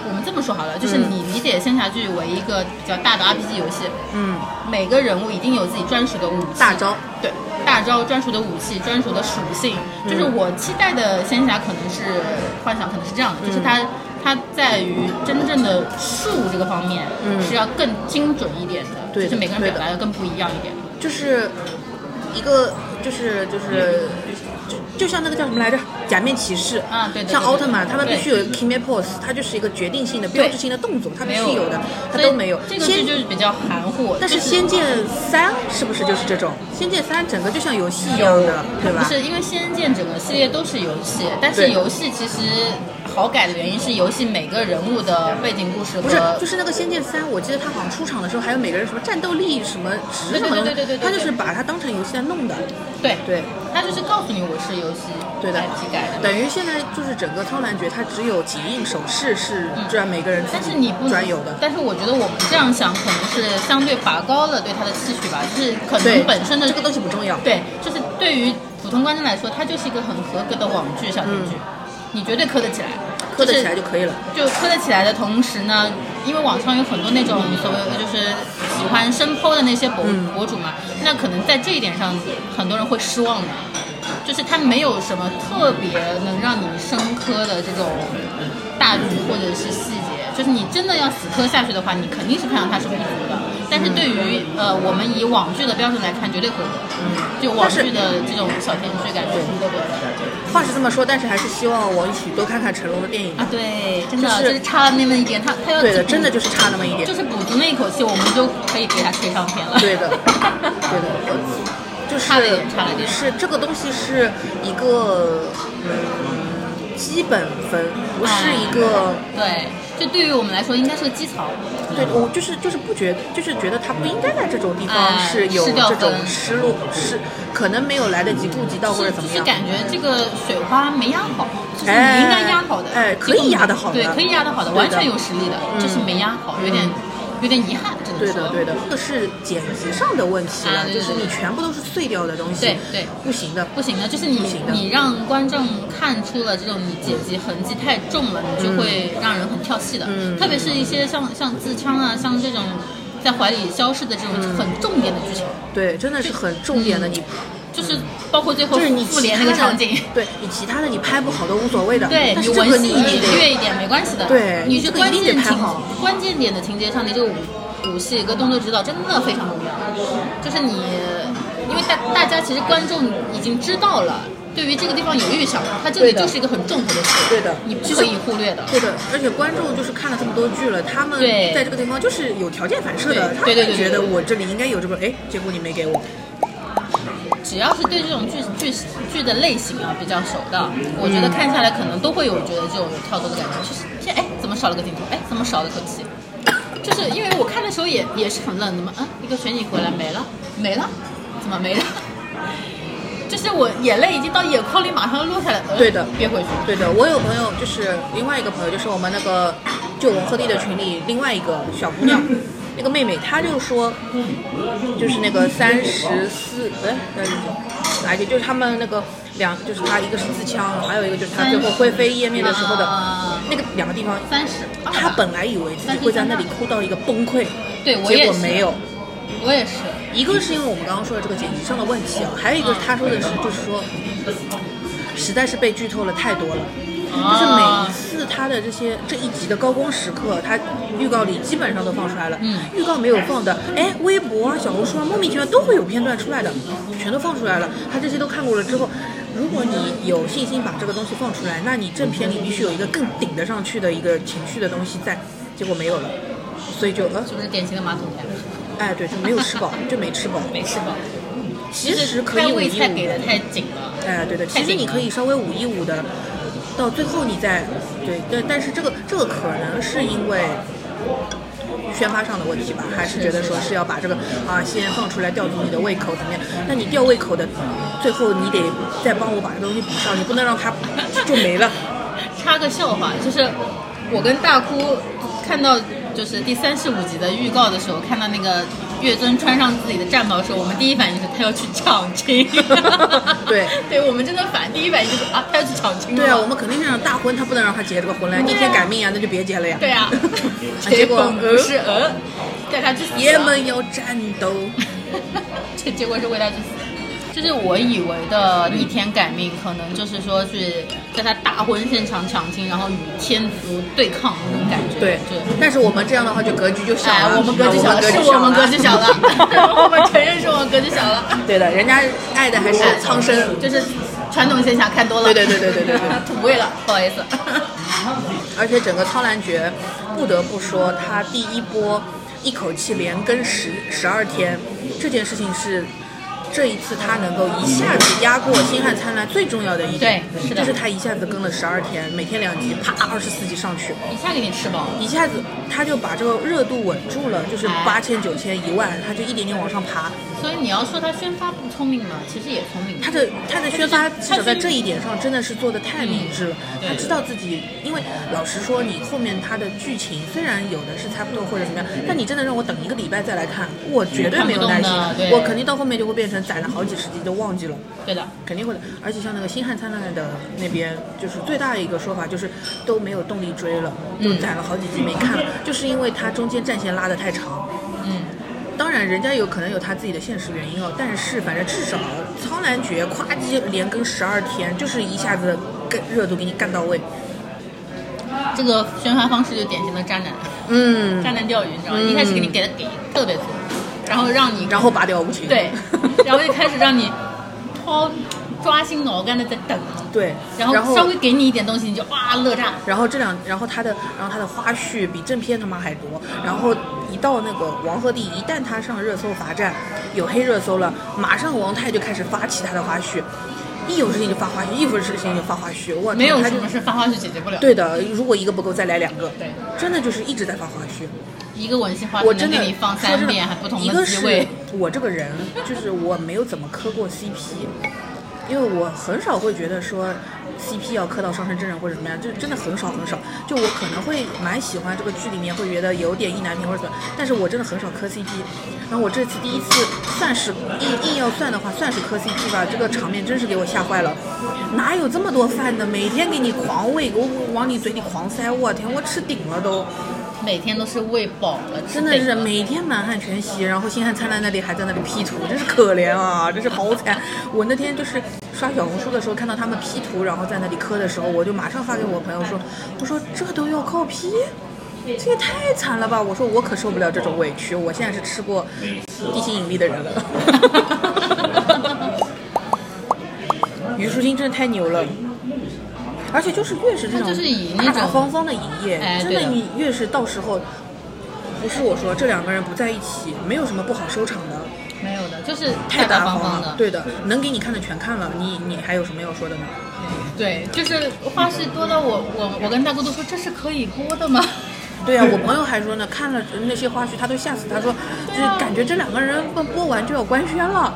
Speaker 1: 我们这么说好了，就是
Speaker 2: 嗯
Speaker 1: 你理解仙侠剧为一个比较大的 RPG 游戏，
Speaker 2: 嗯，
Speaker 1: 每个人物一定有自己专属的武器，
Speaker 2: 大招，
Speaker 1: 对，大招专属的武器、专属的属性，
Speaker 2: 嗯
Speaker 1: 就是我期待的仙侠可能是幻想，可能是
Speaker 2: 嗯
Speaker 1: 这样的，就是它它在于真正的术这个方面
Speaker 2: 嗯
Speaker 1: 是要更精准一点的，
Speaker 2: 对
Speaker 1: 就是每个人
Speaker 2: 对
Speaker 1: 表
Speaker 2: 的
Speaker 1: 达的更不一样一点。
Speaker 2: 就是一个就是就是。就就像那个叫什么来着，假面骑士
Speaker 1: 啊对对对
Speaker 2: 像
Speaker 1: 对
Speaker 2: 奥特曼，他们
Speaker 1: 对
Speaker 2: 必须有 k i m i pose，它就是一个决定性的、
Speaker 1: 对
Speaker 2: 标志性的动作，它必
Speaker 1: 没
Speaker 2: 须
Speaker 1: 有
Speaker 2: 有的，它
Speaker 1: 所以
Speaker 2: 都没有。
Speaker 1: 这个
Speaker 2: 仙
Speaker 1: 剧就是比较含糊，
Speaker 2: 但是《
Speaker 1: 就
Speaker 2: 仙剑三》是不是就是这种？《仙剑三》整个就像游戏一样的，对吧
Speaker 1: 不？是因为《仙剑》整个系列都是游戏，但是
Speaker 2: 对
Speaker 1: 游戏其实好改的原因是游戏每个人物的背景故事和
Speaker 2: 不是，就是那个《仙剑三》，我记得他好像出场的时候还有每个人什么战斗力、什么值
Speaker 1: 对
Speaker 2: 什么东
Speaker 1: 对对对对
Speaker 2: 西，
Speaker 1: 对
Speaker 2: 他就是把它当成游戏在弄的。
Speaker 1: 对
Speaker 2: 对，
Speaker 1: 他就是告诉你我是游戏
Speaker 2: 对的
Speaker 1: IP 改的。
Speaker 2: 等于现在就是整个《苍兰诀》，它只有几印手势是专每个人自
Speaker 1: 嗯但是
Speaker 2: 己
Speaker 1: 你不
Speaker 2: 专有的。
Speaker 1: 但是我觉得我们这样想可能是相对拔高了对它的戏曲吧，就是可
Speaker 2: 对
Speaker 1: 能本身的
Speaker 2: 这个东西不重要
Speaker 1: 对，就是对于普通观众来说，它就是一个很合格的网剧小甜剧，你绝对磕得起来，
Speaker 2: 嗯磕得起来
Speaker 1: 就是
Speaker 2: 就可以了。
Speaker 1: 就磕得起来的同时呢，因为网上有很多那种所谓就是喜欢深剖的那些博、
Speaker 2: 嗯
Speaker 1: 博主嘛，那可能在这一点上，很多人会失望的，就是他没有什么特别能让你深刻的这种大局或者是细节，就是你真的要死磕下去的话，你肯定是看到它是不足的。但
Speaker 2: 嗯
Speaker 1: 是对于、呃我们以网剧的标准来看，绝对合格，就网剧的这种小甜剧感觉是合格的
Speaker 2: 话是这么说，但是还是希望王许多看看成龙的电影。
Speaker 1: 啊，对，真的
Speaker 2: 就是
Speaker 1: 就是差了那么一点，他他要
Speaker 2: 对的，
Speaker 1: 补
Speaker 2: 真的就是差那么一点
Speaker 1: 就。是补足那一口气，我们就可以给他吹上天了。
Speaker 2: 对的，对的， 就是
Speaker 1: 差了点差了点
Speaker 2: 是这个东西是一个嗯基本分，不
Speaker 1: 哎
Speaker 2: 是一个、
Speaker 1: 对，这对于我们来说应该是个基槽。
Speaker 2: 对我就是就是不觉就是觉得他不应该在这种地方
Speaker 1: 哎
Speaker 2: 是有
Speaker 1: 失掉
Speaker 2: 这种
Speaker 1: 分
Speaker 2: 失落失，可能没有来得及顾及到或者怎
Speaker 1: 就
Speaker 2: 么
Speaker 1: 是
Speaker 2: 样。
Speaker 1: 感觉这个水花没压好，就是你
Speaker 2: 哎
Speaker 1: 应该压好的，
Speaker 2: 哎可以
Speaker 1: 结果没
Speaker 2: 压得好的
Speaker 1: 对，可以压得好的，
Speaker 2: 对的嗯
Speaker 1: 完全有实力的，就是没压好，有点有点遗憾，只能
Speaker 2: 对
Speaker 1: 说。
Speaker 2: 的，对的，这个是剪辑上的问题了，
Speaker 1: 啊对
Speaker 2: 就
Speaker 1: 对
Speaker 2: 是
Speaker 1: 对
Speaker 2: 你全部都是碎掉的东西，
Speaker 1: 对对
Speaker 2: 不行的，
Speaker 1: 不行的，就是你
Speaker 2: 不行的
Speaker 1: 你让观众看出了这种你剪辑痕迹太重了，你就会让人很跳戏的。
Speaker 2: 嗯
Speaker 1: 特别是一些像像自枪啊，像这种在怀里消逝的这种
Speaker 2: 嗯
Speaker 1: 很重点的剧情，
Speaker 2: 对，真的是很重点的，
Speaker 1: 嗯
Speaker 2: 你
Speaker 1: 就是包括最后
Speaker 2: 就是你
Speaker 1: 复
Speaker 2: 其
Speaker 1: 联
Speaker 2: 他
Speaker 1: 那
Speaker 2: 的
Speaker 1: 个 场景。
Speaker 2: 对你其他的你拍不好都无所谓的，
Speaker 1: 对
Speaker 2: 但
Speaker 1: 你
Speaker 2: 是这个
Speaker 1: 文戏
Speaker 2: 你一
Speaker 1: 一
Speaker 2: 定
Speaker 1: 点
Speaker 2: 得
Speaker 1: 略一点没关系的，
Speaker 2: 对
Speaker 1: 你是
Speaker 2: 这个
Speaker 1: 关
Speaker 2: 一定得
Speaker 1: 键
Speaker 2: 拍
Speaker 1: 情
Speaker 2: 好
Speaker 1: 关键点的情节上，你这个武武戏跟动作指导真的非常重要。就是你，因为大大家其实观众已经知道了，对于这个地方有预想，它这
Speaker 2: 对
Speaker 1: 里
Speaker 2: 的
Speaker 1: 就是一个很重头的戏，
Speaker 2: 对的
Speaker 1: 你不
Speaker 2: 其
Speaker 1: 可
Speaker 2: 实
Speaker 1: 以忽略的。
Speaker 2: 对的，而且观众就是看了这么多剧了，他们
Speaker 1: 对
Speaker 2: 在这个地方就是有条件反射的，
Speaker 1: 对
Speaker 2: 他们
Speaker 1: 对对对
Speaker 2: 觉得
Speaker 1: 对对
Speaker 2: 我这里应该有这个，哎，结果你没给我，
Speaker 1: 只要是对这种剧剧剧的类型啊比较熟的，我觉得看下来可能都会有觉得这种有跳脱的感觉，就是这哎怎么少了个镜头，哎怎么少了口气，就是因为我看的时候也也是很愣，怎么啊一个选景回来没了没了，怎么没了？ 就是我眼泪已经到眼眶里，马上要落下来了。呃
Speaker 2: 对的
Speaker 1: 憋回去。
Speaker 2: 对的，我有朋友就是另外一个朋友，就是我们那个就文鹤棣的群里另外一个小姑娘， 那个妹妹，她就说，就是那个三十四，哎，三十九，而且就是他们那个两，就是她一个是自枪，还有一个就是她最后灰飞烟灭的时候的
Speaker 1: 啊，
Speaker 2: 那个两个地方。
Speaker 1: 三十二吧。
Speaker 2: 她本来以为自己会在那里哭到一个崩溃，
Speaker 1: 对我
Speaker 2: 结
Speaker 1: 也
Speaker 2: 果
Speaker 1: 是，
Speaker 2: 没有，
Speaker 1: 我也是。
Speaker 2: 一个是因为我们刚刚说的这个剪辑上的问题啊，还有一个他说的是，就是说，实在是被剧透了太多了。就是每一次他的这些这一集的高光时刻，他预告里基本上都放出来了。
Speaker 1: 嗯
Speaker 2: 预告没有放的，哎，微博啊、小红书啊，莫名其妙都会有片段出来的，全都放出来了。他这些都看过了之后，如果你有信心把这个东西放出来，那你正片里必须有一个更顶得上去的一个情绪的东西在，结果没有了。所以就呃，
Speaker 1: 就是典型的马桶下，
Speaker 2: 哎，对，就没有吃饱，就没吃饱。
Speaker 1: 没吃饱，
Speaker 2: 其实可
Speaker 1: 开
Speaker 2: 以五
Speaker 1: 胃
Speaker 2: 一
Speaker 1: 菜
Speaker 2: 五
Speaker 1: 给的
Speaker 2: 的，
Speaker 1: 太紧了。
Speaker 2: 哎，对的，
Speaker 1: 太
Speaker 2: 其实
Speaker 1: 紧
Speaker 2: 你
Speaker 1: 了
Speaker 2: 可以稍微五一五的，到最后你再对，但但是这个这个可能是因为。宣发上的问题吧，还是觉得说是要把这个啊先放出来吊足你的胃口怎么样？那你吊胃口的，最后你得再帮我把这个东西补上，你不能让它就没了。
Speaker 1: 插个笑话，就是我跟大哭看到就是第三十五集的预告的时候，看到那个月尊穿上自己的战袍的时候，我们第一反应是他要去抢亲。
Speaker 2: 对，
Speaker 1: 对我们真的反第一反应就是啊，他要去抢亲了。
Speaker 2: 对啊，我们肯定是让大婚，他不能让他结这个婚来，逆天改命啊，那就别结了呀。，
Speaker 1: 对啊结
Speaker 2: 结
Speaker 1: 果
Speaker 2: 果
Speaker 1: 不是呃，带他去死了
Speaker 2: 爷们要战斗。
Speaker 1: 这结果是为他去死。就是我以为的逆天改命，可能就是说去在他大婚现场抢亲，然后与天族对抗那种感觉。
Speaker 2: 对
Speaker 1: 对。，
Speaker 2: 但是我们这样的话就格局就小
Speaker 1: 哎，
Speaker 2: 了，
Speaker 1: 我们格局小了，是我们格局小了， 我们承认是我们格局小 了。
Speaker 2: 对的，人家爱的还是哎苍生。
Speaker 1: 就是传统现象看多了，
Speaker 2: 对对对对对对对
Speaker 1: 土味了，不好意思。哎
Speaker 2: 而且整个《苍兰诀》，不得不说，它第一波一口气连更十十二天，这件事情是这一次它能够一下子压过《星汉灿烂》最重要的一点，
Speaker 1: 对是的
Speaker 2: 就是它一下子更了十二天，每天两集，啪，二十四集上去。
Speaker 1: 一下给你吃饱了，
Speaker 2: 一下子他就把这个热度稳住了，就是
Speaker 1: 哎
Speaker 2: 八千、九千、一万，他就一点点往上爬。
Speaker 1: 所以你要说他宣发不聪明嘛，其实也聪明。
Speaker 2: 他的他的宣发至
Speaker 1: 他
Speaker 2: 少在
Speaker 1: 去
Speaker 2: 这一点上真的是做的太明智了，
Speaker 1: 对
Speaker 2: 他知道自己，因为老实说，你后面他的剧情虽然有的是差不多或者怎么样，但你真的让我等一个礼拜再来看，我绝对没有耐心
Speaker 1: 看不懂的，对
Speaker 2: 我肯定到后面就会变成攒了好几十集都忘记了。
Speaker 1: 对的，
Speaker 2: 肯定会的。而且像那个《星汉灿烂》的那边，就是最大的一个说法就是都没有动力追了，
Speaker 1: 嗯
Speaker 2: 都攒了好几集没看了，就是因为它中间战线拉得太长。
Speaker 1: 嗯，
Speaker 2: 当然，人家有可能有他自己的现实原因哦，但是反正至少《苍兰诀》夸叽连更十二天，就是一下子干热度给你干到位。
Speaker 1: 这个宣发方式就典型的渣男，
Speaker 2: 嗯，
Speaker 1: 渣男钓鱼，你知道吗？
Speaker 2: 嗯
Speaker 1: 一开始给你给的给特别足，然后让你
Speaker 2: 然后拔掉无情。
Speaker 1: 对，然后一开始让你掏抓心挠肝的在等，
Speaker 2: 对，
Speaker 1: 然后稍微给你一点东西，你就哇乐炸。
Speaker 2: 然后这两，然后他的，然后他的花絮比正片他妈还多。然后一到那个王鹤棣，一旦他上热搜罚站，有黑热搜了，马上王太就开始发起他的花絮，一有事情就发花絮，一有事情就发花絮。我操
Speaker 1: 没有
Speaker 2: 他
Speaker 1: 什
Speaker 2: 就
Speaker 1: 么是发花絮解决不了。
Speaker 2: 对的，如果一个不够，再来两个。
Speaker 1: 对，
Speaker 2: 真的就是一直在发花絮。
Speaker 1: 一个文戏话
Speaker 2: 我
Speaker 1: 只
Speaker 2: 真
Speaker 1: 能
Speaker 2: 的
Speaker 1: 给你放
Speaker 2: 说真
Speaker 1: 三
Speaker 2: 的
Speaker 1: 遍，还不同
Speaker 2: 一个
Speaker 1: 的机位
Speaker 2: 是。我这个人，就是我没有怎么磕过 CP，因为我很少会觉得说 CP 要磕到上升真人或者怎么样，就真的很少很少。就我可能会蛮喜欢这个剧里面会觉得有点意难平或者怎么样，但是我真的很少磕 CP。然后我这次第一次算是硬硬要算的话，算是磕 CP 吧，这个场面真是给我吓坏了。哪有这么多饭的？每天给你狂喂，给我往你嘴里狂塞，我天，我吃顶了都。
Speaker 1: 每天都是喂饱了，吃
Speaker 2: 真的
Speaker 1: 顶
Speaker 2: 是
Speaker 1: 了
Speaker 2: 每天满汉全席，然后星汉灿烂那里还在那里 P 图，真是可怜啊，真是好惨。我那天就是刷小红书的时候看到他们 P 图，然后在那里磕的时候，我就马上发给我朋友说，我说这都要靠 P。这也太惨了吧！我说我可受不了这种委屈，我现在是吃过地心引力的人 了。虞书欣真的太牛了，而且就是越是这种
Speaker 1: 她就是以那
Speaker 2: 大大
Speaker 1: 种
Speaker 2: 方方的营业，
Speaker 1: 哎
Speaker 2: 真
Speaker 1: 对
Speaker 2: 的
Speaker 1: 的
Speaker 2: 你越是到时候不是我说，这两个人不在一起，没有什么不好收场的，
Speaker 1: 没有的，就是
Speaker 2: 太
Speaker 1: 大
Speaker 2: 方
Speaker 1: 方方
Speaker 2: 了
Speaker 1: 的。。
Speaker 2: 对的，能给你看的全看了，你你还有什么要说的呢？
Speaker 1: 对，就是话是多到我我我跟大姑都说这是可以播的吗？
Speaker 2: 对 啊，我朋友还说呢，看了那些花絮，他都吓死，他说就是感觉这两个人播播完就要官宣了。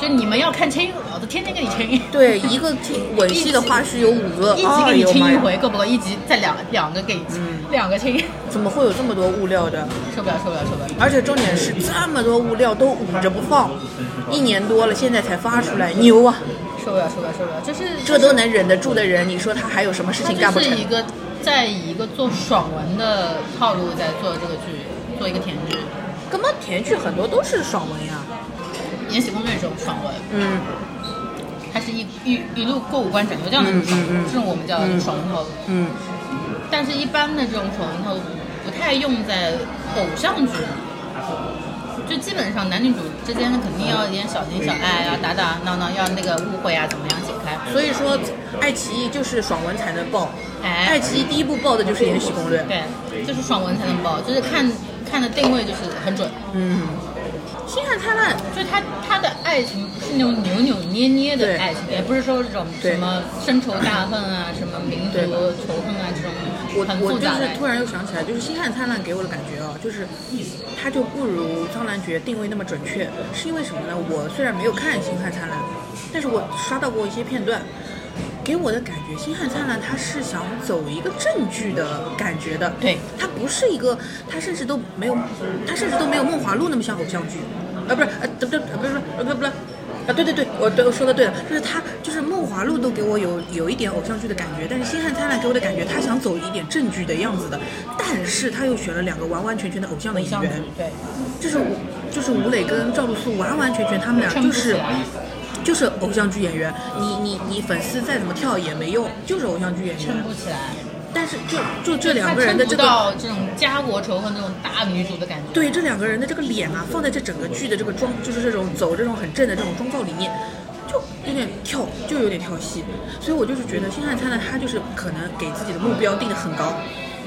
Speaker 1: 就你们要看千与老子天天给你听，
Speaker 2: 对，一个听吻戏的花絮有五个，
Speaker 1: 一集
Speaker 2: 哎
Speaker 1: 给你
Speaker 2: 呦妈
Speaker 1: 听一
Speaker 2: 呀，
Speaker 1: 回够不够？一集再两两个给你
Speaker 2: 嗯
Speaker 1: 听，两个听，
Speaker 2: 怎么会有这么多物料的？
Speaker 1: 受不了受不了受不了。
Speaker 2: 而且重点是这么多物料都捂着不放，一年多了，现在才发出来，牛啊！
Speaker 1: 受不了，受不了，受不了，就是
Speaker 2: 这都能忍得住的人，你说他还有什么事情
Speaker 1: 他
Speaker 2: 干
Speaker 1: 就
Speaker 2: 不成
Speaker 1: 是？一个在以一个做爽文的套路在做这个剧，做一个甜剧。
Speaker 2: 根本甜剧很多都是爽文呀。
Speaker 1: 《延禧攻略》这种爽文，
Speaker 2: 嗯，
Speaker 1: 它是一一一路过五关斩六将的那种爽
Speaker 2: 嗯
Speaker 1: 文，
Speaker 2: 嗯嗯
Speaker 1: 这种我们叫爽文套路。
Speaker 2: 嗯，
Speaker 1: 但是，一般的这种爽文套路不太用在偶像剧里。就基本上男女主之间肯定要一点小情小爱啊，打打闹闹，要那个误会啊，怎么样解开。
Speaker 2: 所以说，爱奇艺就是爽文才能爆。
Speaker 1: 哎
Speaker 2: 爱奇艺第一步爆的就是《延禧攻略》。
Speaker 1: 对，就是爽文才能爆，就是看看的定位就是很准，
Speaker 2: 嗯，星汉灿烂，
Speaker 1: 就是他他的爱情不是那种扭扭捏捏的
Speaker 2: 对
Speaker 1: 爱情，也不是说这种
Speaker 2: 对
Speaker 1: 什么深仇大恨啊，什么民族
Speaker 2: 对
Speaker 1: 仇恨啊这
Speaker 2: 我
Speaker 1: 种很
Speaker 2: 我
Speaker 1: 复
Speaker 2: 就
Speaker 1: 杂的
Speaker 2: 是
Speaker 1: 爱情
Speaker 2: 突。然又想起来，就是《星汉灿烂》给我的感觉啊，就是它就不如《苍兰诀》定位那么准确，是因为什么呢？我虽然没有看《星汉灿烂》，但是我刷到过一些片段，给我的感觉，《星汉灿烂》它是想走一个正剧的感觉的，
Speaker 1: 对，
Speaker 2: 它不是一个，它甚至都没有，它甚至都没有《梦华录》那么像偶像剧，啊，不是，呃，对不对，呃不是，不是，呃不是。啊，对对对，我对我说的对了，就是它，就是《梦华录》都给我有有一点偶像剧的感觉，但是《星汉灿烂》给我的感觉，他想走一点正剧的样子的，但是他又选了两个完完全全的偶像的
Speaker 1: 偶
Speaker 2: 演
Speaker 1: 像剧
Speaker 2: 员，
Speaker 1: 对，
Speaker 2: 就是吴就是吴磊跟赵露思，完完全全他们俩
Speaker 1: 撑不
Speaker 2: 就
Speaker 1: 起
Speaker 2: 是
Speaker 1: 来。
Speaker 2: 就是偶像剧演员，你你你粉丝再怎么跳也没用，就是偶像剧演
Speaker 1: 撑
Speaker 2: 员。
Speaker 1: 不起来，
Speaker 2: 但是就就这两个人的这
Speaker 1: 他撑不
Speaker 2: 个，
Speaker 1: 到这种家国仇恨这种大女主的感觉，
Speaker 2: 对这两个人的这个脸啊，放在这整个剧的这个妆，就是这种走这种很正的这种妆造里面，就有点跳，就有点跳戏。所以我就是觉得星汉灿烂他就是可能给自己的目标定的很高，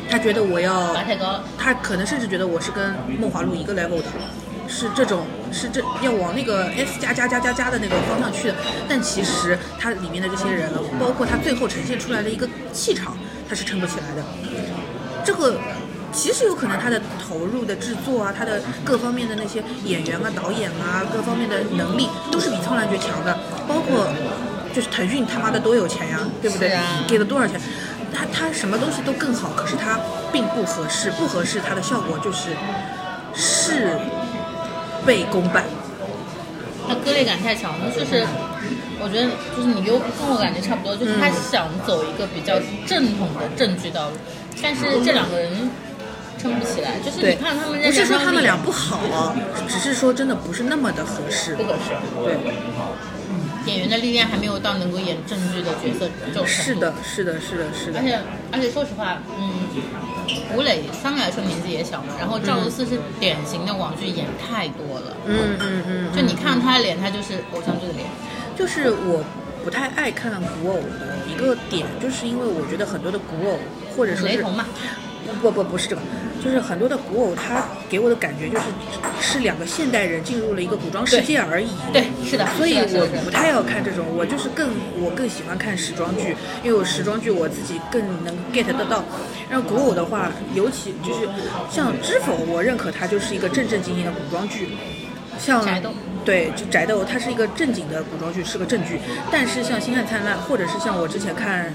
Speaker 2: 他觉得我要
Speaker 1: 拔太高了。
Speaker 2: 他可能甚至觉得我是跟梦华录一个 level 的，是这种是这要往那个 S 加加加加加的那个方向去的。但其实它里面的这些人，啊包括它最后呈现出来的一个气场，它是撑不起来的。这个其实有可能他的投入的制作啊，他的各方面的那些演员啊、导演啊，各方面的能力都是比《苍兰诀》强的，包括就是腾讯他妈的多有钱呀，对不对？
Speaker 1: 是啊
Speaker 2: 给了多少钱？他他什么东西都更好，可是他并不合适，不合适它的效果就是事倍功半。
Speaker 1: 他割裂感太强了，就是我觉得就是你又跟我感觉差不多，
Speaker 2: 嗯
Speaker 1: 就是他想走一个比较正统的正剧道路，但是这两个人撑不起来，就是你
Speaker 2: 对，
Speaker 1: 看他们在
Speaker 2: 不是说他们俩
Speaker 1: 脸
Speaker 2: 不好啊，只是说真的不是那么的合适
Speaker 1: 上。不合适，
Speaker 2: 对，
Speaker 1: 嗯演员的历练还没有到能够演正剧的角色这种程度。
Speaker 2: 是的，是的，是的，是的
Speaker 1: 而。且而且说实话，嗯，吴磊相对来说年纪也小嘛，然后赵露思是典型的网剧演太多了，
Speaker 2: 嗯嗯嗯，
Speaker 1: 就你看她的脸，她就是偶像剧的脸，
Speaker 2: 就是我不太爱看古偶的一个点，就是因为我觉得很多的古偶或者说
Speaker 1: 雷
Speaker 2: 是
Speaker 1: 同嘛，
Speaker 2: 不不不是这个，就是很多的古偶，它给我的感觉就是是两个现代人进入了一个古装世界而已。
Speaker 1: 对，是的，
Speaker 2: 所以
Speaker 1: 是的是的
Speaker 2: 我
Speaker 1: 是的
Speaker 2: 不太要看这种，我就是更我更喜欢看时装剧，因为我时装剧我自己更能 get 得到。然后古偶的话，尤其就是像《知否》，我认可它就是一个正正经经的古装剧，像
Speaker 1: 宅斗
Speaker 2: 对，就宅斗，它是一个正经的古装剧，是个正剧。但是像《星汉灿烂》，或者是像我之前看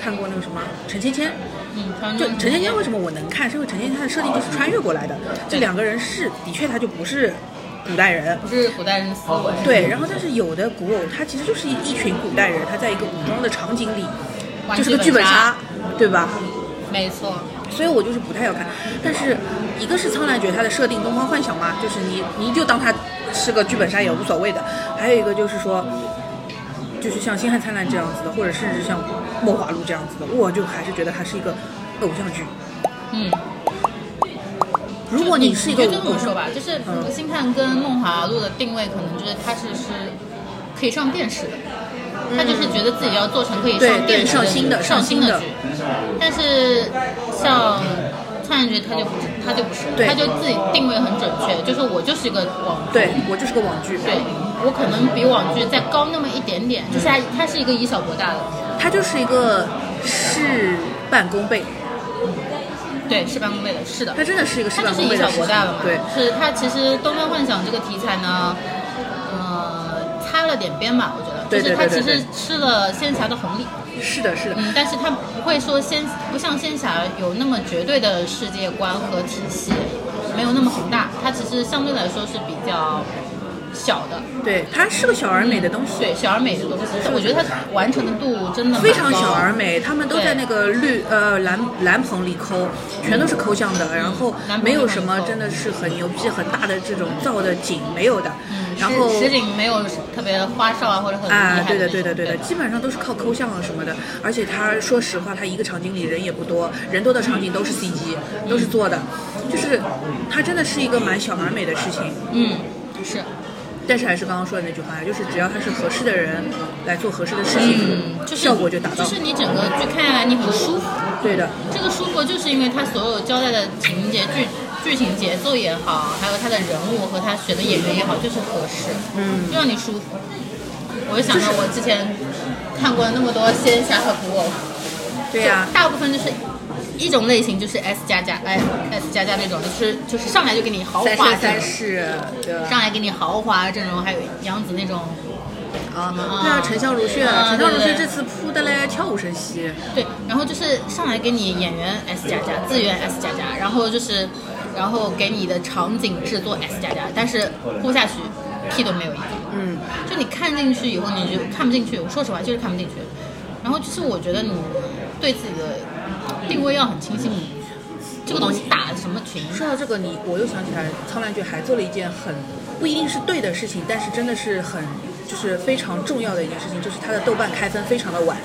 Speaker 2: 看过那个什么陈芊芊，
Speaker 1: 嗯，反
Speaker 2: 就
Speaker 1: 正
Speaker 2: 陈芊芊为什么我能看，是因为陈芊芊她的设定就是穿越过来的，这两个人是的确她就不是古代人，
Speaker 1: 不是古代人思维，
Speaker 2: 对，然后但是有的古偶，它其实就是一群古代人，他在一个古装的场景里，
Speaker 1: 玩
Speaker 2: 就是个剧
Speaker 1: 本
Speaker 2: 本杀，，对吧？
Speaker 1: 没错，
Speaker 2: 所以我就是不太要看。但是一个是《苍兰诀》，它的设定东方幻想嘛，就是你你就当它是个剧本杀也无所谓的。还有一个就是说，就是像《星汉灿烂》这样子的，或者甚至像《梦华录》这样子的，我就还是觉得它是一个偶像剧。
Speaker 1: 嗯。
Speaker 2: 如果你是一个
Speaker 1: 就这
Speaker 2: 偶
Speaker 1: 么
Speaker 2: 像
Speaker 1: 说吧，就是
Speaker 2: 嗯
Speaker 1: 星探跟梦华录的定位，可能就是它是是可以上电视的，他就是觉得自己要做成可以
Speaker 2: 嗯对
Speaker 1: 上
Speaker 2: 对
Speaker 1: 电视
Speaker 2: 上
Speaker 1: 的
Speaker 2: 新
Speaker 1: 剧
Speaker 2: 的
Speaker 1: 上
Speaker 2: 上
Speaker 1: 新
Speaker 2: 新
Speaker 1: 的
Speaker 2: 的
Speaker 1: 剧，但是像。苍兰诀他就不是，他就不是，
Speaker 2: 对
Speaker 1: 他就自己定位很准确，就是我就是一个网剧，
Speaker 2: 对我就是个网剧，
Speaker 1: 对我可能比网剧再高那么一点点，就是他他是一个以小博大的，
Speaker 2: 它就是一个事半功倍，
Speaker 1: 对，事半功倍的，是的，
Speaker 2: 它真的是一个事
Speaker 1: 它就
Speaker 2: 半
Speaker 1: 是
Speaker 2: 功
Speaker 1: 以
Speaker 2: 倍
Speaker 1: 小
Speaker 2: 的事
Speaker 1: 博
Speaker 2: 情
Speaker 1: 大了嘛。
Speaker 2: 对。
Speaker 1: 是它其实《东方幻想》这个题材呢，呃，擦了点边吧，我觉得，
Speaker 2: 对
Speaker 1: 就是它
Speaker 2: 对
Speaker 1: 其
Speaker 2: 对对
Speaker 1: 实吃了仙侠的红利，
Speaker 2: 是的，是的，
Speaker 1: 嗯，但是它不会说仙，不像仙侠有那么绝对的世界观和体系，没有那么宏大，它其实相对来说是比较小的，嗯
Speaker 2: 对，它是个小而美的东西，
Speaker 1: 对，小而美的东西，我觉得它完成的度真的蛮
Speaker 2: 非常
Speaker 1: 高
Speaker 2: 小而美。他们都在
Speaker 1: 对
Speaker 2: 那个绿呃蓝蓝棚里抠，全都是抠像的，然后
Speaker 1: 嗯蓝
Speaker 2: 没
Speaker 1: 棚
Speaker 2: 有
Speaker 1: 里
Speaker 2: 什
Speaker 1: 抠
Speaker 2: 么真的是很牛逼、很大的这种造的景没有的
Speaker 1: 嗯，
Speaker 2: 然后。
Speaker 1: 实实景没有特别花哨啊，或者很厉害
Speaker 2: 啊
Speaker 1: 的，
Speaker 2: 对的，
Speaker 1: 那
Speaker 2: 对的，
Speaker 1: 种
Speaker 2: 对的，基本上都是靠抠像啊什么的。而且他说实话，他一个场景里人也不多，人多的场景都是 CG，都是做的，就是他真的是一个蛮小而美的事情。
Speaker 1: 嗯，是。
Speaker 2: 但是还是刚刚说的那句话，就是只要他是合适的人来做合适的事情，
Speaker 1: 嗯，就是
Speaker 2: 效果就达到
Speaker 1: 就
Speaker 2: 了。
Speaker 1: 是你整个剧看下来你很舒服。
Speaker 2: 对的，
Speaker 1: 这个舒服就是因为他所有交代的情节、剧剧情节奏也好，还有他的人物和他选的演员也好，就是合适，
Speaker 2: 嗯，
Speaker 1: 就让你舒服。我就想到我之前看过那么多仙侠和古偶，
Speaker 2: 对啊呀、
Speaker 1: 大部分就是一种类型，就是 S 加加，哎，S 加加那种，就是就是上来就给你豪华
Speaker 2: 三生三
Speaker 1: 阵容，
Speaker 2: 世，对吧？
Speaker 1: 上来给你豪华阵容，还有杨紫那种，
Speaker 2: 啊，对啊，沉香如屑，
Speaker 1: 啊
Speaker 2: 沉香如
Speaker 1: 对
Speaker 2: 屑
Speaker 1: 对
Speaker 2: 这次扑的嘞悄无声息，
Speaker 1: 对，然后就是上来给你演员 S 加加，资源 S 加加，然后就是，然后给你的场景制作 S 加加，但是播下去屁都没有一个，
Speaker 2: 嗯，
Speaker 1: 就你看进去以后你就看不进去，我说实话就是看不进去。然后就是我觉得你对自己的定位要很清晰，你这个东西打什么群，
Speaker 2: 说到这个，你我又想起来，苍兰诀还做了一件很不一定是对的事情，但是真的是很就是非常重要的一件事情，就是它的豆瓣开分非常的晚，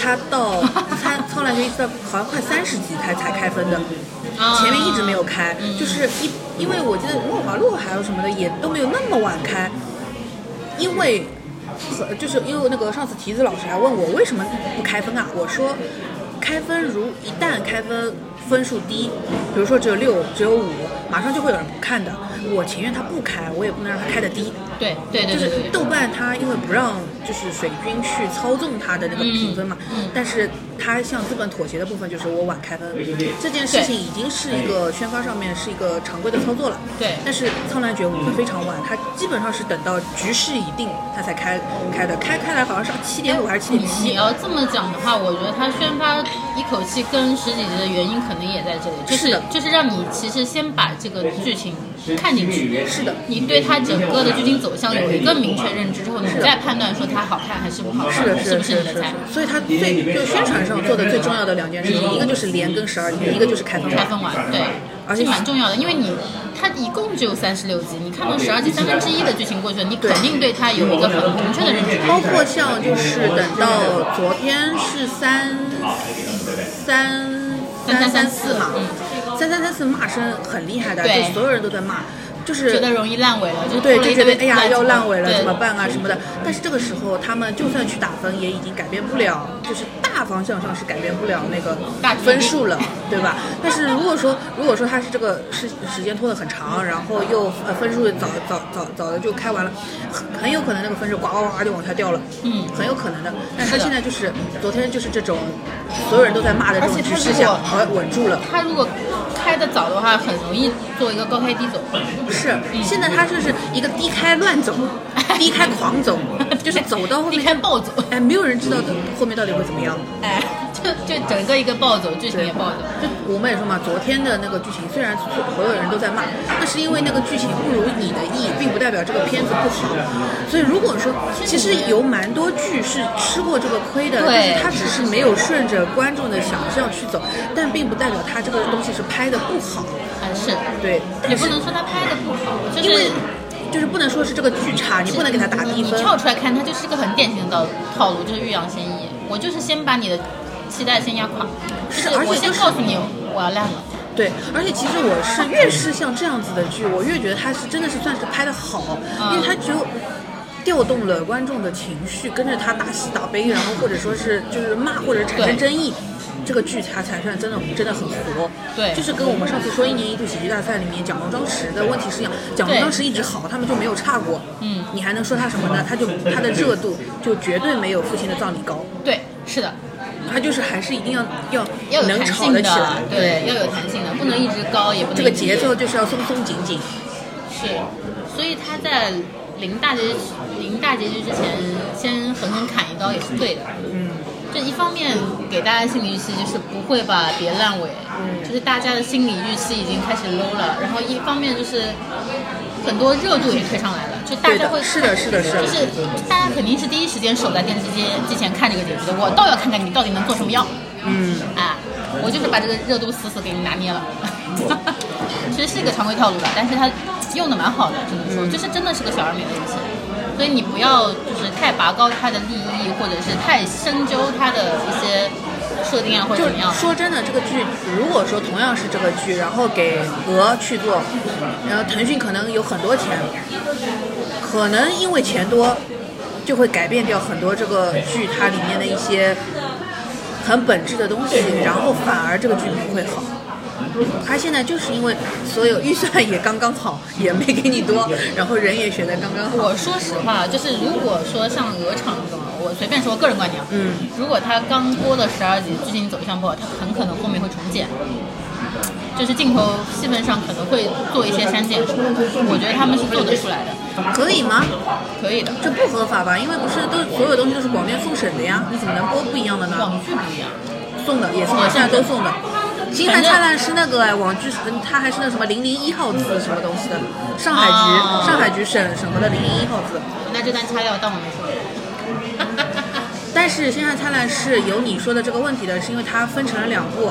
Speaker 2: 它到苍苍兰诀一直到好像快三十集才才开分的，
Speaker 1: 啊
Speaker 2: 前面一直没有开，
Speaker 1: 嗯
Speaker 2: 就是一因为我记得梦华录还有什么的也都没有那么晚开，因为。和就是因为那个上次提子老师还问我为什么不开分啊？我说，开分如一旦开分分数低，比如说只有六只有五，马上就会有人不看的。我情愿他不开，我也不能让他开的低。
Speaker 1: 对对对
Speaker 2: 就
Speaker 1: 对
Speaker 2: 是
Speaker 1: 对对，
Speaker 2: 豆瓣它因为不让就是水军去操纵它的那个评分嘛，
Speaker 1: 嗯嗯
Speaker 2: 但是它向资本妥协的部分就是我晚开分，这件事情已经是一个宣发上面是一个常规的操作了。
Speaker 1: 对
Speaker 2: 但是苍兰诀舞的非常晚，它基本上是等到局势已定，它才开开的，开开来好像是七点五还是七点
Speaker 1: 你
Speaker 2: 七，
Speaker 1: 要这么讲的话，我觉得他宣发一口气更十几集的原因可能也在这里，就是
Speaker 2: 的
Speaker 1: 就是让你其实先把这个剧情看进去，
Speaker 2: 是的。
Speaker 1: 你对它整个的剧情走向有一个明确认知之后，你
Speaker 2: 的
Speaker 1: 再判断说它好看还是不好看，
Speaker 2: 是的，是
Speaker 1: 是
Speaker 2: 的，
Speaker 1: 不
Speaker 2: 是
Speaker 1: 是
Speaker 2: 的，
Speaker 1: 你的
Speaker 2: 是的
Speaker 1: 菜？。
Speaker 2: 所以它最就宣传上做的最重要的两件事情，一个就是连更十二天，一个就是开分
Speaker 1: 开
Speaker 2: 晚。
Speaker 1: 分完，对，
Speaker 2: 而且
Speaker 1: 这蛮重要的，因为你它一共只有三十六集，你看到十二集三分之一的剧情过去了，你肯定对它有一个很明确的认知。
Speaker 2: 包括像就是等到昨天是三三三三四嘛，三三三四骂声很厉害的，
Speaker 1: 嗯对
Speaker 2: 就所有人都在骂，就
Speaker 1: 觉得
Speaker 2: 是。
Speaker 1: 容易烂尾了，就
Speaker 2: 对，
Speaker 1: 多了
Speaker 2: 就
Speaker 1: 一
Speaker 2: 觉
Speaker 1: 堆
Speaker 2: 得哎呀
Speaker 1: 烂
Speaker 2: 要烂尾了
Speaker 1: 对
Speaker 2: 怎么办啊什么的，但是这个时候他们就算去打分也已经改变不了，就是大方向上是改变不了那个
Speaker 1: 大
Speaker 2: 分数 了，对吧？但是如果说如果说他是这个时时间拖得很长，然后又呃分数早早早早的就开完了，很很有可能那个分数呱呱呱就往下掉了。
Speaker 1: 嗯，
Speaker 2: 很有可能的。但是
Speaker 1: 是
Speaker 2: 他
Speaker 1: 的
Speaker 2: 现在就是昨天就是这种，所有人都在骂的这种
Speaker 1: 而且
Speaker 2: 局
Speaker 1: 他
Speaker 2: 势
Speaker 1: 如
Speaker 2: 下，
Speaker 1: 果
Speaker 2: 好像稳住了。
Speaker 1: 他如果开的早的话，很容易做一个高开低走。
Speaker 2: 是，现在他就是一个低开乱走，低开狂走，就是走到后
Speaker 1: 你
Speaker 2: 面，
Speaker 1: 看暴走，
Speaker 2: 哎，没有人知道后面到底会怎么样。
Speaker 1: 哎， 就就整个一个暴走，剧情也暴走。
Speaker 2: 就我们也说嘛，昨天的那个剧情虽然所有人都在骂，但是因为那个剧情不如你的意，并不代表这个片子不好。所以如果说，其实有蛮多剧是吃过这个亏的，
Speaker 1: 对
Speaker 2: 但是它只是没有顺着观众的想象去走，但并不代表它这个东西是拍的不好。
Speaker 1: 啊，是，
Speaker 2: 对，
Speaker 1: 也不能说他拍的不好，就
Speaker 2: 因为
Speaker 1: 是
Speaker 2: 就是不能说是这个剧差，你不能给它打低
Speaker 1: 你
Speaker 2: 分。
Speaker 1: 跳出来看，它就是个很典型的套套路，就是欲扬先抑。我就是先把你的期待先压垮，
Speaker 2: 是
Speaker 1: 就
Speaker 2: 而且
Speaker 1: 我先
Speaker 2: 就是
Speaker 1: 告诉你我要烂了。
Speaker 2: 对，而且其实我是越是像这样子的剧，我越觉得它是真的是算是拍的好，
Speaker 1: 嗯
Speaker 2: 因为它只有调动了观众的情绪，跟着他大喜大悲，然后或者说是就是骂或者产生
Speaker 1: 对
Speaker 2: 争议。这个剧它才算真的真的很火，
Speaker 1: 对
Speaker 2: 就是跟我们上次说一年一度喜剧大赛里面蒋龙张弛的问题是一样，蒋龙
Speaker 1: 对
Speaker 2: 张弛一直好，他们就没有差过，
Speaker 1: 嗯，
Speaker 2: 你还能说他什么呢？他就他的热度就绝对没有父亲的葬礼高，
Speaker 1: 对，是的，
Speaker 2: 他就是还是一定要要
Speaker 1: 要有
Speaker 2: 能
Speaker 1: 弹
Speaker 2: 吵
Speaker 1: 性
Speaker 2: 得
Speaker 1: 的
Speaker 2: 起来，，
Speaker 1: 对，要有弹性的，不能一直高，也不能
Speaker 2: 这个
Speaker 1: 一直
Speaker 2: 节奏就是要松松紧紧，
Speaker 1: 是，所以他在临大结局临大结局之前，先狠狠砍一刀也是对的。
Speaker 2: 嗯，
Speaker 1: 这一方面给大家心理预期就是不会吧，别烂尾，
Speaker 2: 嗯
Speaker 1: 就是大家的心理预期已经开始 low 了。然后一方面就是很多热度也推上来了，就大
Speaker 2: 对
Speaker 1: 家
Speaker 2: 的
Speaker 1: 会
Speaker 2: 是的是的是的
Speaker 1: 就是大家肯定是第一时间守在电视机机前看这个结局的，我倒要看看你到底能做什么药。
Speaker 2: 嗯，
Speaker 1: 啊，我就是把这个热度死死给你拿捏了。 其实是一个常规套路吧，但是它用的蛮好的，只能说、就是真的是个小而美的东西。所以你不要就是太拔高它的利益，或者是太深究它的一些设定啊，或者
Speaker 2: 就
Speaker 1: 怎么样。
Speaker 2: 说真的，这个剧如果说同样是这个剧，呃然后给鹅去做，然后腾讯可能有很多钱，可能因为钱多，就会改变掉很多这个剧它里面的一些很本质的东西，然后反而这个剧不会好。他现在就是因为所有预算也刚刚好，也没给你多，然后人也选的刚刚好。
Speaker 1: 我说实话，就是如果说像鹅厂这种，我随便说个人观点，啊
Speaker 2: 嗯，
Speaker 1: 如果它刚播了十二集，剧情走向不好，它很可能后面会重剪，就是镜头戏份上可能会做一些删减什么的。我觉得他们是做得出来的，
Speaker 2: 可以吗？
Speaker 1: 可以的。
Speaker 2: 这不合法吧？因为不是都所有东西都是广电送审的呀，你怎么能播不一样的呢？
Speaker 1: 网剧不一样，
Speaker 2: 送的也送的，现在都送的。《星汉灿烂》是那个哎，网剧，嗯它还是那什么零零一号字什么东西的，上海
Speaker 1: 哦
Speaker 2: 局上海局审审核的零零一号字。
Speaker 1: 那这单掐掉，当我没说。
Speaker 2: 但是《星汉灿烂》是有你说的这个问题的，是因为它分成了两部，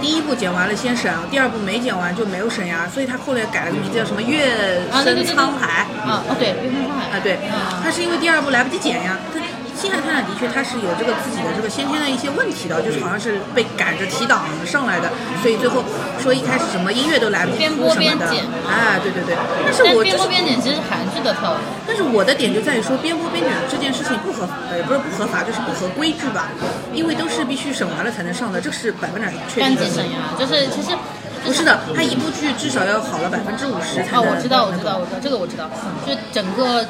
Speaker 2: 第一部剪完了先审，第二部没剪完就没有审呀，所以它后来改了个名字叫什么《月
Speaker 1: 啊，对对
Speaker 2: 升
Speaker 1: 对，
Speaker 2: 沧海》
Speaker 1: 啊，哦对，月升沧海
Speaker 2: 啊，对，它
Speaker 1: 啊，
Speaker 2: 是因为第二部来不及剪呀。它新海泰坦的确它是有这个自己的这个先天的一些问题的，就是好像是被赶着提档上来的，所以最后说一开始什么音乐都来不及
Speaker 1: 边
Speaker 2: 出
Speaker 1: 播
Speaker 2: 什
Speaker 1: 边
Speaker 2: 么的
Speaker 1: 剪，
Speaker 2: 哎，对对对。但是
Speaker 1: 但
Speaker 2: 我
Speaker 1: 边
Speaker 2: 就是
Speaker 1: 播，边剪其实韩剧的套路。
Speaker 2: 但是我的点就在于说边播边剪这件事情不合，呃，不是不合法，就是不合规矩吧，因为都是必须审完了才能上的，这是百分之百确定
Speaker 1: 干
Speaker 2: 的
Speaker 1: 几。审呀，就是其实
Speaker 2: 不是的，它一部剧至少要好了百分之五十才能。
Speaker 1: 哦，我知道，我知道，我知道，这个我知道，就是整个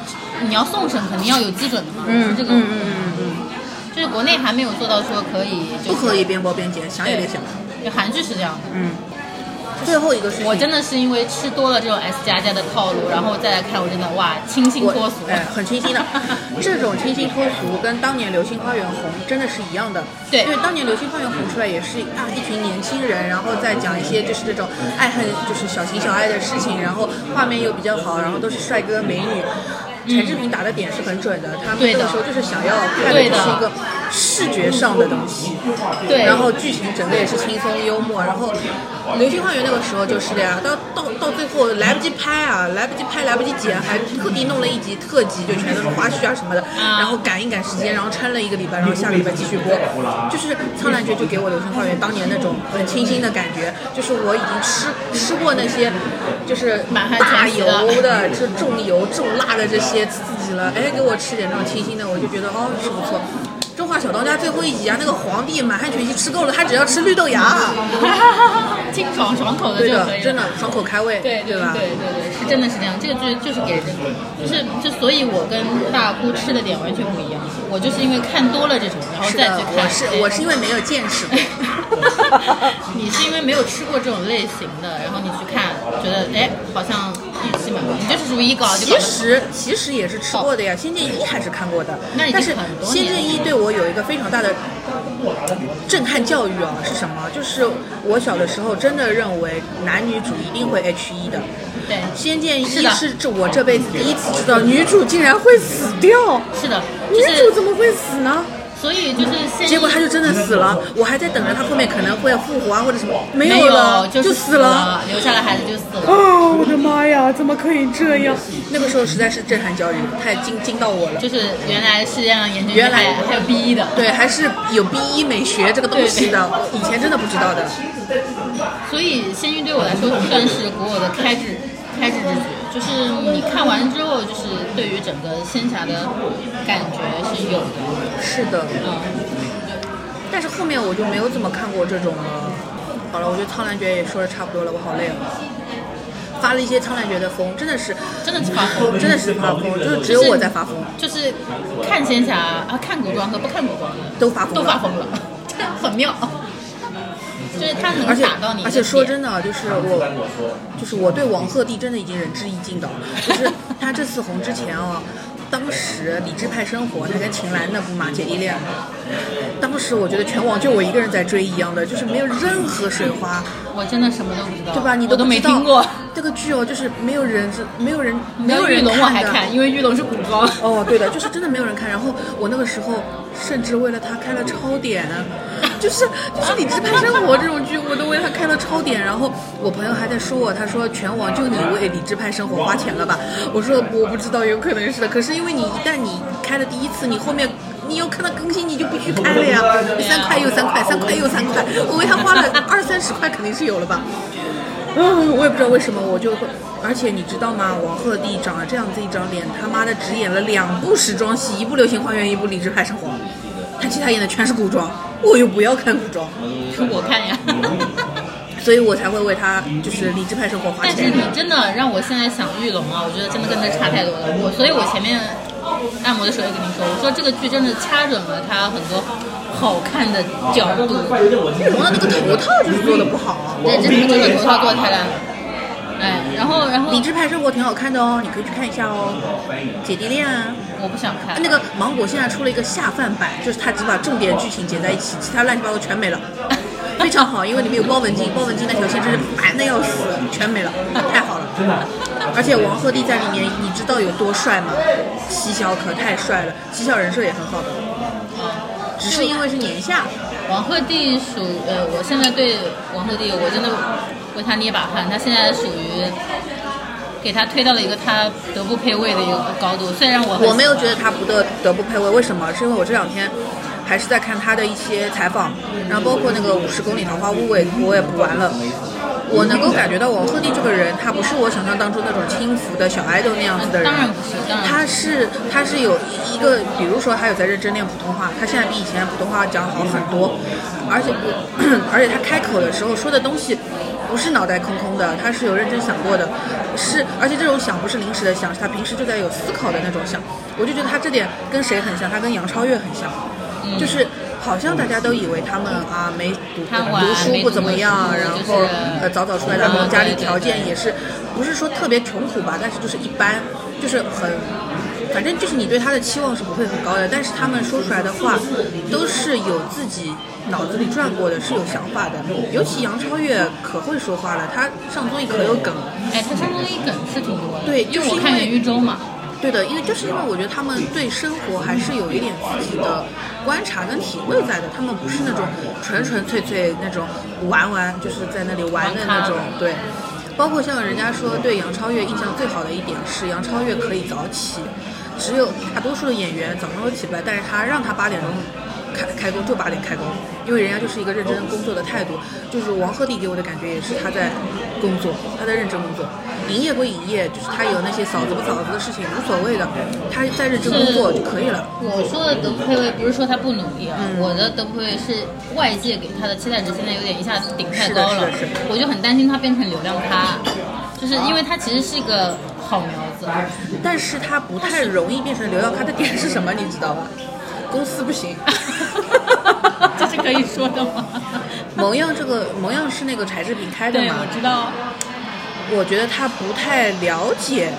Speaker 1: 你要送审肯定要有基准的嘛，
Speaker 2: 嗯
Speaker 1: 是
Speaker 2: 嗯
Speaker 1: 这个，
Speaker 2: 嗯嗯嗯
Speaker 1: 就是国内还没有做到说可以，
Speaker 2: 嗯，
Speaker 1: 就
Speaker 2: 不
Speaker 1: 是
Speaker 2: 可以，边播边剪，想也别想。
Speaker 1: 就韩剧是这样的。
Speaker 2: 嗯，最后一个事情，
Speaker 1: 我真的是因为吃多了这种 S 加加的套路，然后再来看，我真的哇，清新
Speaker 2: 我
Speaker 1: 脱俗，
Speaker 2: 哎，很清新的。 这种清新脱俗跟当年《流星花园》红真的是一样的。
Speaker 1: 对
Speaker 2: 因为当年《流星花园》红出来也是啊一群年轻人，然后再讲一些就是这种爱恨，就是小情小爱的事情，然后画面又比较好，然后都是帅哥美女。陈志明打的点是很准的，他们
Speaker 1: 嗯对
Speaker 2: 那
Speaker 1: 的
Speaker 2: 个时候就是想要看的
Speaker 1: 对
Speaker 2: 就
Speaker 1: 的
Speaker 2: 是一个视觉上的东西，
Speaker 1: 对，
Speaker 2: 然后剧情整个也是轻松幽默，然后《流星花园》那个时候就是的呀，到到到最后来不及拍啊，来不及拍，来不及剪，还特地弄了一集特辑，就全都是花絮啊什么的，然后赶一赶时间，然后撑了一个礼拜，然后下个礼拜继续播，就是《苍兰诀》就给我《流星花园》当年那种很清新的感觉，就是我已经吃吃过那些就是
Speaker 1: 满汉
Speaker 2: 大
Speaker 1: 全席
Speaker 2: 油
Speaker 1: 了
Speaker 2: 的、这重油重辣的这些刺激了，哎，给我吃点这种清新的，我就觉得哦是不错。《中华小当家》最后一集啊，那个皇帝满汉全席吃够了，他只要吃绿豆芽。
Speaker 1: 清爽爽口的
Speaker 2: 对
Speaker 1: 就可
Speaker 2: 的，
Speaker 1: 以
Speaker 2: 真
Speaker 1: 了。
Speaker 2: 的爽口开胃，
Speaker 1: 对对
Speaker 2: 吧？
Speaker 1: 对对，是真的是这样，这个剧就是给人，就是就所以，我跟大哭吃的点完全不一样，我就是因为看多了这种，然后
Speaker 2: 是
Speaker 1: 再
Speaker 2: 的
Speaker 1: 去，看。
Speaker 2: 我是我是因为没有见识过，
Speaker 1: 你是因为没有吃过这种类型的，然后你去看，觉得哎，好像预期蛮高，你就是属于一搞就搞
Speaker 2: 其
Speaker 1: 得
Speaker 2: 实其实也是吃过的呀，《仙剑一》还是看过的，
Speaker 1: 那已经
Speaker 2: 但是《
Speaker 1: 很多
Speaker 2: 仙
Speaker 1: 年了
Speaker 2: 剑一》对我有一个非常大的震撼教育啊，是什么？就是我小的时候真的认为男女主一定会 H 一的，
Speaker 1: 对，
Speaker 2: 《仙剑一
Speaker 1: 是的》
Speaker 2: 是这我这辈子第一次知道女主竟然会死掉，
Speaker 1: 是的，就
Speaker 2: 女主
Speaker 1: 是
Speaker 2: 怎么会死呢？
Speaker 1: 所以就是现
Speaker 2: 结果他就真的死了，我还在等着他后面可能会复活啊或者什么，没
Speaker 1: 没
Speaker 2: 了，
Speaker 1: 就
Speaker 2: 就是死了。，
Speaker 1: 留下来孩子就死了，
Speaker 2: 哦，我的妈呀，怎么可以这样？那个时候实在是震撼教育，太惊惊到我了。
Speaker 1: 就是原来世界上研究
Speaker 2: 原来
Speaker 1: 还还有 B 一的，
Speaker 2: 对，还是有 B 一美学这个东西的，以前真的不知道的。
Speaker 1: 所以《仙域》对我来说算是给我的开智开智之举，就是你看完之后，就是对于整个仙侠的感觉是有的，
Speaker 2: 是的，
Speaker 1: 嗯，
Speaker 2: 但是后面我就没有怎么看过这种了。好了，我觉得《苍兰诀》也说的差不多了，我好累了。发了一些《苍兰诀》的疯，真的是，
Speaker 1: 真的是发疯，
Speaker 2: 真的是发疯，就是只有我在发疯，
Speaker 1: 就是看仙侠啊，看古装和不看古装的
Speaker 2: 都发疯了，
Speaker 1: 都发疯了， 很妙，就是他能
Speaker 2: 而且
Speaker 1: 打到你的点，
Speaker 2: 而且说真的啊，就是我，就是我对王鹤棣真的已经仁至义尽的，就是他这次红之前哦，当时《理智派生活》他跟秦岚那部嘛姐弟恋，当时我觉得全网就我一个人在追一样的，就是没有任何水花，
Speaker 1: 我真的什么都不知道，
Speaker 2: 对吧？你
Speaker 1: 我都
Speaker 2: 不
Speaker 1: 没
Speaker 2: 知道
Speaker 1: 听过，
Speaker 2: 这个剧哦，就是没有人是没有人没
Speaker 1: 然
Speaker 2: 有
Speaker 1: 后玉
Speaker 2: 人
Speaker 1: 龙我还
Speaker 2: 的
Speaker 1: 看，因为玉龙是古装。
Speaker 2: 哦，对的，就是真的没有人看。然后我那个时候甚至为了他开了超点，啊就是就是《理智派生活》这种剧，我都为他开了超点。然后我朋友还在说我，他说全网就你为《理智派生活》花钱了吧？我说我不知道，有可能是的。可是因为你一旦你开了第一次，你后面。你要看到更新，你就必须开了呀！ 三块又三块，三块又三块，我为他花了二三十块，肯定是有了吧？嗯，我也不知道为什么，我就会。而且你知道吗？王鹤棣长了这样子一张脸，他妈的只演了两部时装戏，一部《流星花园》，一部《理智派生活》，他其他演的全是古装，我又不要看古装，
Speaker 1: 我看呀。
Speaker 2: 所以我才会为他就是《理智派生活》花
Speaker 1: 但是
Speaker 2: 钱
Speaker 1: 你。真的让我现在想玉龙啊，我觉得真的跟这差太多了。我所以，我前面按摩的时候也跟你说，我说这个剧真的掐准了它很多好看的角度。
Speaker 2: 玉龙的那个头套就是做的不好啊。
Speaker 1: 对，这这个头套做得太烂了。哎，然后然后
Speaker 2: 理智派生活挺好看的哦，你可以去看一下哦，姐弟恋啊。
Speaker 1: 我不想看
Speaker 2: 那个芒果现在出了一个下饭版，就是它只把重点剧情剪在一起，其他乱七八糟全没了，非常好，因为里面有包文婧，包文婧那条线真是烦的要死，全没了，太好了。而且王鹤棣在里面，你知道有多帅吗？七小可太帅了，七小人设也很好的，只是因为是年下，
Speaker 1: 王鹤棣属呃，我现在对王鹤棣，我真的为他捏把汗。他现在属于给他推到了一个他德不配位的一个高度。虽然我很喜欢
Speaker 2: 我没有觉得他不得德不配位，为什么？是因为我这两天还是在看他的一些采访，然后包括那个《五十公里桃花坞》，我也我也补完了。我能够感觉到王鹤棣这个人，他不是我想象当中那种轻浮的小爱豆那样子的人
Speaker 1: 当。然不是，当然不是
Speaker 2: 他是他是有一个，比如说他有在认真练普通话，他现在比以前普通话讲好很多，而且 不，嗯而且他开口的时候说的东西不是脑袋空空的，他是有认真想过的，是而且这种想不是临时的想，是他平时就在有思考的那种想。我就觉得他这点跟谁很像？他跟杨超越很像，
Speaker 1: 嗯
Speaker 2: 就是好像大家都以为他们啊没读
Speaker 1: 贪玩
Speaker 2: 读书
Speaker 1: 没
Speaker 2: 不
Speaker 1: 读
Speaker 2: 怎么
Speaker 1: 过
Speaker 2: 样
Speaker 1: 书，
Speaker 2: 然
Speaker 1: 就是
Speaker 2: 后呃早早出来打工，
Speaker 1: 啊
Speaker 2: 家里
Speaker 1: 对对
Speaker 2: 条件
Speaker 1: 对
Speaker 2: 也是不是说特别穷苦吧，但是就是一般，就是很，反正就是你对他的期望是不会很高的，但是他们说出来的话都是有自己脑子里转过的，是有想法的。尤其杨超越可会说话了，她上综艺可有梗。
Speaker 1: 哎，他相当于梗是挺多的。
Speaker 2: 对
Speaker 1: 因
Speaker 2: 就
Speaker 1: 为
Speaker 2: 是
Speaker 1: 我
Speaker 2: 因
Speaker 1: 看《
Speaker 2: 为
Speaker 1: 袁玉周》嘛，
Speaker 2: 对的，因为就是因为我觉得他们对生活还是有一点自己的观察跟体会在的，他们不是那种纯纯粹粹那种玩玩，就是在那里玩的那种
Speaker 1: 玩咖。
Speaker 2: 对，包括像人家说对杨超越印象最好的一点是杨超越可以早起，只有大多数的演员早上都起不来，但是他让他八点钟。开开工就八点开工，因为人家就是一个认真工作的态度。就是王鹤棣给我的感觉也是他在工作，他在认真工作。营业归营业，就是他有那些嫂子不嫂子的事情无所谓的，他在认真工作就可以了。
Speaker 1: 我说的德不配位不是说他不努力啊，
Speaker 2: 嗯
Speaker 1: 我的德不配位是外界给他的期待值现在有点一下子顶太高
Speaker 2: 是
Speaker 1: 了
Speaker 2: 的是的是的，
Speaker 1: 我就很担心他变成流量咖，就是因为他其实是一个好苗子，
Speaker 2: 但是他不太容易变成流量咖的点是什么，你知道吧？公司不行。
Speaker 1: 这是可以说的吗？
Speaker 2: 萌样这个萌样是那个柴智屏开的
Speaker 1: 对，
Speaker 2: 嘛
Speaker 1: 我？知道。
Speaker 2: 我觉得他不太了解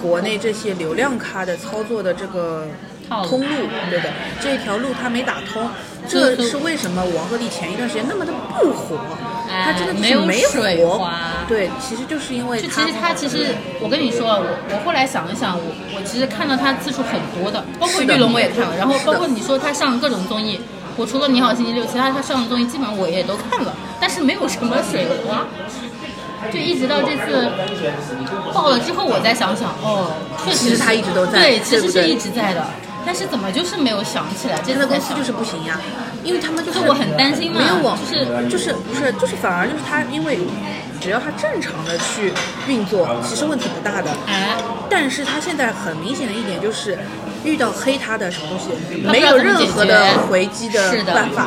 Speaker 2: 国内这些流量咖的操作的这个
Speaker 1: 套路嗯
Speaker 2: 通路，对的，这条路他没打通，这是为什么王鹤棣前一段时间那么的不火，
Speaker 1: 哎
Speaker 2: 他真的就
Speaker 1: 没
Speaker 2: 是
Speaker 1: 有水
Speaker 2: 火
Speaker 1: 花，
Speaker 2: 对，其实就是因为
Speaker 1: 就其
Speaker 2: 他
Speaker 1: 实他其实，我跟你说，啊我我后来想一想，我我其实看到他次数很多的，包括
Speaker 2: 是的
Speaker 1: 玉龙我也看了，然后
Speaker 2: 是的
Speaker 1: 包括你说他上各种综艺，我除了《你好星期六》，其他他上的综艺基本上我也都看了，但是没有什么水花。就一直到这次爆了之后，我再想想，哦，确实
Speaker 2: 其实他一直都在
Speaker 1: 对，其
Speaker 2: 对
Speaker 1: 实
Speaker 2: 不
Speaker 1: 是
Speaker 2: 对
Speaker 1: 一直在的，但是怎么就是没有想起来？这
Speaker 2: 他的
Speaker 1: 次才
Speaker 2: 公司就是不行呀，因为他们就是
Speaker 1: 我很担心嘛啊
Speaker 2: 没有网，
Speaker 1: 就是
Speaker 2: 就是不是就是反而就是他，因为只要他正常的去运作，其实问题不大的。
Speaker 1: 哎，
Speaker 2: 但是他现在很明显的一点就是，遇到黑他的什么东西，
Speaker 1: 他不
Speaker 2: 没
Speaker 1: 知道
Speaker 2: 有
Speaker 1: 怎么
Speaker 2: 任
Speaker 1: 解决
Speaker 2: 何的回击
Speaker 1: 是的
Speaker 2: 办法。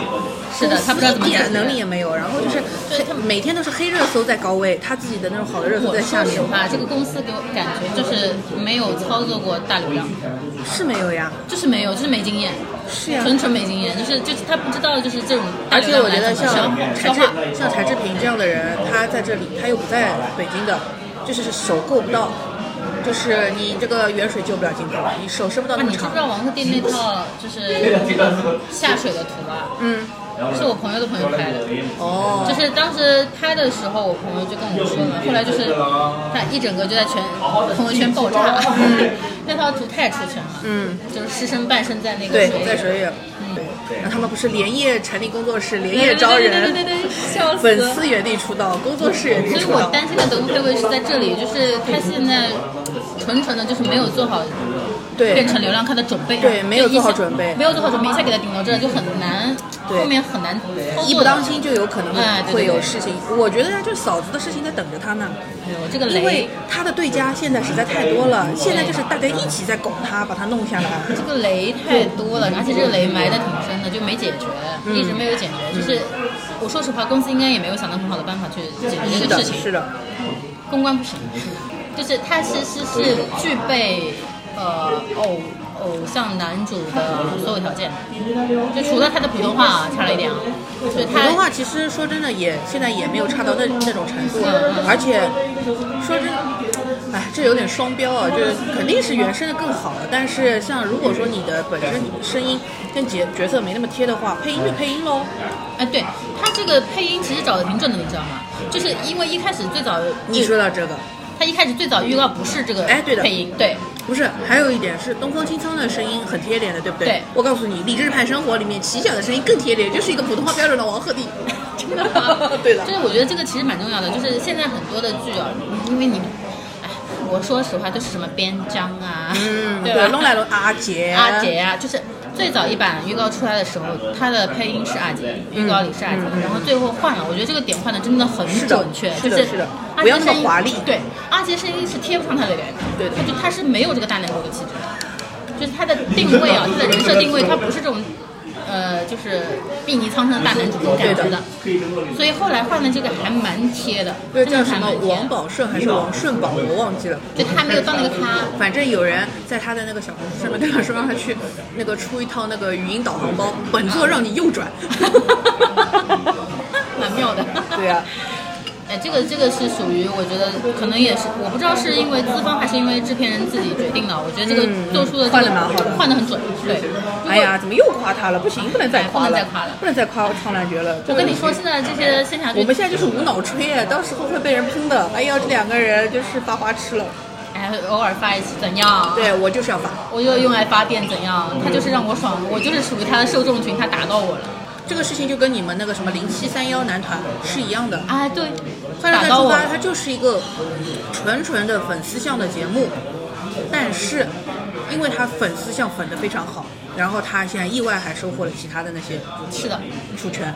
Speaker 1: 是的他不知道怎么
Speaker 2: 一
Speaker 1: 解决
Speaker 2: 点能力也没有，然后就是
Speaker 1: 对他
Speaker 2: 每天都是黑热搜在高位，他自己的那种好的热搜
Speaker 1: 我
Speaker 2: 在下
Speaker 1: 说实
Speaker 2: 面
Speaker 1: 话，这个公司给我感觉就是没有操作过大流量，
Speaker 2: 是没有呀，
Speaker 1: 就是没有，就是没经验。
Speaker 2: 是呀。
Speaker 1: 纯纯没经验，就是就是他不知道就是这种大
Speaker 2: 而且
Speaker 1: 流
Speaker 2: 我
Speaker 1: 量
Speaker 2: 觉
Speaker 1: 来
Speaker 2: 得
Speaker 1: 怎么
Speaker 2: 像柴
Speaker 1: 消消
Speaker 2: 智
Speaker 1: 化。
Speaker 2: 像柴智屏这样的人，他在这里，他又不在北京的，就是手够不到，就是你这个远水救不了近火，你手伸不到
Speaker 1: 啊，
Speaker 2: 那么
Speaker 1: 你知不
Speaker 2: 长
Speaker 1: 知。道王鹤棣那套就是下水的图啊？
Speaker 2: 嗯，
Speaker 1: 是我朋友的朋友拍的，
Speaker 2: 哦，
Speaker 1: 就是当时拍的时候，我朋友就跟我说嘛，后来就是他一整个就在全朋友圈爆炸，那套图太出圈了，
Speaker 2: 嗯，
Speaker 1: 就是师生半身在那个
Speaker 2: 对
Speaker 1: 水，里
Speaker 2: 在水里，对，然后他们不是连夜成立工作室，连夜招
Speaker 1: 对
Speaker 2: 人
Speaker 1: 对，对对对，笑死
Speaker 2: 粉
Speaker 1: 了。
Speaker 2: 丝原地出道，工作室原
Speaker 1: 所
Speaker 2: 地
Speaker 1: 以
Speaker 2: 出
Speaker 1: 我
Speaker 2: 道。
Speaker 1: 担心的德国配位是在这里，就是他现在纯纯的，就是没有做好变
Speaker 2: 对
Speaker 1: 成流量咖的准备，啊
Speaker 2: 对没有做好
Speaker 1: 就一下
Speaker 2: 准备
Speaker 1: 没有做好准备，一下给他顶到这儿就很难
Speaker 2: 对
Speaker 1: 后面很难操作。
Speaker 2: 一不当心，就有可能
Speaker 1: 哎对对
Speaker 2: 会有
Speaker 1: 对
Speaker 2: 事情。我觉得呀，就是嫂子的事情在等着他呢，
Speaker 1: 哎呦，这个
Speaker 2: 因为
Speaker 1: 雷，
Speaker 2: 他的对家现在实在太多了，现在就是大家一起在拱他，把他弄下来。
Speaker 1: 这个雷太多了，而且这个雷埋的挺深的，就没解决，
Speaker 2: 嗯
Speaker 1: 一直没有解决。就是我说实话，公司应该也没有想到很好的办法去解决
Speaker 2: 是
Speaker 1: 这个
Speaker 2: 的，
Speaker 1: 事情。
Speaker 2: 是的，
Speaker 1: 公关不行，就是他其实是具备呃偶偶像男主的所有条件，就除了他的普通话、啊、差了一点啊，就是
Speaker 2: 普通
Speaker 1: 他
Speaker 2: 话其实说真的也现在也没有差到那那种程度
Speaker 1: 嗯嗯，
Speaker 2: 而且说真的，哎，这有点双标啊，就是肯定是原声的更好了，但是像如果说你的本身声音跟角角色没那么贴的话，配音就配音喽。
Speaker 1: 哎对他这个配音其实找的挺准的，你知道吗？就是因为一开始最早
Speaker 2: 你说到这个，
Speaker 1: 他一开始最早预告不是这个
Speaker 2: 哎对的
Speaker 1: 配音对
Speaker 2: 不是，还有一点是东方青苍的声音很贴脸的，对不对？
Speaker 1: 对
Speaker 2: 我告诉你，《理智派生活》里面齐角的声音更贴脸，就是一个普通话标准的王鹤棣。？
Speaker 1: 真的吗
Speaker 2: 对的嗯
Speaker 1: 就是我觉得这个其实蛮重要的，就是现在很多的剧啊，因为你，哎，我说实话就是什么边章啊，
Speaker 2: 嗯，
Speaker 1: 对
Speaker 2: 对，
Speaker 1: 吧？
Speaker 2: 弄来了阿杰，
Speaker 1: 阿杰啊，就是最早一版预告出来的时候，他的配音是阿杰，预告里是阿杰，然后最后换了，我觉得这个点换的真的很
Speaker 2: 是的
Speaker 1: 准确，
Speaker 2: 嗯是的
Speaker 1: 就是
Speaker 2: 的
Speaker 1: 阿杰
Speaker 2: 不要那么
Speaker 1: 声音
Speaker 2: 华丽
Speaker 1: 对，阿杰声音是贴不上他的脸，
Speaker 2: 对
Speaker 1: 他就他是没有这个大男主的气质的，就是他的定位啊，他的人设定位，他不是这种。呃，就是睥睨苍生的大男主这种感觉
Speaker 2: 对
Speaker 1: 的
Speaker 2: 的，
Speaker 1: 所以后来换的这个还蛮贴的，
Speaker 2: 对，
Speaker 1: 真
Speaker 2: 叫
Speaker 1: 的
Speaker 2: 什
Speaker 1: 嗯还
Speaker 2: 么
Speaker 1: 蛮贴的
Speaker 2: 王，宝胜还是王顺宝，我忘记了。
Speaker 1: 就他没有到那个咖，
Speaker 2: 反正有人在他的那个小红书上面跟他说，让他去那个出一套那个语音导航包，本座让你右 转。
Speaker 1: 蛮妙的。
Speaker 2: 对啊，
Speaker 1: 哎，这个这个是属于我觉得可能也是，我不知道是因为资方还是因为制片人自己决定的。我觉得这个
Speaker 2: 嗯嗯
Speaker 1: 做出的、这个
Speaker 2: 换得蛮好的
Speaker 1: 换的很准。对，
Speaker 2: 哎呀，怎么又夸他了？不行，不能再夸
Speaker 1: 哎不能再
Speaker 2: 了
Speaker 1: 夸了，
Speaker 2: 不能再夸苍兰诀了。
Speaker 1: 我跟你说，现在这些仙侠剧，
Speaker 2: 我们现在就是无脑吹，啊到时候会被人喷的。哎呀，这两个人就是发花痴了。
Speaker 1: 哎偶尔发一次怎样？，
Speaker 2: 对嗯我就是要发。
Speaker 1: 我又用来发电怎样？他就是让我爽，我就是属于他的受众群，他打到我了。
Speaker 2: 这个事情就跟你们那个什么零七三幺男团是一样的，
Speaker 1: 哎，对，
Speaker 2: 《快乐
Speaker 1: 打
Speaker 2: 大
Speaker 1: 到
Speaker 2: 出
Speaker 1: 我
Speaker 2: 发》它
Speaker 1: 了。
Speaker 2: 就是一个纯纯的粉丝向的节目，但是因为它粉丝向粉的非常好，然后它现在意外还收获了其他的那些
Speaker 1: 是的，
Speaker 2: 出圈，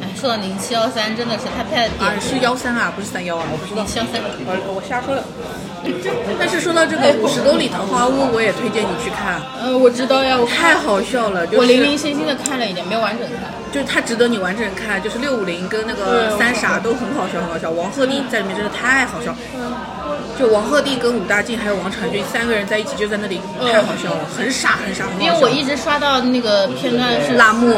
Speaker 1: 哎，说到零七幺三，真的是他拍的
Speaker 2: 啊
Speaker 1: 点
Speaker 2: 是幺三啊，不是三幺啊，我不知道呃
Speaker 1: 零。七幺三。
Speaker 2: 我我瞎说了，但是说到这个《五十公里桃花坞》，我也推荐你去看，啊
Speaker 1: 呃，我知道呀，我
Speaker 2: 太好笑了，就是
Speaker 1: 我零零星星的看了一点，没有完整看。
Speaker 2: 就是它值得你完整看，就是六五零跟那个三傻都很好笑，很好笑。王鹤
Speaker 1: 嗯
Speaker 2: 棣在里面真的太好笑，就王鹤棣跟武大靖还有王传君三个人在一起就在那里
Speaker 1: 嗯
Speaker 2: 太好笑了，很傻很傻，很
Speaker 1: 因
Speaker 2: 好
Speaker 1: 为我
Speaker 2: 笑。
Speaker 1: 一直刷到那个片段是
Speaker 2: 辣目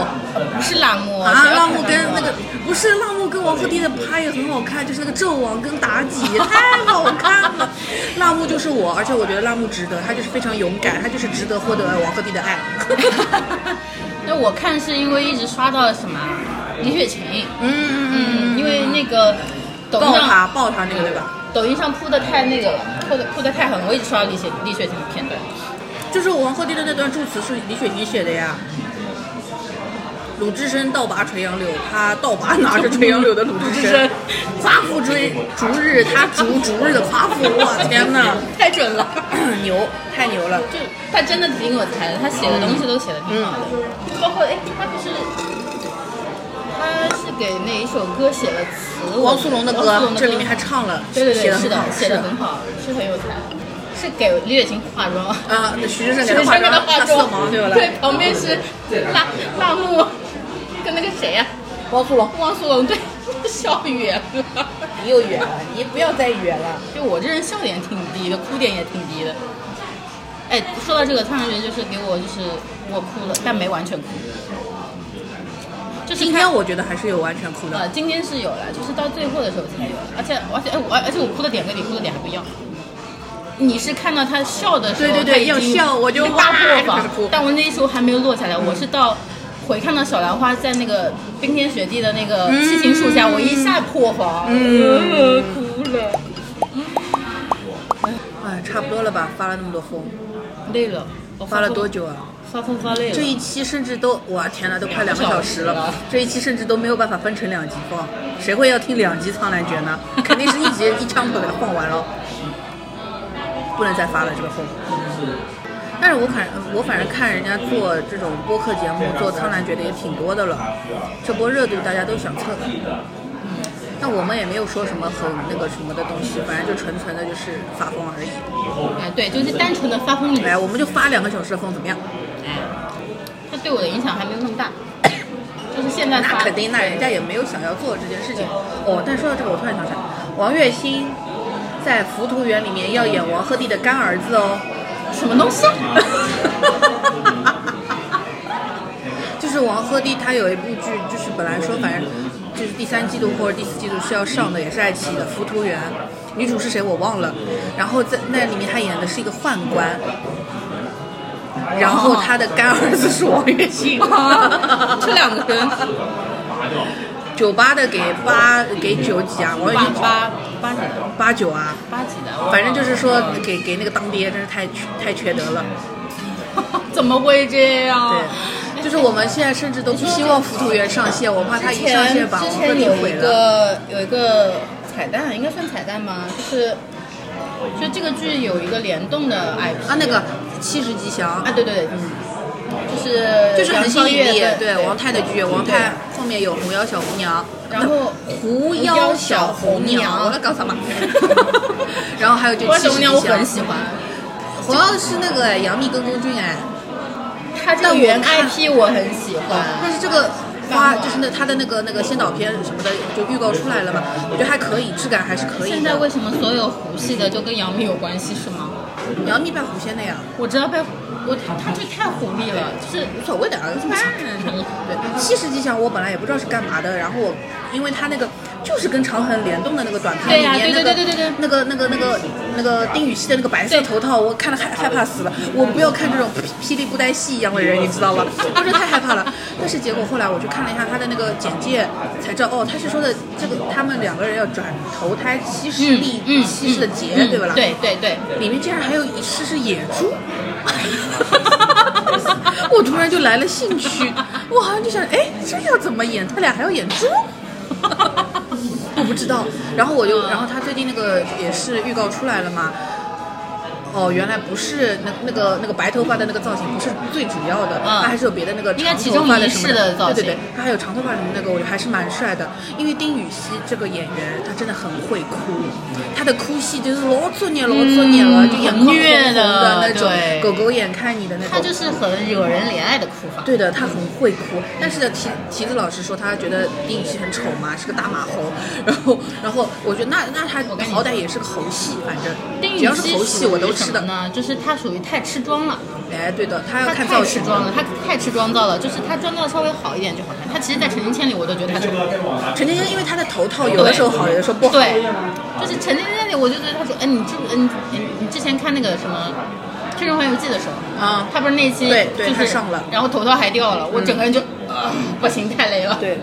Speaker 1: 不是辣目
Speaker 2: 啊，
Speaker 1: 是
Speaker 2: 辣目跟那个不是辣目跟王鹤棣的拍也很好看，就是那个纣王跟妲己太好看 了。辣目就是我，而且我觉得辣目值得，他就是非常勇敢，他就是值得获得王鹤棣的 爱。
Speaker 1: 那我看是因为一直刷到什么啊李雪琴，
Speaker 2: 嗯嗯嗯，
Speaker 1: 因为那个抖音
Speaker 2: 抱
Speaker 1: 上
Speaker 2: 他抱他那个对吧？
Speaker 1: 抖音上铺的太那个了，铺的铺的太狠，我一直刷到李雪李雪琴的片段。
Speaker 2: 就是王鹤棣的那段祝词是李雪琴写的呀。鲁智深倒拔垂杨柳，他倒拔拿着垂杨柳的鲁智
Speaker 1: 鲁智深
Speaker 2: 深，夸父追逐日，他逐逐日的夸父，我天哪，
Speaker 1: 太准了，
Speaker 2: 牛，太牛了！嗯
Speaker 1: 就他真的挺有才的，他写的东西都写的挺好的，包括哎，他不是。他是给哪一首歌写了词？我
Speaker 2: 汪苏泷的
Speaker 1: 汪苏
Speaker 2: 歌啊
Speaker 1: 泷，
Speaker 2: 这里面还唱了，
Speaker 1: 对对
Speaker 2: 写的很
Speaker 1: 对，是的
Speaker 2: 好，，
Speaker 1: 写的很好，是很有才，是给李雪琴化 妆。
Speaker 2: 啊，徐志胜给
Speaker 1: 全
Speaker 2: 他化
Speaker 1: 身
Speaker 2: 妆，他
Speaker 1: 给他化
Speaker 2: 色盲
Speaker 1: 妆，
Speaker 2: 对吧？
Speaker 1: 对，旁边是辣辣目跟那个谁呀、
Speaker 2: 汪苏泷，
Speaker 1: 汪苏泷，对， 笑远了。
Speaker 2: 你又远了，你不要再远了。
Speaker 1: 就我这人笑点挺低的，哭点也挺低的。哎，说到这个，苍兰诀就是给我就是我哭了，但没完全哭。就是
Speaker 2: 今
Speaker 1: 看
Speaker 2: 天我觉得还是有完全哭的，
Speaker 1: 呃，今天是有了，就是到最后的时候才有了，而且而且哎我而且我哭的点跟你哭的点还不一样。你是看到他笑的时候，
Speaker 2: 对对对
Speaker 1: 他已经
Speaker 2: 要笑我就
Speaker 1: 已经大破
Speaker 2: 哇
Speaker 1: 防
Speaker 2: 就是哭，
Speaker 1: 但我那时候还没有落下来，我是到回看到小兰花在那个冰天雪地的那个七情树下，我一下破防，
Speaker 2: 嗯
Speaker 1: 呃哭了，
Speaker 2: 哎，差不多了吧？发了那么多疯，
Speaker 1: 累了，我
Speaker 2: 发了
Speaker 1: 疯
Speaker 2: 多？久啊？
Speaker 1: 发疯发累了
Speaker 2: 这。一期甚至都，我天呐，都快两个小时
Speaker 1: 两个
Speaker 2: 了
Speaker 1: 小时。
Speaker 2: 这一期甚至都没有办法分成两集放，谁会要听两集《苍兰诀》呢？肯定是一集一枪口给它放完了，不能再发了这个疯。但是我反我反正看人家做这种播客节目，做苍兰诀的也挺多的了，这波热度大家都想蹭。那我们也没有说什么很那个什么的东西，反正就纯纯的就是发疯而已。
Speaker 1: 哎，对，就是单纯的发疯女。
Speaker 2: 来，我们就发两个小时的疯，怎么样？
Speaker 1: 哎，它对我的影响还没有那么大，就是现在
Speaker 2: 那
Speaker 1: 发
Speaker 2: 肯定，那人家也没有想要做这件事情。哦，但说到这个，我突然想起来，王栎鑫在《浮屠缘》里面要演王鹤棣的干儿子哦，
Speaker 1: 什么东西？啊
Speaker 2: 就是王鹤棣他有一部剧，就是本来说反正就是第三季度或者第四季度是要上的，也是爱奇艺的《浮屠缘》，女主是谁我忘了，然后在那里面他演的是一个宦官。然后他的干儿子是王栎鑫，
Speaker 1: 哦这两个人，
Speaker 2: 九八的给八给九几啊？王栎
Speaker 1: 八
Speaker 2: 鑫
Speaker 1: 呃八八几的？
Speaker 2: 八九啊？
Speaker 1: 八几的？
Speaker 2: 反正就是说给给那个当爹真是太缺太缺德了。
Speaker 1: 怎么会这样？
Speaker 2: 对，就是我们现在甚至都不希望《浮屠缘》上线，我怕它
Speaker 1: 之
Speaker 2: 一上
Speaker 1: 前
Speaker 2: 线把
Speaker 1: 之
Speaker 2: 王鹤
Speaker 1: 前
Speaker 2: 棣
Speaker 1: 有
Speaker 2: 毁
Speaker 1: 一
Speaker 2: 了。
Speaker 1: 个有一个彩蛋，应该算彩蛋吗？就是就这个剧有一个联动的 IP
Speaker 2: 啊，那个七十吉祥
Speaker 1: 啊，，对对对，就是
Speaker 2: 就是
Speaker 1: 杨
Speaker 2: 很
Speaker 1: 超
Speaker 2: 新
Speaker 1: 越
Speaker 2: 颖力，
Speaker 1: 跟
Speaker 2: 对王太的剧，王太后面有狐妖小红娘，
Speaker 1: 然后
Speaker 2: 狐妖小红娘，我在搞什么？ 然后还有就
Speaker 1: 花
Speaker 2: 七
Speaker 1: 小
Speaker 2: 十
Speaker 1: 姑
Speaker 2: 吉
Speaker 1: 娘
Speaker 2: 祥，
Speaker 1: 我很喜欢，
Speaker 2: 狐妖是那个杨幂跟龚俊哎，
Speaker 1: 它这个原 IP 我很喜欢，
Speaker 2: 但是这个花就是那他的那个那个先导片什么的就预告出来了嘛，我觉得还可以，质感还是可以
Speaker 1: 现在
Speaker 2: 的。
Speaker 1: 为什么所有胡戏的就跟杨幂有关系是吗？
Speaker 2: 杨幂扮狐仙的呀，
Speaker 1: 我知道被我他这太狐狸了，就是
Speaker 2: 无所谓的啊，有什
Speaker 1: 嗯
Speaker 2: 么想法对，七十吉祥我本来也不知道是干嘛的，然后我因为他那个就是跟长恒联动的那个短片
Speaker 1: 对
Speaker 2: 里
Speaker 1: 呀
Speaker 2: 面那
Speaker 1: 对
Speaker 2: 个
Speaker 1: 对对对对对
Speaker 2: 那个那个那个那个丁禹兮的那个白色头套，我看了害害怕死了，我不要看这种霹霹雳布袋戏一样的人，你知道吧？当时太害怕了。但是结果后来我去看了一下他的那个简介，才知道哦，他是说的这个他们两个人要转投胎七十
Speaker 1: 嗯
Speaker 2: 力
Speaker 1: 嗯
Speaker 2: 七十的劫，
Speaker 1: 嗯
Speaker 2: 对吧？啦？
Speaker 1: 对对对，
Speaker 2: 里面竟然还有一世是野 猪，我突然就来了兴趣，我好像就想，哎，这要怎么演？他俩还要演猪？ 我不知道。然后我就，然后他最近那个也是预告出来了嘛。哦，原来不是那那个那个白头发的那个造型不是最主要的，
Speaker 1: 嗯
Speaker 2: 他还是有别的那个
Speaker 1: 应该
Speaker 2: 长
Speaker 1: 其
Speaker 2: 头发
Speaker 1: 中
Speaker 2: 的
Speaker 1: 一
Speaker 2: 什么
Speaker 1: 世的造型
Speaker 2: 对对对，他还有长头发什么那个，我觉得还是蛮帅的。因为丁禹兮这个演员，他真的很会哭，他的哭戏就是老作孽老作孽了，
Speaker 1: 嗯
Speaker 2: 就眼眶红红
Speaker 1: 虐的
Speaker 2: 那种
Speaker 1: 对
Speaker 2: 狗狗眼看你的那种。
Speaker 1: 他就是很惹人怜爱的哭法。
Speaker 2: 对的，他很会哭。但是呢，提提子老师说他觉得丁禹兮很丑嘛，是个大马猴。然后，然后我觉得那那他
Speaker 1: 跟你
Speaker 2: 好歹也是个猴戏，反正
Speaker 1: 丁
Speaker 2: 只
Speaker 1: 禹
Speaker 2: 要是
Speaker 1: 兮
Speaker 2: 猴戏我都
Speaker 1: 属于
Speaker 2: 吃
Speaker 1: 什
Speaker 2: 的
Speaker 1: 么。呢，就是他属于太吃妆了，
Speaker 2: 哎，对的，他要
Speaker 1: 他
Speaker 2: 看造
Speaker 1: 太吃
Speaker 2: 型。
Speaker 1: 妆了，他太吃妆造了，就是他妆造稍微好一点就好看。他其实，在《陈情千里》我都觉得他丑，
Speaker 2: 陈芊芊因为他的头套有的时候好，有的时候不好。
Speaker 1: 对，就是《陈情千里》，我就觉得他说，哎，你这个，嗯，你你之前看那个什么《天生环游记》的时候，
Speaker 2: 啊
Speaker 1: 他不是那期
Speaker 2: 对对
Speaker 1: 就是
Speaker 2: 他上了嗯
Speaker 1: 然后头套还掉了，我整个人就、啊不行，太累了。
Speaker 2: 对，